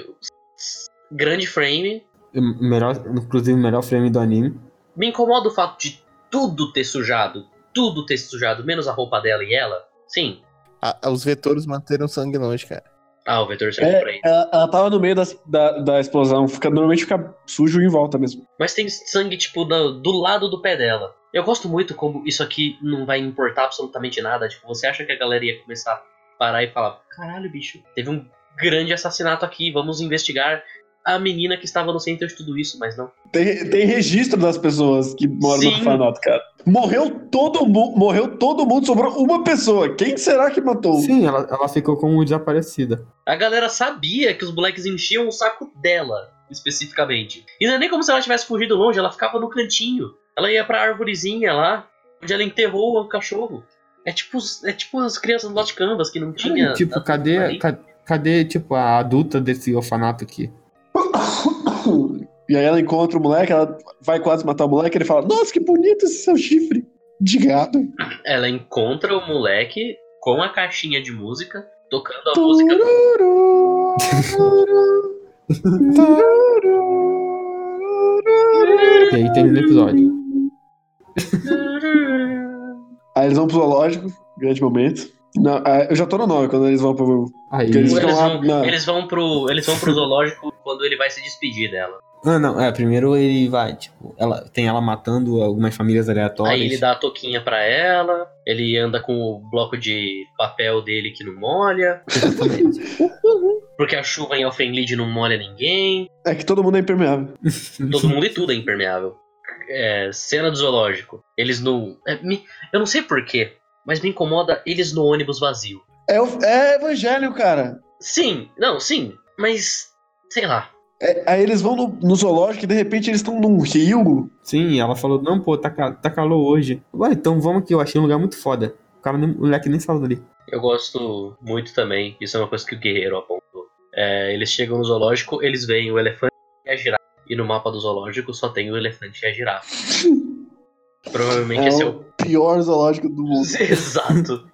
B: Grande frame.
E: O Melhor, inclusive, o melhor frame do anime.
B: Me incomoda o fato de tudo ter sujado. Tudo ter sujado, menos a roupa dela e ela. Sim.
C: A- os vetores manteram o sangue longe, cara.
B: Ah, o vetor serve pra
D: É,
B: ele.
D: ela, ela tava no meio das- da, da explosão, fica, normalmente fica sujo em volta mesmo.
B: Mas tem sangue, tipo, do, do lado do pé dela. Eu gosto muito como isso aqui não vai importar absolutamente nada. Tipo, você acha que a galera ia começar a parar e falar: caralho, bicho, teve um grande assassinato aqui, vamos investigar a menina que estava no centro de tudo isso, mas não.
D: Tem, tem registro das pessoas que moram
B: Sim.
D: no orfanato, cara. Morreu todo mundo, morreu todo mundo, sobrou uma pessoa. Quem será que matou?
E: Sim, ela, ela ficou como desaparecida.
B: A galera sabia que os moleques enchiam o saco dela, especificamente. E não é nem como se ela tivesse fugido longe, ela ficava no cantinho. Ela ia pra arvorezinha lá, onde ela enterrou o cachorro. É tipo, os- é tipo as crianças do Lost Canvas que não tinha.
E: tipo, cadê,
B: ali.
E: ca- cadê tipo, a adulta desse orfanato aqui?
D: E aí ela encontra o moleque, ela vai quase matar o moleque, ele fala: Nossa, que bonito esse seu chifre de gado.
B: Ela encontra o moleque com a caixinha de música, tocando a música.
D: Tururu, tururu, tururu.
E: E aí termina o episódio.
D: Aí eles vão pro zoológico, grande momento. Não, ah, eu já tô no 9 quando eles vão pro.
E: Aí.
D: Eles
B: Eles
D: ficam lá
B: vão,
D: na-
B: eles vão pro, eles vão pro zoológico quando ele vai se despedir dela.
E: Ah, não, é, primeiro ele vai, tipo, ela, tem ela matando algumas famílias aleatórias.
B: Aí ele dá a toquinha pra ela, ele anda com o bloco de papel dele que não molha,
E: Exatamente.
B: porque a chuva em Elfenlid não molha ninguém,
D: É que todo mundo é impermeável.
B: todo mundo e tudo é impermeável. É, cena do zoológico. Eles no. é, me- eu não sei porquê, mas me incomoda eles no ônibus vazio.
D: É, o- é evangelho, cara.
B: Sim, não, sim, mas sei lá.
D: É- aí eles vão no, no zoológico e de repente eles estão num rio.
E: [LAUGHS] Sim, ela falou, não, pô, tá, ca- tá calor hoje. Ué, então vamos aqui, eu achei um lugar muito foda. O cara, nem, o moleque nem saiu dali.
B: Eu gosto muito também, isso é uma coisa que o guerreiro apontou. É, eles chegam no zoológico, eles veem o elefante e a girafa. E no mapa do zoológico só tem o elefante e a girafa. Provavelmente
D: É
B: esse é
D: o
B: o.
D: pior zoológico do mundo.
B: [LAUGHS] Exato.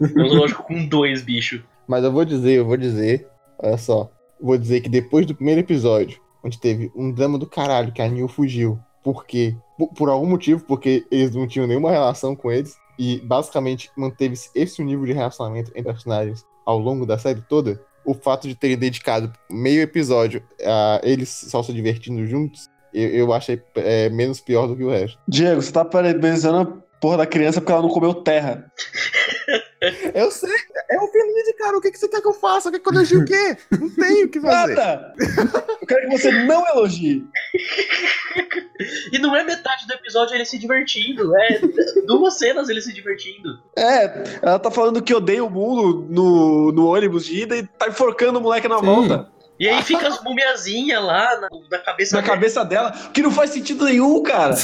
B: Um zoológico com dois bichos.
C: Mas eu vou dizer, eu vou dizer, olha só. Vou dizer que depois do primeiro episódio, onde teve um drama do caralho que a Nil fugiu, por quê? Por, por algum motivo, porque eles não tinham nenhuma relação com eles, e basicamente manteve-se esse nível de relacionamento entre os personagens ao longo da série toda. O fato de terem dedicado meio episódio a eles só se divertindo juntos, eu, eu achei é, menos pior do que o resto.
D: Diego, você tá parabenizando a porra da criança porque ela não comeu terra.
C: Eu sei, é o Felipe, cara. O que, que você quer que eu faça? O que que eu deixe o quê? Não tenho o que fazer.
D: Nada! eu quero que você não elogie.
B: E não é metade do episódio ele se divertindo, é duas cenas ele se divertindo.
D: É, ela tá falando que odeia o mundo no, no ônibus de ida e tá enforcando o moleque na
E: Sim.
D: volta.
B: E aí fica as mumiazinhas lá na, na cabeça
D: Na cabeça dela, que não faz sentido nenhum, [LAUGHS] cara.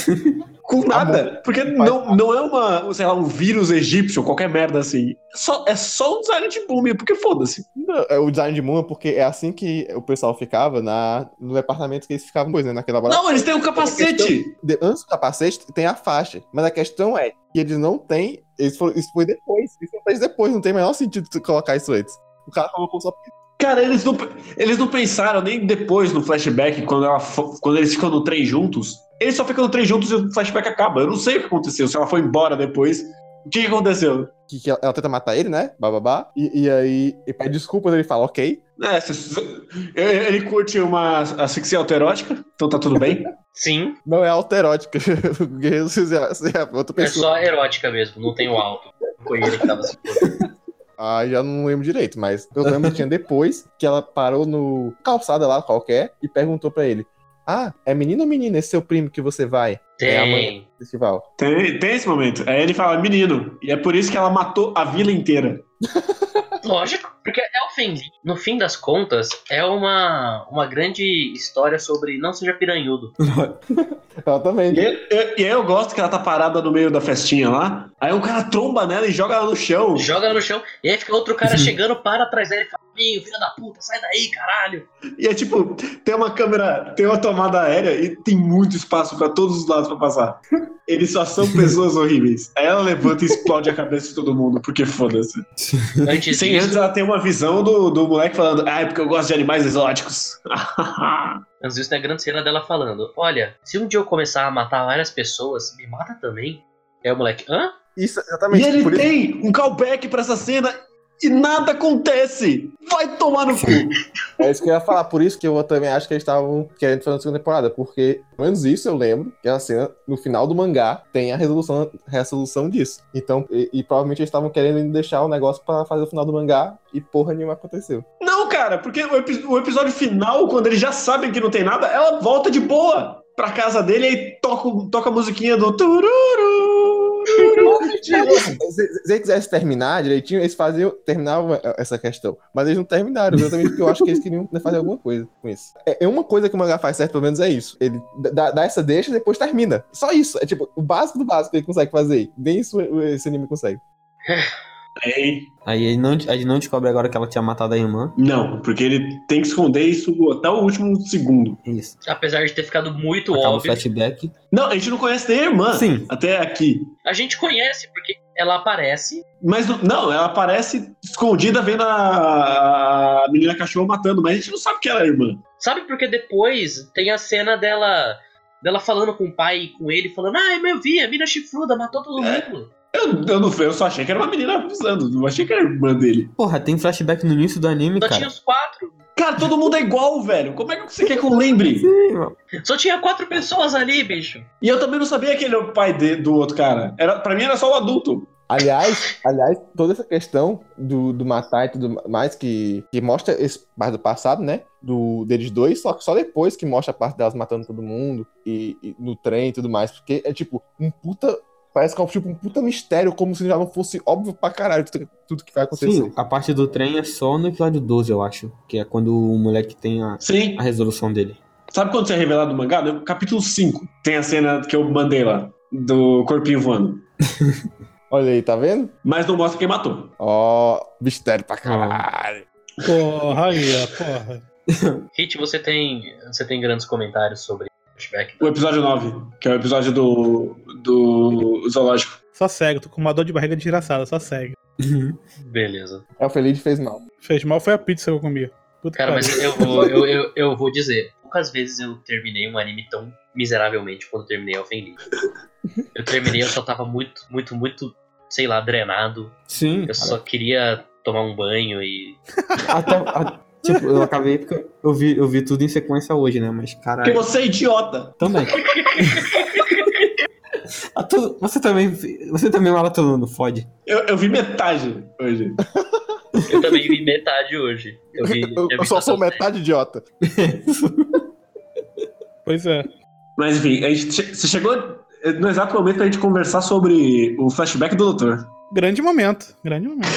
D: Com nada. Porque não, não é uma, sei lá, um vírus egípcio, qualquer merda assim. É só, é só um design de múmia, porque foda-se.
C: Não, é o design de Moon é porque é assim que o pessoal ficava na, no departamento que eles ficavam, pois, né? Naquele laboratório.
D: Não, eles têm um capacete.
C: De- Antes do capacete tem a faixa. Mas a questão é que eles não têm. Eles foram, isso foi depois. Isso não fez depois. Não tem o menor sentido você colocar isso antes. O cara colocou só. porque-
D: Cara, eles não, eles não pensaram nem depois no flashback, quando, ela, fo- quando eles ficam no trem juntos. Eles só ficam no trem juntos e o flashback acaba. Eu não sei o que aconteceu, se ela foi embora depois. O que que aconteceu?
C: Que, que ela, ela tenta matar ele, né? Bababá. E, e aí ele pede desculpas. Ele fala, ok.
D: É, se- se- ele curte uma asfixia autoerótica, então tá tudo bem.
B: Sim,
C: Não é [LAUGHS] alterótica. o guerreiro se se é outra
B: é
C: pessoa.
B: só erótica mesmo, não tem o alto. Foi ele que tava se
C: Ah, já não lembro direito, mas eu lembro que tinha depois que ela parou no calçada lá qualquer e perguntou pra ele: Ah, é menino ou menina esse seu primo que você vai É, amanhã.
B: Tem.
C: no festival?
D: Tem, tem esse momento. Aí ele fala, menino, e é por isso que ela matou a vila inteira.
B: Lógico, porque é o fim. No fim das contas, é uma, uma grande história sobre não seja piranhudo.
D: E
C: Exatamente.
D: eu, eu- e aí eu gosto que ela tá parada no meio da festinha lá. Aí um cara tromba nela e joga ela no chão.
B: Joga ela no chão, e aí fica outro
D: Uhum.
B: cara chegando, para atrás dela e fala: Meu, filho da puta, sai daí, caralho.
D: E é tipo, tem uma câmera, tem uma tomada aérea e tem muito espaço pra todos os lados pra passar. Eles só são pessoas horríveis. Aí ela levanta e explode a cabeça de todo mundo, porque foda-se.
B: Antes
D: Sem
B: disso,
D: antes ela tem uma visão do, do moleque falando, ah, é porque eu gosto de animais exóticos. [LAUGHS]
B: antes disso, tem a grande cena dela falando: Olha, se um dia eu começar a matar várias pessoas, me mata também. É o moleque, hã?
C: Isso,
D: e
C: exatamente.
D: ele
C: por isso-
D: tem um callback pra essa cena e nada acontece. Vai tomar [LAUGHS] no cu.
C: É isso que eu ia falar, por isso que eu também acho que eles estavam querendo fazer na segunda temporada, porque, pelo menos isso eu lembro, que a cena no final do mangá tem a resolução, resolução disso. Então, e, e provavelmente eles estavam querendo deixar o negócio pra fazer o final do mangá e porra nenhuma aconteceu.
D: Não, cara, porque o, epi- o episódio final, quando eles já sabem que não tem nada, ela volta de boa pra casa dele e aí toca, o- toca a musiquinha do tururu. É,
C: assim, Se se eles quisessem terminar direitinho, eles faziam, terminavam essa questão. Mas eles não terminaram, exatamente porque eu acho que eles queriam fazer alguma coisa com isso. É, é uma coisa que o mangá faz certo, pelo menos é isso. Ele dá, dá essa deixa e depois termina. Só isso. É tipo, o básico do básico que ele consegue fazer. Nem isso esse anime consegue.
D: Ei,
E: Aí ele não, ele não descobre agora que ela tinha matado a irmã.
D: Não, porque ele tem que esconder isso até o último segundo.
E: É Isso.
B: Apesar de ter ficado muito
E: Acaba o
B: óbvio,
E: flashback.
D: Não, a gente não conhece nem a irmã
E: Sim.
D: até aqui.
B: a gente conhece, porque ela aparece.
D: Mas não- não, ela aparece escondida vendo a, a menina cachorro matando, mas a gente não sabe que ela é irmã.
B: Sabe porque depois tem a cena dela dela falando com o pai e com ele, falando: Ah, eu vi, a mina chifruda matou todo mundo.
D: Eu, eu não eu só achei que era uma menina abusando, não achei que era irmã dele.
E: Porra, tem flashback no início do anime,
B: Só
E: cara.
B: tinha os quatro.
D: Cara, todo mundo é igual, velho. Como é que você quer que eu lembre?
E: Sim, mano.
B: Só tinha quatro pessoas ali, bicho.
D: E eu também não sabia que ele é o pai de- do outro cara. Era, pra mim era só o adulto.
C: Aliás, aliás, toda essa questão do, do matar e tudo mais, que, que mostra esse parte do passado, né? Do, deles dois, só que só depois que mostra a parte delas matando todo mundo e, e no trem e tudo mais. Porque é tipo, um puta. Parece que é um, tipo, um puta mistério, como se já não fosse óbvio pra caralho tudo, tudo que vai acontecer.
E: Sim, a parte do trem é só no episódio 12, eu acho. Que é quando o moleque tem a,
D: Sim.
E: a resolução dele.
D: Sabe quando você é revelado no mangá? No capítulo 5 tem a cena que eu mandei lá, do corpinho voando.
C: Olha aí, tá vendo?
D: Mas não mostra quem matou.
C: Ó, mistério pra caralho.
F: Porra aí, ó, porra.
B: Hit, você tem, você tem grandes comentários sobre flashback.
D: O episódio 9, que é o episódio do, do zoológico.
A: Só segue, tô com uma dor de barriga desgraçada, só segue.
B: Uhum. Beleza.
C: É, o Feliz fez mal.
A: Fez mal foi a pizza que eu comi. Puta
B: Cara,
A: que
B: mas
A: pariu.
B: eu vou, eu, eu, eu vou dizer, poucas vezes eu terminei um anime tão miseravelmente quando terminei Elfen Lied. Eu terminei, eu só tava muito, muito, muito, sei lá, drenado.
E: Sim.
B: Eu só queria tomar um banho e.
E: Até, a- tipo, eu acabei porque eu vi, eu vi tudo em sequência hoje, né? Mas,
D: Porque
E: caralho.
D: você é idiota.
E: Também. [LAUGHS] A todo- você também. Você também maratonando, fode.
D: Eu, eu vi metade hoje.
B: Eu também vi metade hoje. Eu, vi,
C: [LAUGHS] Eu, eu só sou
B: total-
C: metade idiota.
A: Pois é.
D: Mas enfim, a gente che- você chegou no exato momento pra gente conversar sobre o flashback do doutor.
A: Grande momento. Grande momento.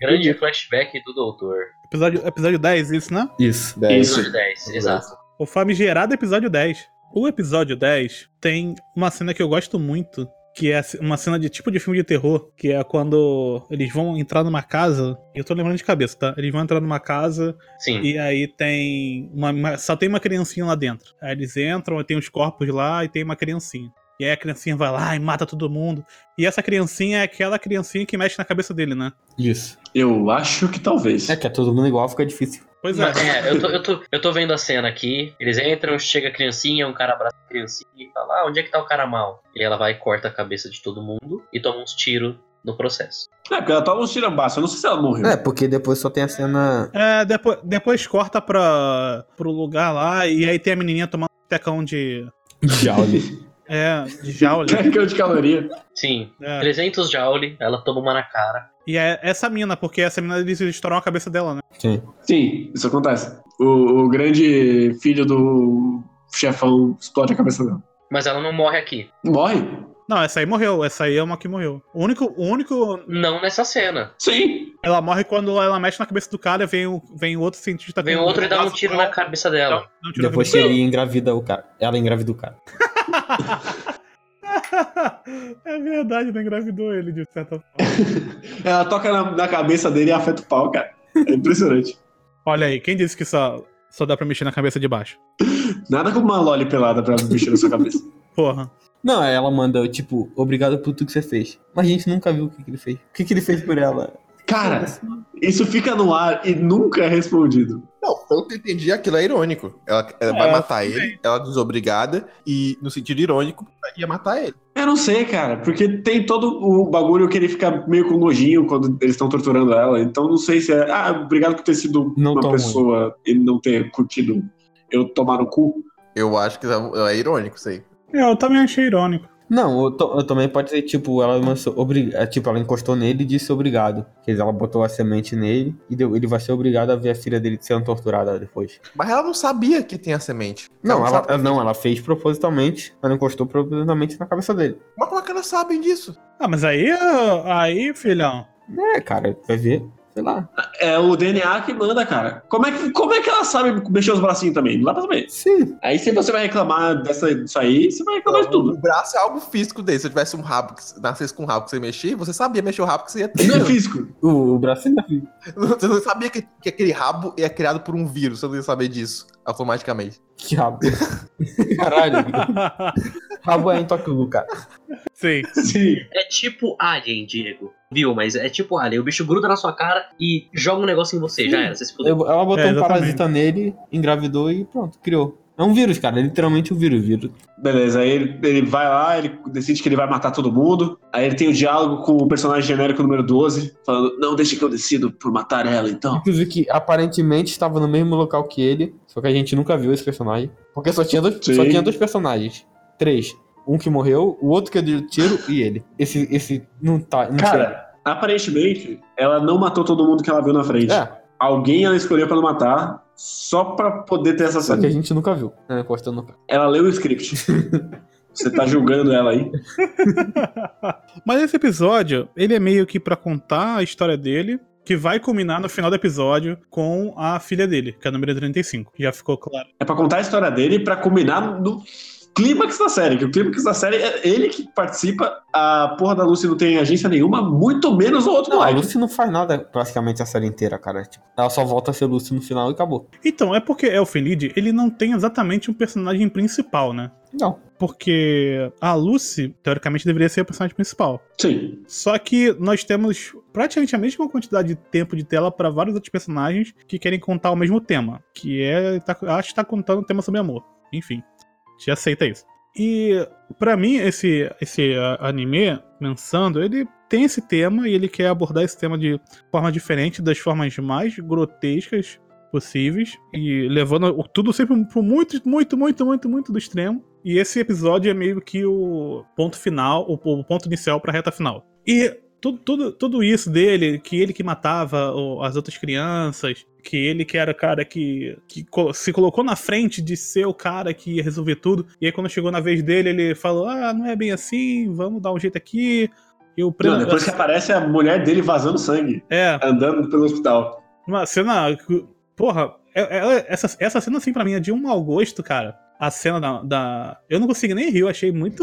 B: Grande flashback do Doutor.
A: Episódio, episódio 10, isso, né?
E: Isso.
C: Dez.
D: Isso.
B: Episódio 10, exato.
A: O famigerado episódio 10. O episódio 10 tem uma cena que eu gosto muito, que é uma cena de tipo de filme de terror, que é quando eles vão entrar numa casa, eu tô lembrando de cabeça, tá? Eles vão entrar numa casa
B: Sim.
A: e aí tem uma, uma- só tem uma criancinha lá dentro. Aí eles entram, tem os corpos lá e tem uma criancinha. E aí a criancinha vai lá e mata todo mundo. E essa criancinha é aquela criancinha que mexe na cabeça dele, né?
E: Isso.
D: Eu acho que talvez.
E: É que é todo mundo igual, fica difícil.
A: Pois é.
B: Mas, é, eu tô, eu, tô, eu tô vendo a cena aqui. Eles entram, chega a criancinha, um cara abraça a criancinha e fala: Ah, onde é que tá o cara mal? E ela vai e corta a cabeça de todo mundo e toma uns tiros no processo.
D: É, porque ela tava uns tirambaços. Eu não sei se ela morreu.
E: É, porque depois só tem a cena.
A: É, depois, depois corta pra, pro lugar lá e aí tem a menininha tomando um tecão de.
E: Joule.
A: É, de Jaule.
B: [LAUGHS]
D: [LAUGHS] Quer de caloria.
B: Sim,
A: É.
B: 300 Joule, ela toma uma na cara.
A: E é essa mina, porque essa mina eles estouram a cabeça dela, né?
D: Sim, isso acontece. O, o grande filho do chefão explode a cabeça dela.
B: Mas ela não morre aqui.
D: Morre?
A: Não, essa aí morreu, essa aí é uma que morreu. O único. O único
B: Não nessa cena.
D: Sim.
A: ela morre quando ela mexe na cabeça do cara, vem, o- vem outro cientista.
B: Vem
A: com-
B: outro e dá um
A: braço
B: tiro
A: pra
B: na
A: ela,
B: cabeça dela.
A: dá um tiro na
E: Depois
A: cabeça
E: ele engravida o cara. Ela engravida o cara.
A: dela. [LAUGHS] É verdade, né? Engravidou ele de certa forma.
D: Ela toca na, na cabeça dele e afeta o pau, cara. É impressionante.
A: Olha aí, quem disse que só, só dá pra mexer na cabeça de baixo?
D: Nada como uma loli pelada pra mexer um na sua cabeça.
A: Porra.
E: Não, aí ela manda, tipo, obrigado por tudo que você fez. Mas a gente nunca viu o que, que ele fez. O que, que ele fez por ela?
D: Cara, isso fica no ar e nunca é respondido.
C: Não, pelo que eu entendi, aquilo é irônico. Ela, ela vai
A: É,
C: matar
A: tudo
C: ele, ela desobrigada, e no sentido irônico, ia matar ele.
D: Eu não sei, cara, porque tem todo o bagulho que ele fica meio com nojinho quando eles estão torturando ela. Então não sei se é. Ah, obrigado por ter sido
E: Não
D: uma
E: tô
D: pessoa e não ter curtido eu tomar no cu.
C: Eu acho que é, é irônico isso aí.
A: É, eu também achei irônico.
E: Não, eu, to- eu também pode ser, tipo, ela lançou, obri- é, tipo, ela encostou nele e disse obrigado. Quer dizer, ela botou a semente nele e deu- ele vai ser obrigado a ver a filha dele sendo torturada depois.
C: Mas ela não sabia que tem a semente.
E: Não, ela,
C: sabe-
E: não, ela fez propositalmente, ela encostou propositalmente na cabeça dele.
C: Mas como é que elas sabem disso?
A: Ah, mas aí, ah, aí, filhão. [LAUGHS]
E: É, cara, vai ver, sei lá.
D: É o DNA que manda, cara. Como é que, como é que ela sabe mexer os bracinhos também? Não dá pra saber.
E: Sim.
D: Aí se você vai reclamar dessa, disso aí, você vai reclamar
E: Tá
D: de
C: O
D: tudo.
C: braço é algo físico dele. Se eu tivesse um rabo, que se- nascesse com um rabo que você mexia, você sabia mexer o rabo que você ia ter.
D: Não é físico. [LAUGHS]
E: O, o bracinho da filha.
C: [LAUGHS]
E: [LAUGHS]
C: Você não sabia que, que aquele rabo é criado por um vírus, você não ia saber disso automaticamente.
E: Que rabo. Caralho. [LAUGHS] rabo é intóxico, cara.
A: Sim.
D: Sim.
B: É tipo Alien, Diego. Viu? Mas é tipo Alien. O bicho gruda na sua cara e joga um negócio em você. Já era. Você se fudeu.
E: Eu- Ela botou
A: É,
E: um
A: exatamente.
E: parasita nele, engravidou e pronto, criou. É um vírus, cara, é literalmente um vírus. vírus.
D: Beleza, aí ele, ele vai lá, ele decide que ele vai matar todo mundo. Aí ele tem o diálogo com o personagem genérico número 12, falando: Não, deixa que eu decido por matar ela então.
E: Inclusive que aparentemente estava no mesmo local que ele, só que a gente nunca viu esse personagem. Porque só tinha dois, só
D: Sim.
E: tinha dois personagens. Três. Um que morreu, o outro que deu tiro e ele. Esse, esse não tá. Não
D: Cara, aparentemente, ela não matou todo mundo que ela viu na frente.
E: sei. É,
D: Alguém ela escolheu pra não matar, só pra poder ter essa
E: só que a
D: cena.
E: gente nunca viu. Né, encostando no cara.
D: Ela leu o
E: [LAUGHS]
D: script. Você tá julgando ela aí.
A: Mas esse episódio, ele é meio que pra contar a história dele, que vai culminar no final do episódio com a filha dele, que é a número 35. Já ficou claro.
D: É pra contar a história dele e pra combinar no clímax da série. Que o clímax da série é ele que participa. A porra da Lucy não tem agência nenhuma, muito menos o outro
E: Não, a
D: moleque.
E: Lucy não faz nada praticamente a série inteira, cara. Tipo, ela só volta a ser Lucy no final e acabou.
A: Então, é porque Elfenid, ele não tem exatamente um personagem principal, né?
E: Não.
A: Porque a Lucy, teoricamente, deveria ser a personagem principal.
D: Sim.
A: Só que nós temos praticamente a mesma quantidade de tempo de tela para vários outros personagens que querem contar o mesmo tema, que é tá- acho que tá contando um tema sobre amor. Enfim, te aceita isso. E pra mim esse esse a- anime, pensando, ele tem esse tema e ele quer abordar esse tema de forma diferente, das formas mais grotescas possíveis e levando o- tudo sempre pro muito, muito, muito, muito, muito do extremo. E esse episódio é meio que o ponto final, o, o ponto inicial pra reta final. E tudo, tudo, tudo isso dele, que ele que matava o- as outras crianças, que ele que era o cara que, que co- se colocou na frente de ser o cara que ia resolver tudo. E aí quando chegou na vez dele, ele falou: Ah, não é bem assim, vamos dar um jeito aqui. E o
D: Não, depois que aparece a mulher dele vazando sangue,
A: É,
D: andando pelo hospital.
A: Uma cena. que- Porra, é- é- essa, essa cena, assim, pra mim é de um mau gosto, cara. A cena da. da- Eu não consegui nem rir, eu achei muito.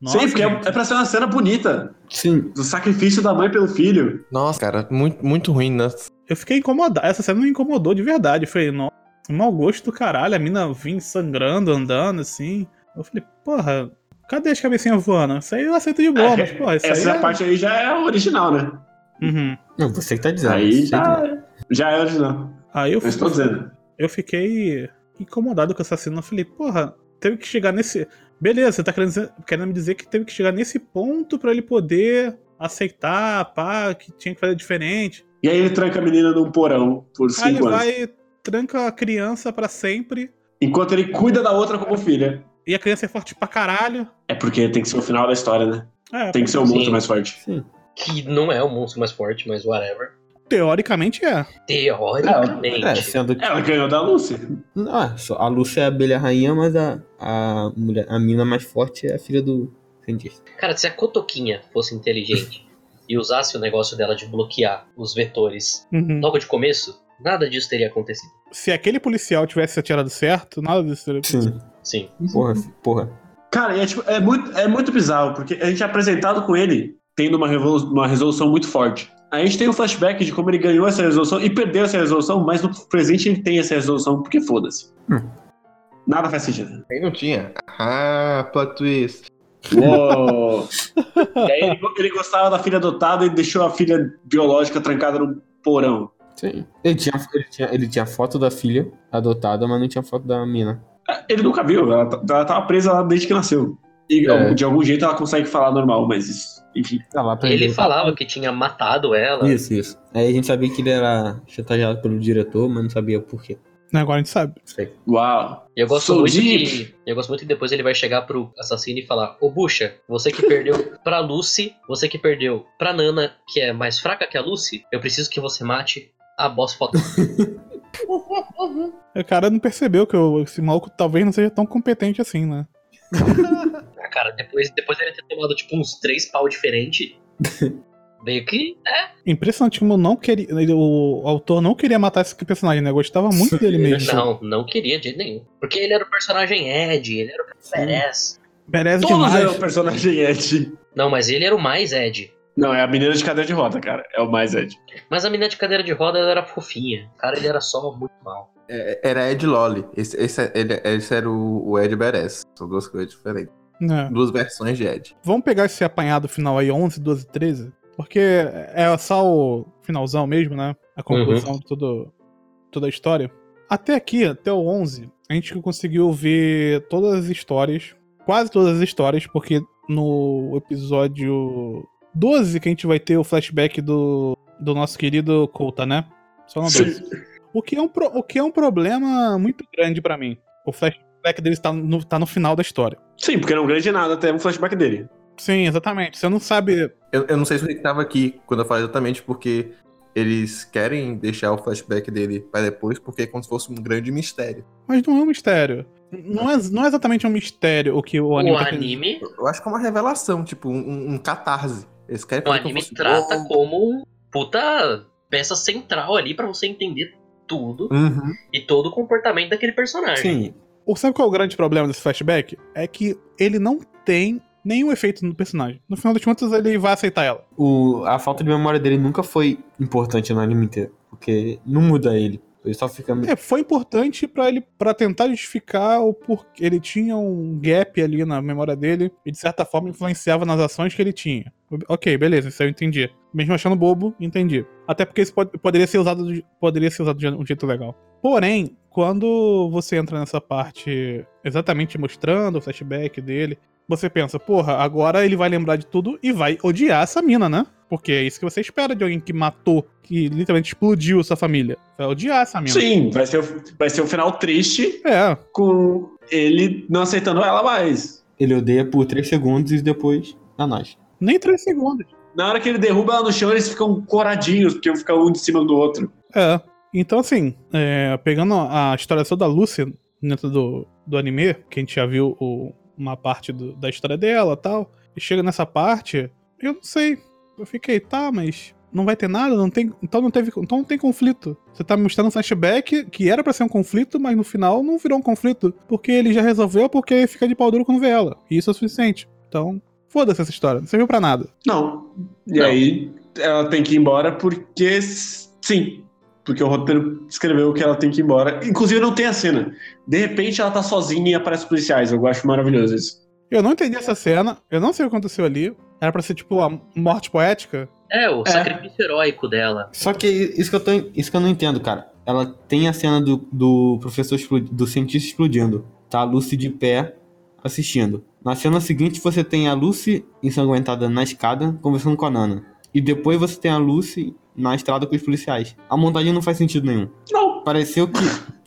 A: Nossa,
D: Sim, porque é,
A: gente.
D: é pra ser uma cena bonita.
E: Sim.
D: Do sacrifício da mãe pelo filho.
C: Nossa, cara, muito, muito ruim, né?
A: Eu fiquei incomodado. Essa cena me incomodou de verdade. Eu falei, nossa, um mau gosto do caralho. A mina vinha sangrando, andando, assim. Eu falei, porra, cadê as cabecinhas voando? Isso aí eu aceito de boa,
D: É,
A: mas, porra, isso
D: Essa
A: aí. é-
D: parte aí já é original, né?
A: Uhum.
E: Não, você que tá dizendo. você
D: aí
E: que tá
D: já,
E: dizendo.
D: já é original.
A: Aí eu
D: Eu estou dizendo.
A: eu fiquei incomodado com essa cena. Eu falei, porra, teve que chegar nesse. Beleza, você tá querendo, dizer- querendo me dizer que teve que chegar nesse ponto pra ele poder aceitar, pá, que tinha que fazer diferente.
D: E aí ele tranca a menina num porão
A: Aí
D: por
A: ele
D: cinco anos.
A: vai, tranca a criança pra sempre.
D: Enquanto ele cuida da outra como filha.
A: E a criança é forte pra caralho.
D: É porque tem que ser o final da história, né?
A: É,
D: Tem que ser o
B: Sim.
D: monstro mais forte.
E: Sim.
B: Que não é o monstro mais forte, mas whatever.
A: teoricamente é.
B: Teoricamente.
E: É, sendo que.
D: Ela ganhou da Lucy.
E: Não, é só- a Lúcia é a abelha rainha, mas a, a, mulher, a mina mais forte é a filha do cientista.
B: Cara, se a Cotoquinha fosse inteligente [LAUGHS] e usasse o negócio dela de bloquear os vetores
A: Uhum.
B: logo de começo, nada disso teria acontecido.
A: Se aquele policial tivesse atirado certo, nada disso teria
E: Sim. [LAUGHS]
B: Sim.
E: Porra, fi- porra.
D: Cara, e é, tipo, é, muito, é muito bizarro, porque a gente é apresentado com ele tendo uma, revolu- uma resolução muito forte. A gente tem um flashback de como ele ganhou essa resolução e perdeu essa resolução, mas no presente ele tem essa resolução, porque foda-se.
E: Hum.
D: Nada faz sentido.
C: Aí não tinha. Ah, plot twist.
D: Uou. E aí ele, ele gostava da filha adotada e deixou a filha biológica trancada no porão.
E: Sim. Ele tinha, ele, tinha, ele tinha foto da filha adotada, mas não tinha foto da mina.
D: Ele nunca viu, ela, t- ela tava presa lá desde que nasceu. E
E: É.
D: de algum jeito ela consegue falar normal, mas isso, enfim.
E: Tá lá pra
B: Ele falava que tinha matado ela.
E: Isso, isso. Aí a gente sabia que ele era chantageado pelo diretor, mas não sabia por quê.
F: Agora a gente sabe.
D: Uau.
B: E eu gosto
D: So
B: muito
D: deep.
B: que. Eu gosto muito que depois ele vai chegar pro assassino e falar, ô Bucha, você que perdeu pra Lucy, você que perdeu pra Nana, que é mais fraca que a Lucy, eu preciso que você mate a boss [LAUGHS] fodona.
A: O cara não percebeu que eu- esse maluco talvez não seja tão competente assim, né?
B: Cara, depois, depois ele ter tomado tipo uns três
A: [LAUGHS]
B: pau diferente. Meio que. É,
A: Impressionante como eu não queria. ele- O autor não queria matar esse personagem, né? Eu Gostava muito dele mesmo.
B: não, não queria de jeito nenhum. Porque ele era o personagem Ed, ele era o Perez.
A: Merece
D: Todos é
A: demais.
D: o personagem Ed.
B: Não, mas ele era o mais Ed.
D: Não, é a menina de cadeira de roda, cara. É o mais Ed.
B: Mas a menina de cadeira de roda ela era fofinha. Cara, ele era só muito mal.
G: É, Era Ed Lolly. Esse, esse, ele- esse era o, o Ed Beres. São duas coisas diferentes.
A: É.
G: Duas versões de Ed.
A: Vamos pegar esse apanhado final aí, 11, 12, 13. Porque é só o finalzão mesmo, né? A conclusão de todo, toda a história. Até aqui, até o 11, a gente conseguiu ver todas as histórias. Quase todas as histórias, porque no episódio 12 que a gente vai ter o flashback do, do nosso querido Colta, né? Só no 12.
D: Sim.
A: O que é um, pro- o que é um problema muito grande pra mim. O flashback deles tá no, tá no final da história.
D: Sim, porque não ganha de nada até um flashback dele.
A: Sim, exatamente. Você não sabe
G: Eu, eu não sei se o Rick tava aqui quando eu falei exatamente porque eles querem deixar o flashback dele pra depois, porque é como se fosse um grande mistério.
A: Mas não é um mistério. Não é, não é exatamente um mistério o que o
B: O
A: anime.
B: anime,
A: tá querendo-
G: Eu acho que é uma revelação, tipo, um- um, um catarse. Eles querem
B: o
G: fazer como
B: Um anime
G: se fosse-
B: trata
G: Oh.
B: como um puta peça central ali pra você entender tudo
G: Uhum.
B: e todo o comportamento daquele personagem.
E: Sim.
A: O- Sabe qual é o grande problema desse flashback? É que ele não tem nenhum efeito no personagem. No final das contas, ele vai aceitar ela.
E: O, a falta de memória dele nunca foi importante no anime inteiro. Porque não muda ele. Ele só fica.
A: É, foi importante pra ele para tentar justificar o porquê. Ele tinha um gap ali na memória dele e, de certa forma, influenciava nas ações que ele tinha. Ok, beleza, isso eu entendi. Mesmo achando bobo, entendi. Até porque isso pode- poderia ser usado de, poderia ser usado de um jeito legal. Porém, quando você entra nessa parte exatamente mostrando o flashback dele, você pensa, porra, agora ele vai lembrar de tudo e vai odiar essa mina, né? Porque é isso que você espera de alguém que matou, que literalmente explodiu sua família. Vai odiar essa mina.
D: Sim, vai ser, o- vai ser um final triste
A: É,
D: com ele não aceitando ela mais.
E: Ele odeia por 3 segundos e depois. É nóis.
A: nem três segundos.
D: Na hora que ele derruba ela no chão, eles ficam coradinhos, porque um fica um de cima do outro.
A: É. Então, assim, é, pegando a história toda da Lucy dentro do, do anime, que a gente já viu o- uma parte do- da história dela e tal, e chega nessa parte, eu não sei. Eu fiquei, tá, mas não vai ter nada, não tem, então não teve, então não tem conflito. Você tá me mostrando um flashback que era pra ser um conflito, mas no final não virou um conflito, porque ele já resolveu porque ele fica de pau duro quando vê ela. E isso é o suficiente. Então, foda-se essa história, não serviu pra nada.
D: Não. E
B: Não.
D: aí ela tem que ir embora porque s- sim. Porque o roteiro escreveu que ela tem que ir embora. Inclusive não tem a cena. De repente ela tá sozinha e aparece os policiais. Eu acho maravilhoso isso.
A: Eu não entendi essa cena, eu não sei o que aconteceu ali. Era pra ser, tipo, a morte poética.
B: É, o
A: É.
B: sacrifício heróico dela.
E: Só que isso que eu, tô, isso que eu não entendo, cara. Ela tem a cena do, do professor explodi- do cientista explodindo. Tá a Lucy de pé assistindo. Na cena seguinte você tem a Lucy ensanguentada na escada conversando com a Nana. E depois você tem a Lucy na estrada com os policiais. A montagem não faz sentido nenhum.
D: Não.
E: Pareceu que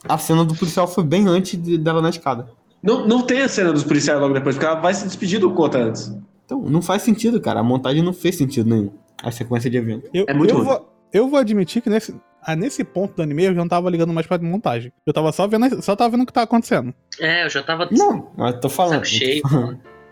E: a cena do policial foi bem antes de- dela na escada.
D: Não, não tem a cena dos policiais logo depois, porque ela vai se despedir do Kota antes.
E: Então, não faz sentido, cara. A montagem não fez sentido nenhum. A sequência de evento.
A: Eu,
D: É muito
A: eu
D: ruim.
A: vou, eu vou admitir que nesse, ah, nesse ponto do anime eu já não tava ligando mais pra montagem. Eu tava só vendo, a- só tava vendo o que tava acontecendo.
B: É, eu já tava
E: Não, eu tô falando.
B: saco
E: [LAUGHS]
B: cheio.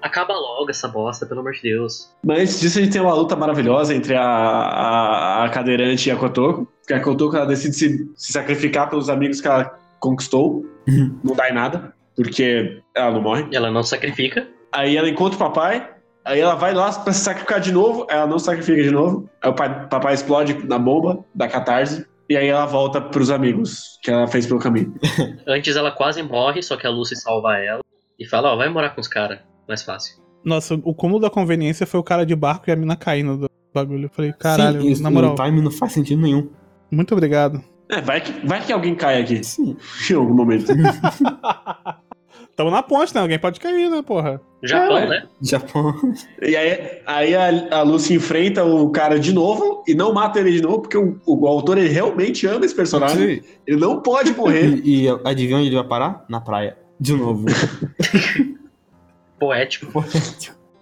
B: Acaba logo essa bosta, pelo amor de Deus.
D: Mas antes disso, a gente tem uma luta maravilhosa entre a, a, a cadeirante e a Kotoko. Porque a Kotoko ela decide se, se sacrificar pelos amigos que ela conquistou.
E: Uhum.
D: Não dá em nada, porque ela não morre.
B: Ela não sacrifica.
D: Aí ela encontra o papai, aí ela vai lá pra se sacrificar de novo, ela não se sacrifica de novo. Aí o pai- papai explode na bomba da catarse, e aí ela volta pros amigos que ela fez pelo caminho.
B: Antes ela quase morre, só que a Lucy salva ela e fala, ó, vai morar com os caras. Mais fácil.
A: Nossa, o cúmulo da conveniência foi o cara de barco e a mina caindo do bagulho. Eu falei, caralho,
E: Sim, isso,
A: na moral,
E: O time não faz sentido nenhum.
A: muito obrigado.
D: É, vai que, vai que alguém cai aqui
E: Sim.
D: [LAUGHS] em algum momento.
A: Tamo na ponte, né? Alguém pode cair, né, porra?
E: É.
B: Japão, né?
E: Japão.
D: E aí, aí a, a Lucy enfrenta o cara de novo e não mata ele de novo, porque o, o autor ele realmente ama esse personagem. Ele não pode
E: [LAUGHS]
D: morrer.
E: E, e adivinha onde ele vai parar? Na praia. De [LAUGHS] novo.
B: Poético.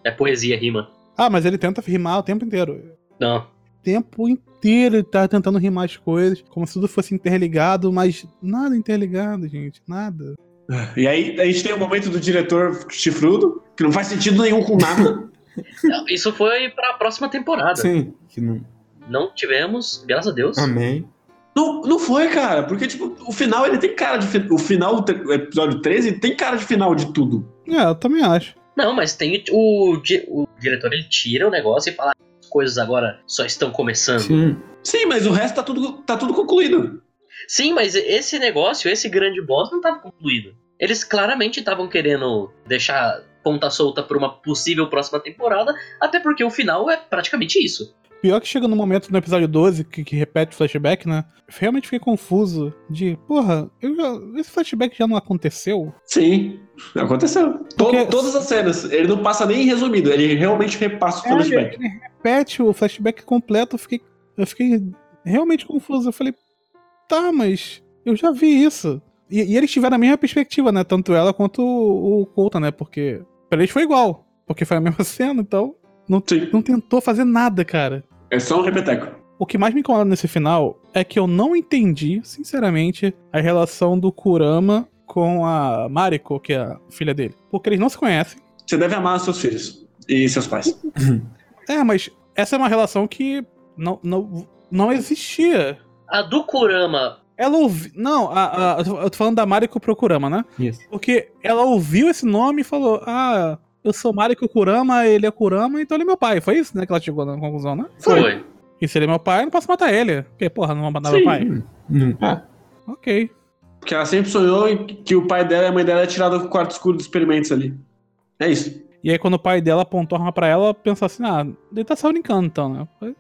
B: É poesia, rima.
A: Ah, mas ele tenta rimar o tempo inteiro.
E: [LAUGHS]
B: Não.
A: O tempo inteiro ele tá tentando rimar as coisas, como se tudo fosse interligado, mas nada interligado, gente. Nada.
D: E aí a gente tem o momento do diretor chifrudo, que não faz sentido nenhum com nada.
B: Não, Isso foi pra próxima temporada.
E: Sim. Que não...
B: Não tivemos, graças a Deus.
E: Amém.
D: não, não foi, cara, porque tipo, o final ele tem cara de. fi- O final do tre- episódio 13 tem cara de final de tudo.
A: É, eu também acho.
B: Não, mas tem o, di- o diretor, ele tira o negócio e fala as coisas agora só estão começando. Sim.
E: Sim.
D: Sim, mas o resto tá tudo, tá tudo concluído.
B: mas esse negócio, esse grande boss não estava concluído. Eles claramente estavam querendo deixar ponta solta para uma possível próxima temporada, até porque o final é praticamente isso.
A: Pior que chega no momento no episódio 12, que, que repete o flashback, né? Eu realmente fiquei confuso de, porra, eu já- esse flashback já não aconteceu?
D: Sim, aconteceu. To-
A: Porque-
D: Todas as cenas, ele não passa nem resumido, ele realmente repassa
A: É,
D: o flashback.
A: ele repete o flashback completo, eu fiquei, eu fiquei realmente confuso. Eu falei, tá, mas eu já vi isso. E, e eles tiveram a mesma perspectiva, né? Tanto ela quanto o, o Colton, né? Porque pra eles foi igual, porque foi a mesma [LAUGHS] cena, então não,
D: Sim.
A: não tentou fazer nada, cara.
D: É só um repeteco.
A: O que mais me incomoda nesse final é que eu não entendi, sinceramente, a relação do Kurama com a Mariko, que é a filha dele. Porque eles não se conhecem.
D: Você deve amar seus filhos e seus pais.
A: É, mas essa é uma relação que não, não, não existia.
B: A do Kurama,
A: Ela ouviu. Não, a, a- eu tô- eu tô falando da Mariko pro Kurama, né?
E: Isso.
A: Porque ela ouviu esse nome e falou: Ah, eu sou Mariko Kurama, ele é Kurama, então ele é meu pai. Foi isso, né? Que ela chegou na conclusão, né?
B: foi.
A: E se ele é meu pai, eu não posso matar ele. Porque, porra, não vou matar meu pai.
E: Hum, ah,
A: Ok.
D: Porque ela sempre sonhou em que o pai dela e a mãe dela é tirado do quarto escuro dos experimentos ali. É isso. [LAUGHS]
A: E aí quando o pai dela apontou a arma pra ela, pensou assim, ah, ele tá se brincando então, né?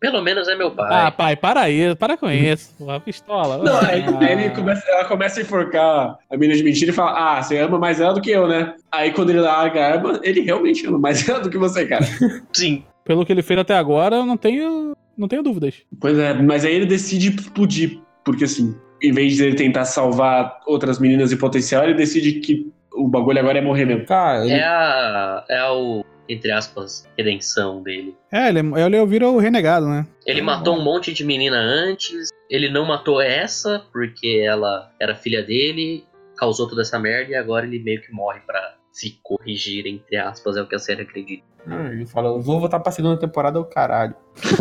B: Pelo menos é meu pai.
A: Ah, pai, para aí, para com isso, porra, pistola.
D: Não,
A: Ah.
D: aí, aí ele começa, ela começa a enforcar a menina de mentira e fala: Ah, você ama mais ela do que eu, né? Aí quando ele larga a arma, ele realmente ama mais [LAUGHS] ela do que você, cara.
B: Sim.
A: Pelo que ele fez até agora, eu não tenho, não tenho dúvidas.
D: Pois é, mas aí ele decide explodir, porque assim, em vez de ele tentar salvar outras meninas em potencial, ele decide que o bagulho agora é morrer mesmo.
E: Cara, ele-
B: É a. É o. Entre aspas, redenção dele.
A: É, ele, ele vira o renegado,
D: [LAUGHS]
A: né?
B: Ele matou um monte de menina antes, ele não matou essa, porque ela era filha dele, causou toda essa merda e agora ele meio que morre pra se corrigir, entre aspas, é o que a série acredita.
E: ah, ele fala, eu vou voltar pra segunda temporada, o caralho.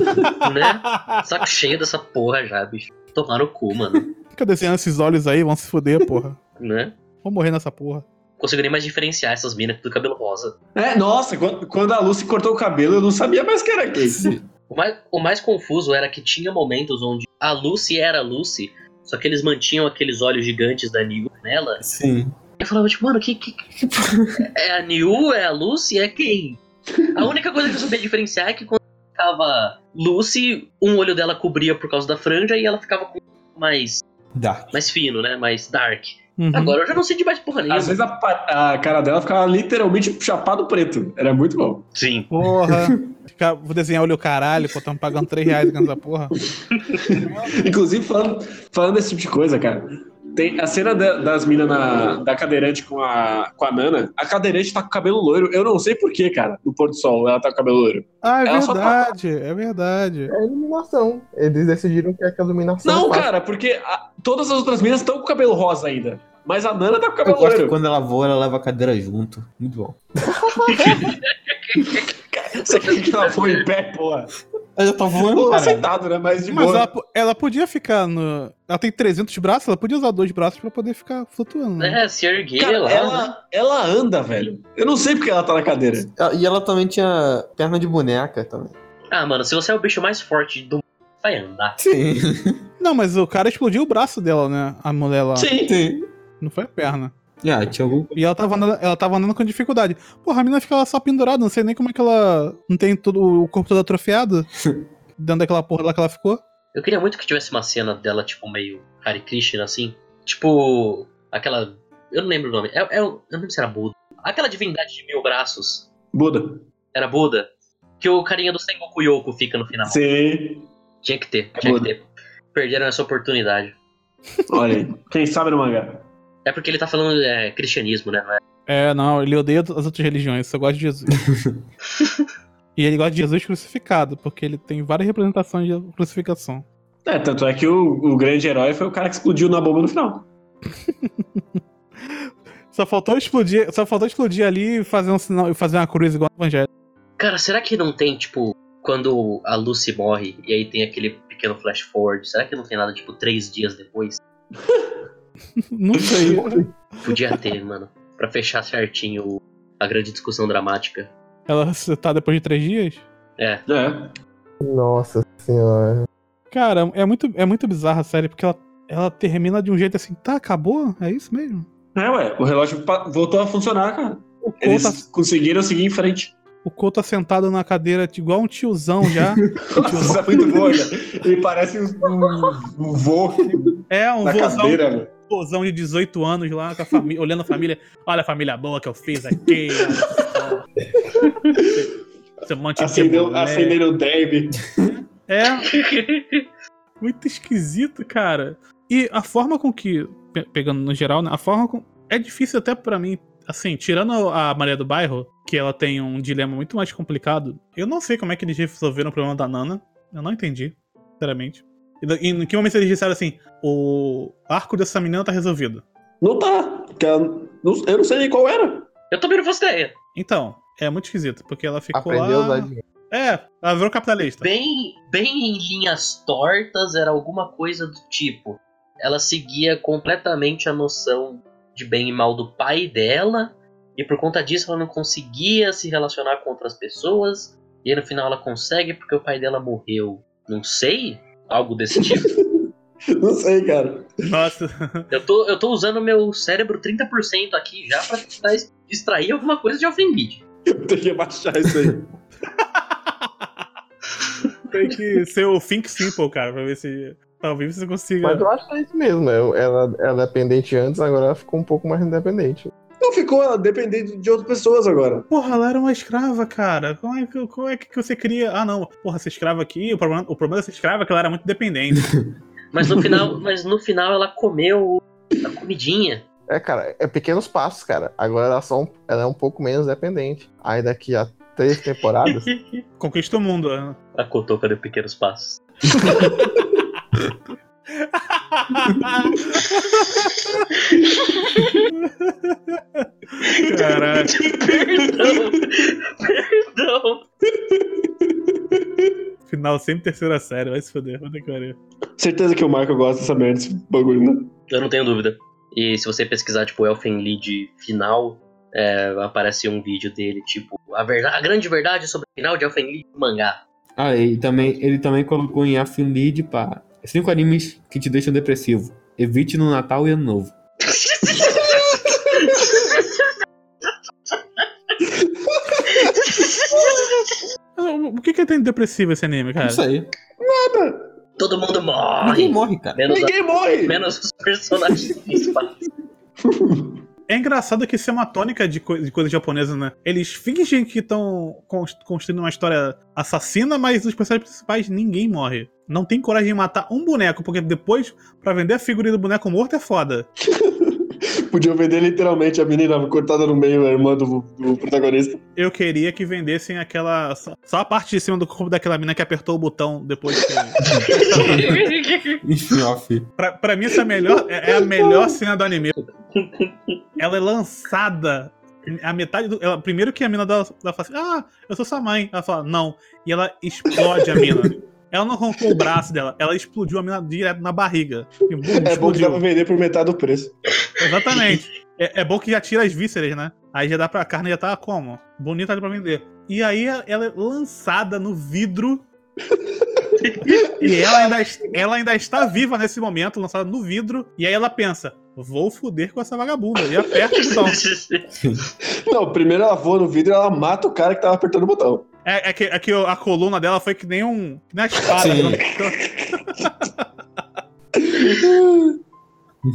A: [LAUGHS]
B: Né? Saco cheio dessa porra já, bicho. Tomar no cu, mano.
A: Fica desenhando esses olhos aí, vão se fuder, porra.
B: Né?
A: Vou morrer nessa porra.
B: Não Consigo nem mais diferenciar essas minas do cabelo rosa.
D: É, nossa, quando, quando a Lucy cortou o cabelo, eu não sabia mais que era quem.
B: O mais, o mais confuso era que tinha momentos onde a Lucy era a Lucy, só que eles mantinham aqueles olhos gigantes da Niu nela.
E: Sim.
B: Eu falava, tipo, mano, que, que, que- É a Niu? É a Lucy? É quem? A única coisa que eu sabia diferenciar é que quando ficava Lucy, um olho dela cobria por causa da franja e ela ficava com mais,
E: Dá.
B: mais fino, né? Mais dark.
A: Uhum.
B: Agora eu já não sei de mais porra nenhuma.
D: Às vezes a, pa- a cara dela ficava literalmente chapado preto. Era muito bom.
B: Sim.
D: [LAUGHS]
A: Porra. Ficar- vou desenhar olho caralho, pô, tamo pagando 3 reais com essa porra.
D: Inclusive, falando, falando desse tipo de coisa, cara, tem a cena da- das minas na- da cadeirante com a, com a Nana. A cadeirante tá com cabelo loiro. Eu não sei porquê, cara, no pôr do sol ela tá com cabelo loiro.
A: Ah, é
D: Ela só tá-
A: verdade, é verdade.
C: É iluminação. Eles decidiram que aquela iluminação. é
D: Não,
C: faz-
D: cara, porque a- todas as outras minas estão com cabelo rosa ainda. Mas a Nana tá com
E: Eu
D: cabelo
E: gosto que
D: loiro.
E: quando ela voa, ela leva a cadeira junto. Muito bom.
D: [LAUGHS] Você quer que ela foi em pé, porra?
E: Ela já tá voando,
D: Ou
E: cara.
D: sentado, né? Mas de
A: Mas
D: boa.
A: ela, po- ela podia ficar no. Ela tem 300 braços, ela podia usar dois braços pra poder ficar flutuando. Né?
B: É, se erguer
D: Cara,
B: lá. né?
D: ela, ela anda, velho. Eu não sei porque ela tá na cadeira.
E: E ela também tinha perna de boneca também.
B: Ah, mano, se você é o bicho mais forte do mundo, vai andar.
E: Sim.
A: Não, mas o cara explodiu o braço dela, né? A mulher lá.
D: Sim.
E: Sim.
A: Não foi a perna.
E: Ah, tinha algum.
A: E ela tava, andando, ela tava andando com dificuldade. Porra, a mina fica lá só pendurada, não sei nem como é que ela não tem todo o corpo todo atrofiado. dentro daquela porra lá que ela ficou.
B: Eu queria muito que tivesse uma cena dela, tipo, meio Hare Krishna, assim. Tipo, aquela. Eu não lembro o nome. É, é- eu não lembro se era Buda. Aquela divindade de mil braços.
D: Buda.
B: Era Buda. Que o carinha do Sengoku Yoko fica no final.
D: Sim.
B: Tinha que ter,
D: É
B: tinha que
D: Buda.
B: ter. Perderam essa oportunidade.
D: Olha aí. Quem sabe no mangá.
B: É porque ele tá falando é, cristianismo, né? Não é?
A: É, não, ele odeia as outras religiões, só gosta de Jesus. e ele gosta de Jesus crucificado, porque ele tem várias representações de crucificação.
D: É, tanto é que o, o grande herói foi o cara que explodiu na bomba no final.
A: Só faltou explodir, só faltou explodir ali e fazer um sinal e fazer uma cruz igual no Evangelho.
B: Cara, será que não tem, tipo, quando a Lucy morre e aí tem aquele pequeno flash forward? Será que não tem nada, tipo, três dias depois?
A: Não sei.
B: Podia ter, [LAUGHS] mano. Pra fechar certinho o- a grande discussão dramática.
A: Ela ressuscitar depois de três dias?
B: É,
D: É.
C: Nossa senhora.
A: Cara, é muito, é muito bizarra a série, porque ela, ela termina de um jeito assim, tá, acabou? É isso mesmo?
D: É, ué. O relógio pa- voltou a funcionar, cara.
A: O Cole,
D: Eles
A: tá,
D: conseguiram seguir em frente.
A: o Cole tá sentado na cadeira de- igual um tiozão
D: [LAUGHS]
A: já.
D: Nossa, é muito boa, cara.
E: né?
D: Ele parece um, um, um vô
A: é, um
D: na
A: vozão,
D: cadeira, velho.
E: né?
A: vozão de 18 anos lá, com a família, olhando a família. Olha a família boa que eu fiz aqui. olha
D: [LAUGHS]
A: só. Esse monte de
D: [LAUGHS] Acendeu,
A: moleque.
D: acenderam o Deb.
A: É. [LAUGHS] Muito esquisito, cara. E a forma com que. pe- Pegando no geral, né? A forma com. É difícil até pra mim. Assim, tirando a Maria do Bairro, que ela tem um dilema muito mais complicado. Eu não sei como é que eles resolveram o problema da Nana. Eu não entendi, sinceramente. E da- E em que momento eles disseram assim: o arco dessa menina tá resolvido.
D: Não tá. porque ela- não- Eu não sei nem qual era. [LAUGHS]
B: eu também não faço ideia.
A: Então, é muito esquisito, porque ela ficou
C: Aprendeu a
A: lá.
C: usar dinheiro.
A: É, ela virou capitalista.
B: Bem, bem em linhas tortas, era alguma coisa do tipo. Ela seguia completamente a noção de bem e mal do pai dela, e por conta disso ela não conseguia se relacionar com outras pessoas, e aí no final ela consegue porque o pai dela morreu. Não sei, algo desse tipo.
D: Não sei, cara.
A: Nossa, [LAUGHS]
B: eu, tô, eu tô usando meu cérebro 30% aqui já pra tentar es- extrair alguma coisa de Alfenbid.
D: Eu tenho que baixar isso aí. [LAUGHS]
A: tem que ser o Think Simple, cara, pra ver se. Talvez você consiga.
C: Mas eu acho que é isso mesmo. eu- Ela, ela é dependente antes, agora ela ficou um pouco mais independente.
D: Não Então ficou dependente de outras pessoas agora.
A: Porra, ela era uma escrava, cara. Como é que, como é que você cria. Ah, não. Porra, essa escrava aqui. O problema, o problema dessa escrava é que ela era muito dependente.
B: Mas no final, mas no final ela comeu a comidinha.
C: É, cara, é pequenos passos, cara. Agora ela, só um- ela é um pouco menos dependente. Aí daqui a três temporadas.
A: Conquista o mundo. né?
B: A cotoca deu pequenos passos.
A: Caraca.
B: Perdão. [LAUGHS] Perdão.
A: Final sempre terceira série. Vai se foder. Puta que pariu.
D: Certeza que o Michael gosta dessa merda, desse bagulho, né?
B: Eu não tenho dúvida. E se você pesquisar, tipo, Elfen Lead final, é, aparece um vídeo dele, tipo, a, verda- a grande verdade sobre o final de Elfen Lead mangá.
E: Ah, e também, ele também colocou em Afin Lead pá. Cinco animes que te deixam depressivo. Evite no Natal e Ano Novo.
A: Ah, O o que, que tem de depressivo esse anime, cara?
E: Isso aí.
B: Todo mundo morre.
E: Ninguém morre, cara.
B: Menos, a-
D: Ninguém morre!
B: menos os personagens principais.
A: É engraçado que isso é uma tônica de, co de coisa japonesa, né? Eles fingem que estão construindo uma história assassina, mas os personagens principais ninguém morre. Não tem coragem de matar um boneco, porque depois, pra vender a figurinha do boneco morto é foda.
D: Podiam vender literalmente a menina cortada no meio, a irmã do, do protagonista.
A: Eu queria que vendessem aquela. Só, só a parte de cima do corpo daquela mina que apertou o botão depois que.
E: Enfim, off.
A: pra, pra mim, essa é a melhor, é, é a melhor cena do anime. Ela é lançada. A metade do. ela- primeiro que a mina dela, ela fala assim: Ah, eu sou sua mãe. Ela fala, não. E ela explode a mina. Ela não arrancou o braço dela, ela explodiu a mina direto na barriga. E, bum,
D: É bom que dá pra
A: explodiu.
D: vender por metade do preço.
A: Exatamente. É, é bom que já tira as vísceras, né? Aí já dá pra. A carne já tá como? Bonita ali pra vender. E aí ela é lançada no vidro. e ela ainda, ela ainda está viva nesse momento, lançada no vidro. E aí ela pensa: vou foder com essa vagabunda. E aperta então. o botão.
D: Não, primeiro ela voa no vidro e ela mata o cara que tava apertando o botão.
A: É, é que, é que a coluna dela foi que nem um. Que nem a espada.
E: Sim.
A: né?
D: Bom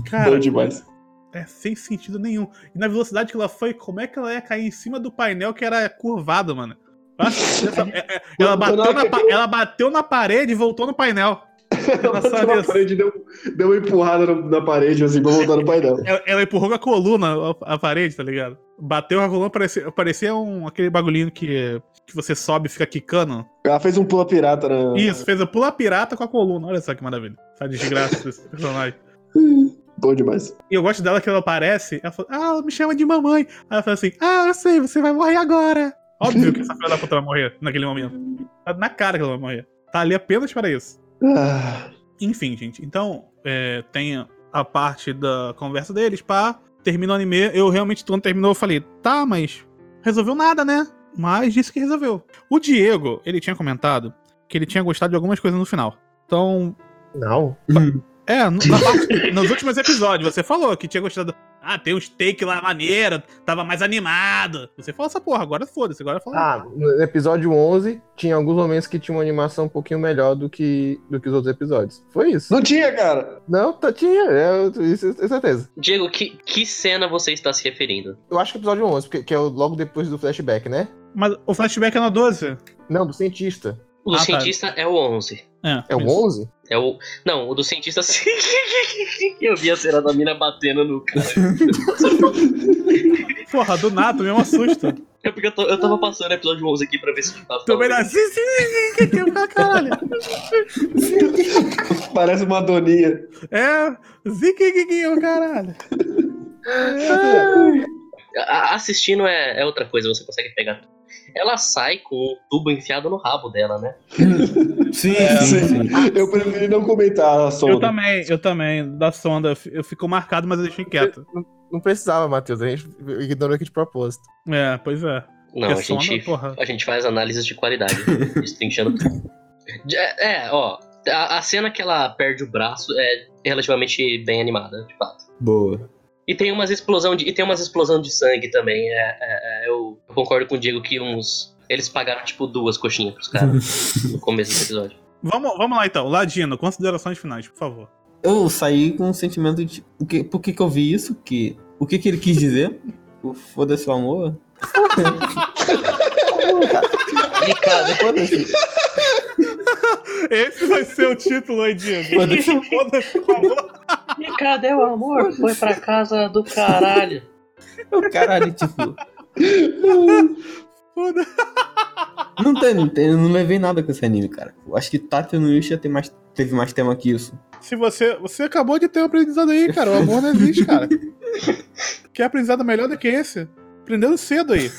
A: Cara, [LAUGHS]
D: demais.
A: é sem sentido nenhum. E na velocidade que ela foi, como é que ela ia cair em cima do painel que era curvado, mano? Nossa, essa- é- é- ela, bateu na, pa- ela bateu na parede e voltou no painel. Eu não
D: Ela bateu
A: sabia
D: na parede, e deu, deu uma empurrada no- na parede, assim, pra voltar no painel.
A: Ela, ela empurrou com a coluna a, a parede, tá ligado? Bateu a coluna, parecia, parecia um, aquele bagulhinho que, que você sobe e fica quicando.
D: Ela fez um pula pirata na.
A: Isso, fez a pula pirata com a coluna. Olha só que maravilha. Tá desgraça desse personagem.
D: Bom demais.
A: E eu gosto dela que ela aparece, ela fala, ah, ela me chama de mamãe. Aí ela fala assim, ah, eu sei, você vai morrer agora. Óbvio que essa filha da puta vai morrer naquele momento. Tá na cara que ela vai morrer. Tá ali apenas para isso.
D: Ah,
A: Enfim, gente, então é, tem a parte da conversa deles, pá. Termina o anime, eu realmente, quando terminou, eu falei, tá, mas resolveu nada, né? Mas disse que resolveu. O Diego, ele tinha comentado que ele tinha gostado de algumas coisas no final. Então,
H: Não.
A: é, no- na parte- nos últimos episódios, você falou que tinha gostado. Ah, tem um steak lá maneiro, tava mais animado. Você fala essa porra, agora foda-se, agora fala.
H: Ah, no episódio 11 tinha alguns momentos que tinha uma animação um pouquinho melhor do que, do que os outros episódios. Foi isso.
D: não tinha, cara!
H: Não, tá- tinha, é, isso eu tenho certeza.
B: Diego, que, que cena você está se referindo?
H: Eu acho que o episódio 11, porque- que é o logo depois do flashback, né?
A: Mas o flashback é na 12?
H: Não, do cientista.
B: O do
A: Ah, tá.
B: cientista é o 11.
H: É o
A: isso.
H: 11?
B: É o... Não, o do cientista... sim. [LAUGHS] Eu vi a cena da mina batendo no cara.
A: Porra, do nada, me um assusta.
B: É porque eu, tô- eu tava passando o episódio 11 aqui pra ver se eu tava
A: Tô bem
B: falando.
A: assim, sim, sim, sim, que eu falo, Ah, caralho.
D: Parece uma doninha.
A: É, ziquiguinho, caralho.
B: A- Assistindo é, é outra coisa, você consegue pegar tudo. Ela sai com o tubo enfiado no rabo dela, né?
E: Sim,
D: sim.
E: sim, sim.
D: Eu preferi não comentar a
A: Eu
D: sonda.
A: também, eu também, da sonda, eu fi- eu ficou marcado, mas eu deixei quieto.
H: Não precisava, Matheus. A gente ignorou aqui de propósito.
A: É, pois é.
B: Não,
A: Porque
B: a gente,
A: porra.
B: a gente faz análises de qualidade. destrinchando tudo. É, é, ó. A, a cena que ela perde o braço é relativamente bem animada, de fato.
E: Boa.
B: E tem umas explosão de, e tem umas explosão de sangue também. É, é, é, eu, eu concordo com o Diego que uns. Eles pagaram tipo duas coxinhas pros caras no começo do episódio.
A: Vamos, vamos lá então, Ladino, considerações finais, por favor.
E: Eu saí com um sentimento de. O que, por que, que eu vi isso? Que, o que, que ele quis dizer? O foda-se o amor?
B: Ricardo,
E: Foda-se.
A: Esse vai ser o título aí, Diego. [LAUGHS] Foda-se, por favor.
B: Ricardo é o amor, foi pra casa do caralho.
E: O Caralho, tipo.
A: Foda-se.
E: Não tem, não tem- eu não levei nada com esse anime, cara. Eu acho que Tati no Yusha tem mais, teve mais tema que isso.
A: Se você. Você acabou de ter um aprendizado aí, cara. O amor não existe, cara. Quer aprendizado melhor do que esse? Aprendendo cedo aí.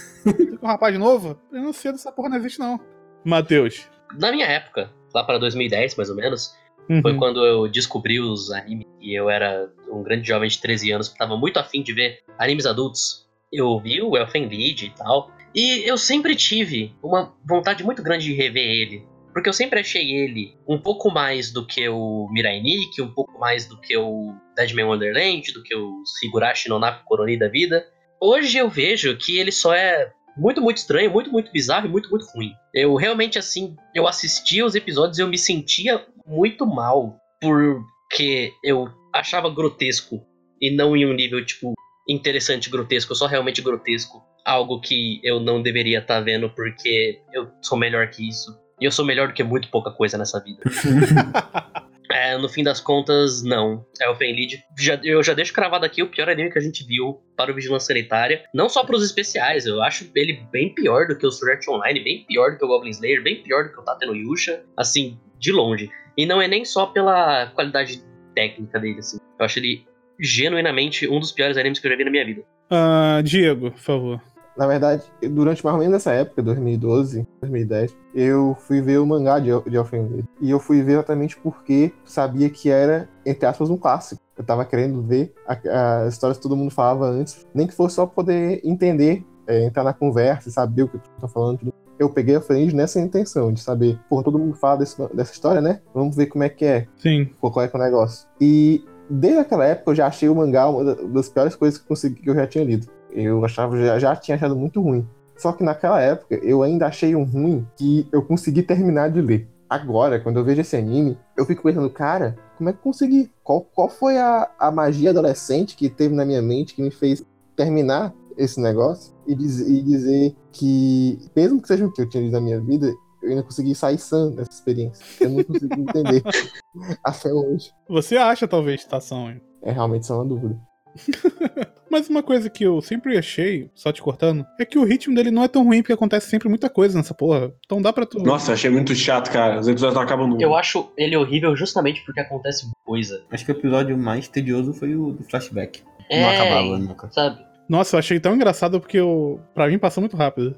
A: Com um rapaz novo? Aprendendo cedo, essa porra não existe, não. Matheus.
B: Na minha época, lá pra 2010 mais ou menos, foi
A: Uhum.
B: quando eu descobri os animes e eu era um grande jovem de 13 anos que tava muito afim de ver animes adultos. Eu vi o Elfen Lied e tal. E eu sempre tive uma vontade muito grande de rever ele. Porque eu sempre achei ele um pouco mais do que o Mirai Nikki, um pouco mais do que o Deadman Wonderland, do que o Higurashi Nonaku Koroni da vida. Hoje eu vejo que ele só é muito, muito estranho, muito, muito bizarro e muito, muito ruim. Eu realmente, assim, eu assistia os episódios e eu me sentia muito mal porque eu achava grotesco e não em um nível, tipo, interessante grotesco, só realmente grotesco. Algo que eu não deveria estar vendo porque eu sou melhor que isso. E eu sou melhor do que muito pouca coisa nessa vida. É, no fim das contas, não. É o Fenlid. Já, eu já deixo cravado aqui o pior anime que a gente viu para o Vigilância Sanitária. Não só para os especiais, eu acho ele bem pior do que o Sword Art Online, bem pior do que o Goblin Slayer, bem pior do que o Tate no Yusha. Assim, de longe. E não é nem só pela qualidade técnica dele, assim. Eu acho ele genuinamente um dos piores animes que eu já vi na minha vida.
A: Ah, Diego, por favor.
H: Na verdade, durante mais ou menos essa época, 2012, 2010, eu fui ver o mangá de, de Elfen Lied. E eu fui ver exatamente porque sabia que era, entre aspas, um clássico. Eu tava querendo ver a- as histórias que todo mundo falava antes, nem que fosse só poder entender, é, entrar na conversa, e saber o que tá falando. tudo. Eu peguei a frente nessa intenção de saber, pô, todo mundo fala desse- dessa história, né? Vamos ver como é que é
A: Sim.
H: qual qual é que é o negócio. E
C: desde aquela época eu já achei o mangá uma da- das piores coisas que eu, consegui, que eu já tinha lido. Eu achava, já, já tinha achado muito ruim. Só que naquela época eu ainda achei um ruim que eu consegui terminar de ler. Agora, quando eu vejo esse anime, eu fico pensando, cara, como é que eu consegui? Qual, qual foi a, a magia adolescente que teve na minha mente que me fez terminar esse negócio e, diz- e dizer que, mesmo que seja o que eu tinha lido na minha vida, eu ainda consegui sair sã dessa experiência. Eu não consegui entender [LAUGHS] até hoje.
A: Você acha, talvez, estação, hein?
C: É realmente só uma dúvida.
A: Mas uma coisa que eu sempre achei, só te cortando, é que o ritmo dele não é tão ruim, porque acontece sempre muita coisa nessa porra. Então dá pra tu.
D: Nossa, eu achei muito chato, cara. Os episódios não acabam nunca.
B: Eu acho ele horrível justamente porque acontece coisa.
E: Acho que o episódio mais tedioso foi o do flashback.
B: É,
E: Não acabava né? nunca.
B: sabe?
A: Nossa, eu achei tão engraçado porque eu. Pra mim passou muito rápido.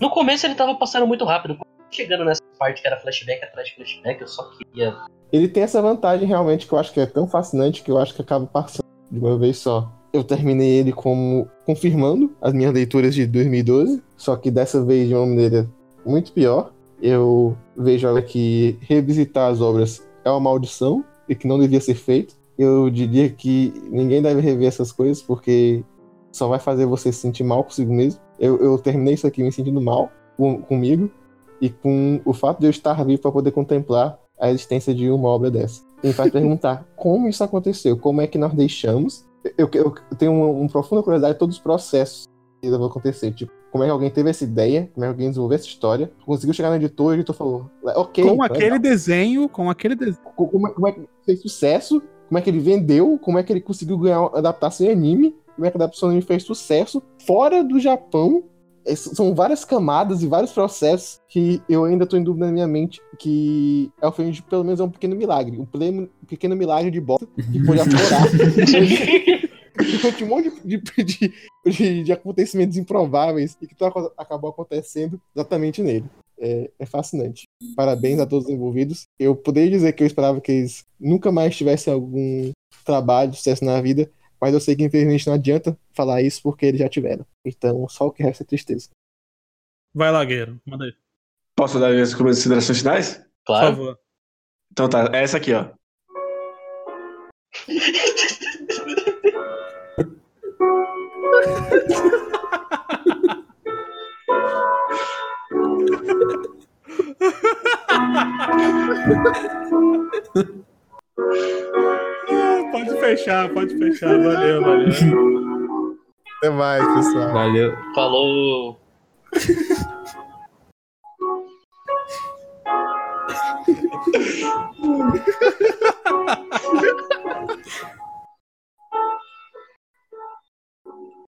B: No começo ele tava passando muito rápido. Chegando nessa parte que era flashback atrás de flashback, eu só queria.
C: Ele tem essa vantagem realmente que eu acho que é tão fascinante que eu acho que acaba passando de uma vez só. Eu terminei ele como confirmando as minhas leituras de 2012, só que dessa vez de uma maneira muito pior. Eu vejo ela que revisitar as obras é uma maldição e que não devia ser feito. Eu diria que ninguém deve rever essas coisas porque só vai fazer você se sentir mal consigo mesmo. Eu, eu terminei isso aqui me sentindo mal com- comigo e com o fato de eu estar vivo para poder contemplar a existência de uma obra dessa. Me faz perguntar [LAUGHS] como isso aconteceu, como é que nós deixamos. Eu, eu- eu tenho uma, uma profunda curiosidade de todos os processos que vão acontecer. Tipo, como é que alguém teve essa ideia, como é que alguém desenvolveu essa história, conseguiu chegar no editor e o editor falou: ok,
A: com
C: legal.
A: aquele desenho, com aquele desenho.
C: Co- como, é- como é que fez sucesso, como é que ele vendeu, como é que ele conseguiu ganhar adaptação em anime, como é que a adaptação em anime fez sucesso fora do Japão. É, s- São várias camadas e vários processos que eu ainda tô em dúvida na minha mente que Elfend pelo menos é um pequeno milagre, um pleno- um pequeno milagre de bosta que pode aflorar durante um monte de, de- de- de- de acontecimentos improváveis e que tu aco- acabou acontecendo exatamente nele. É, é fascinante. Parabéns a todos os envolvidos. Eu poderia dizer que eu esperava que eles nunca mais tivessem algum trabalho, sucesso na vida, mas eu sei que infelizmente não adianta falar isso porque eles já tiveram. Então, só o que resta é tristeza.
A: Vai lá, guerreiro. Manda aí.
D: Posso dar minhas considerações finais?
A: Por
B: Claro.
A: favor.
D: Então tá, é essa aqui, ó.
A: Ah, Pode fechar, pode fechar. Valeu, valeu.
C: Até mais, pessoal.
E: Valeu.
B: Falou.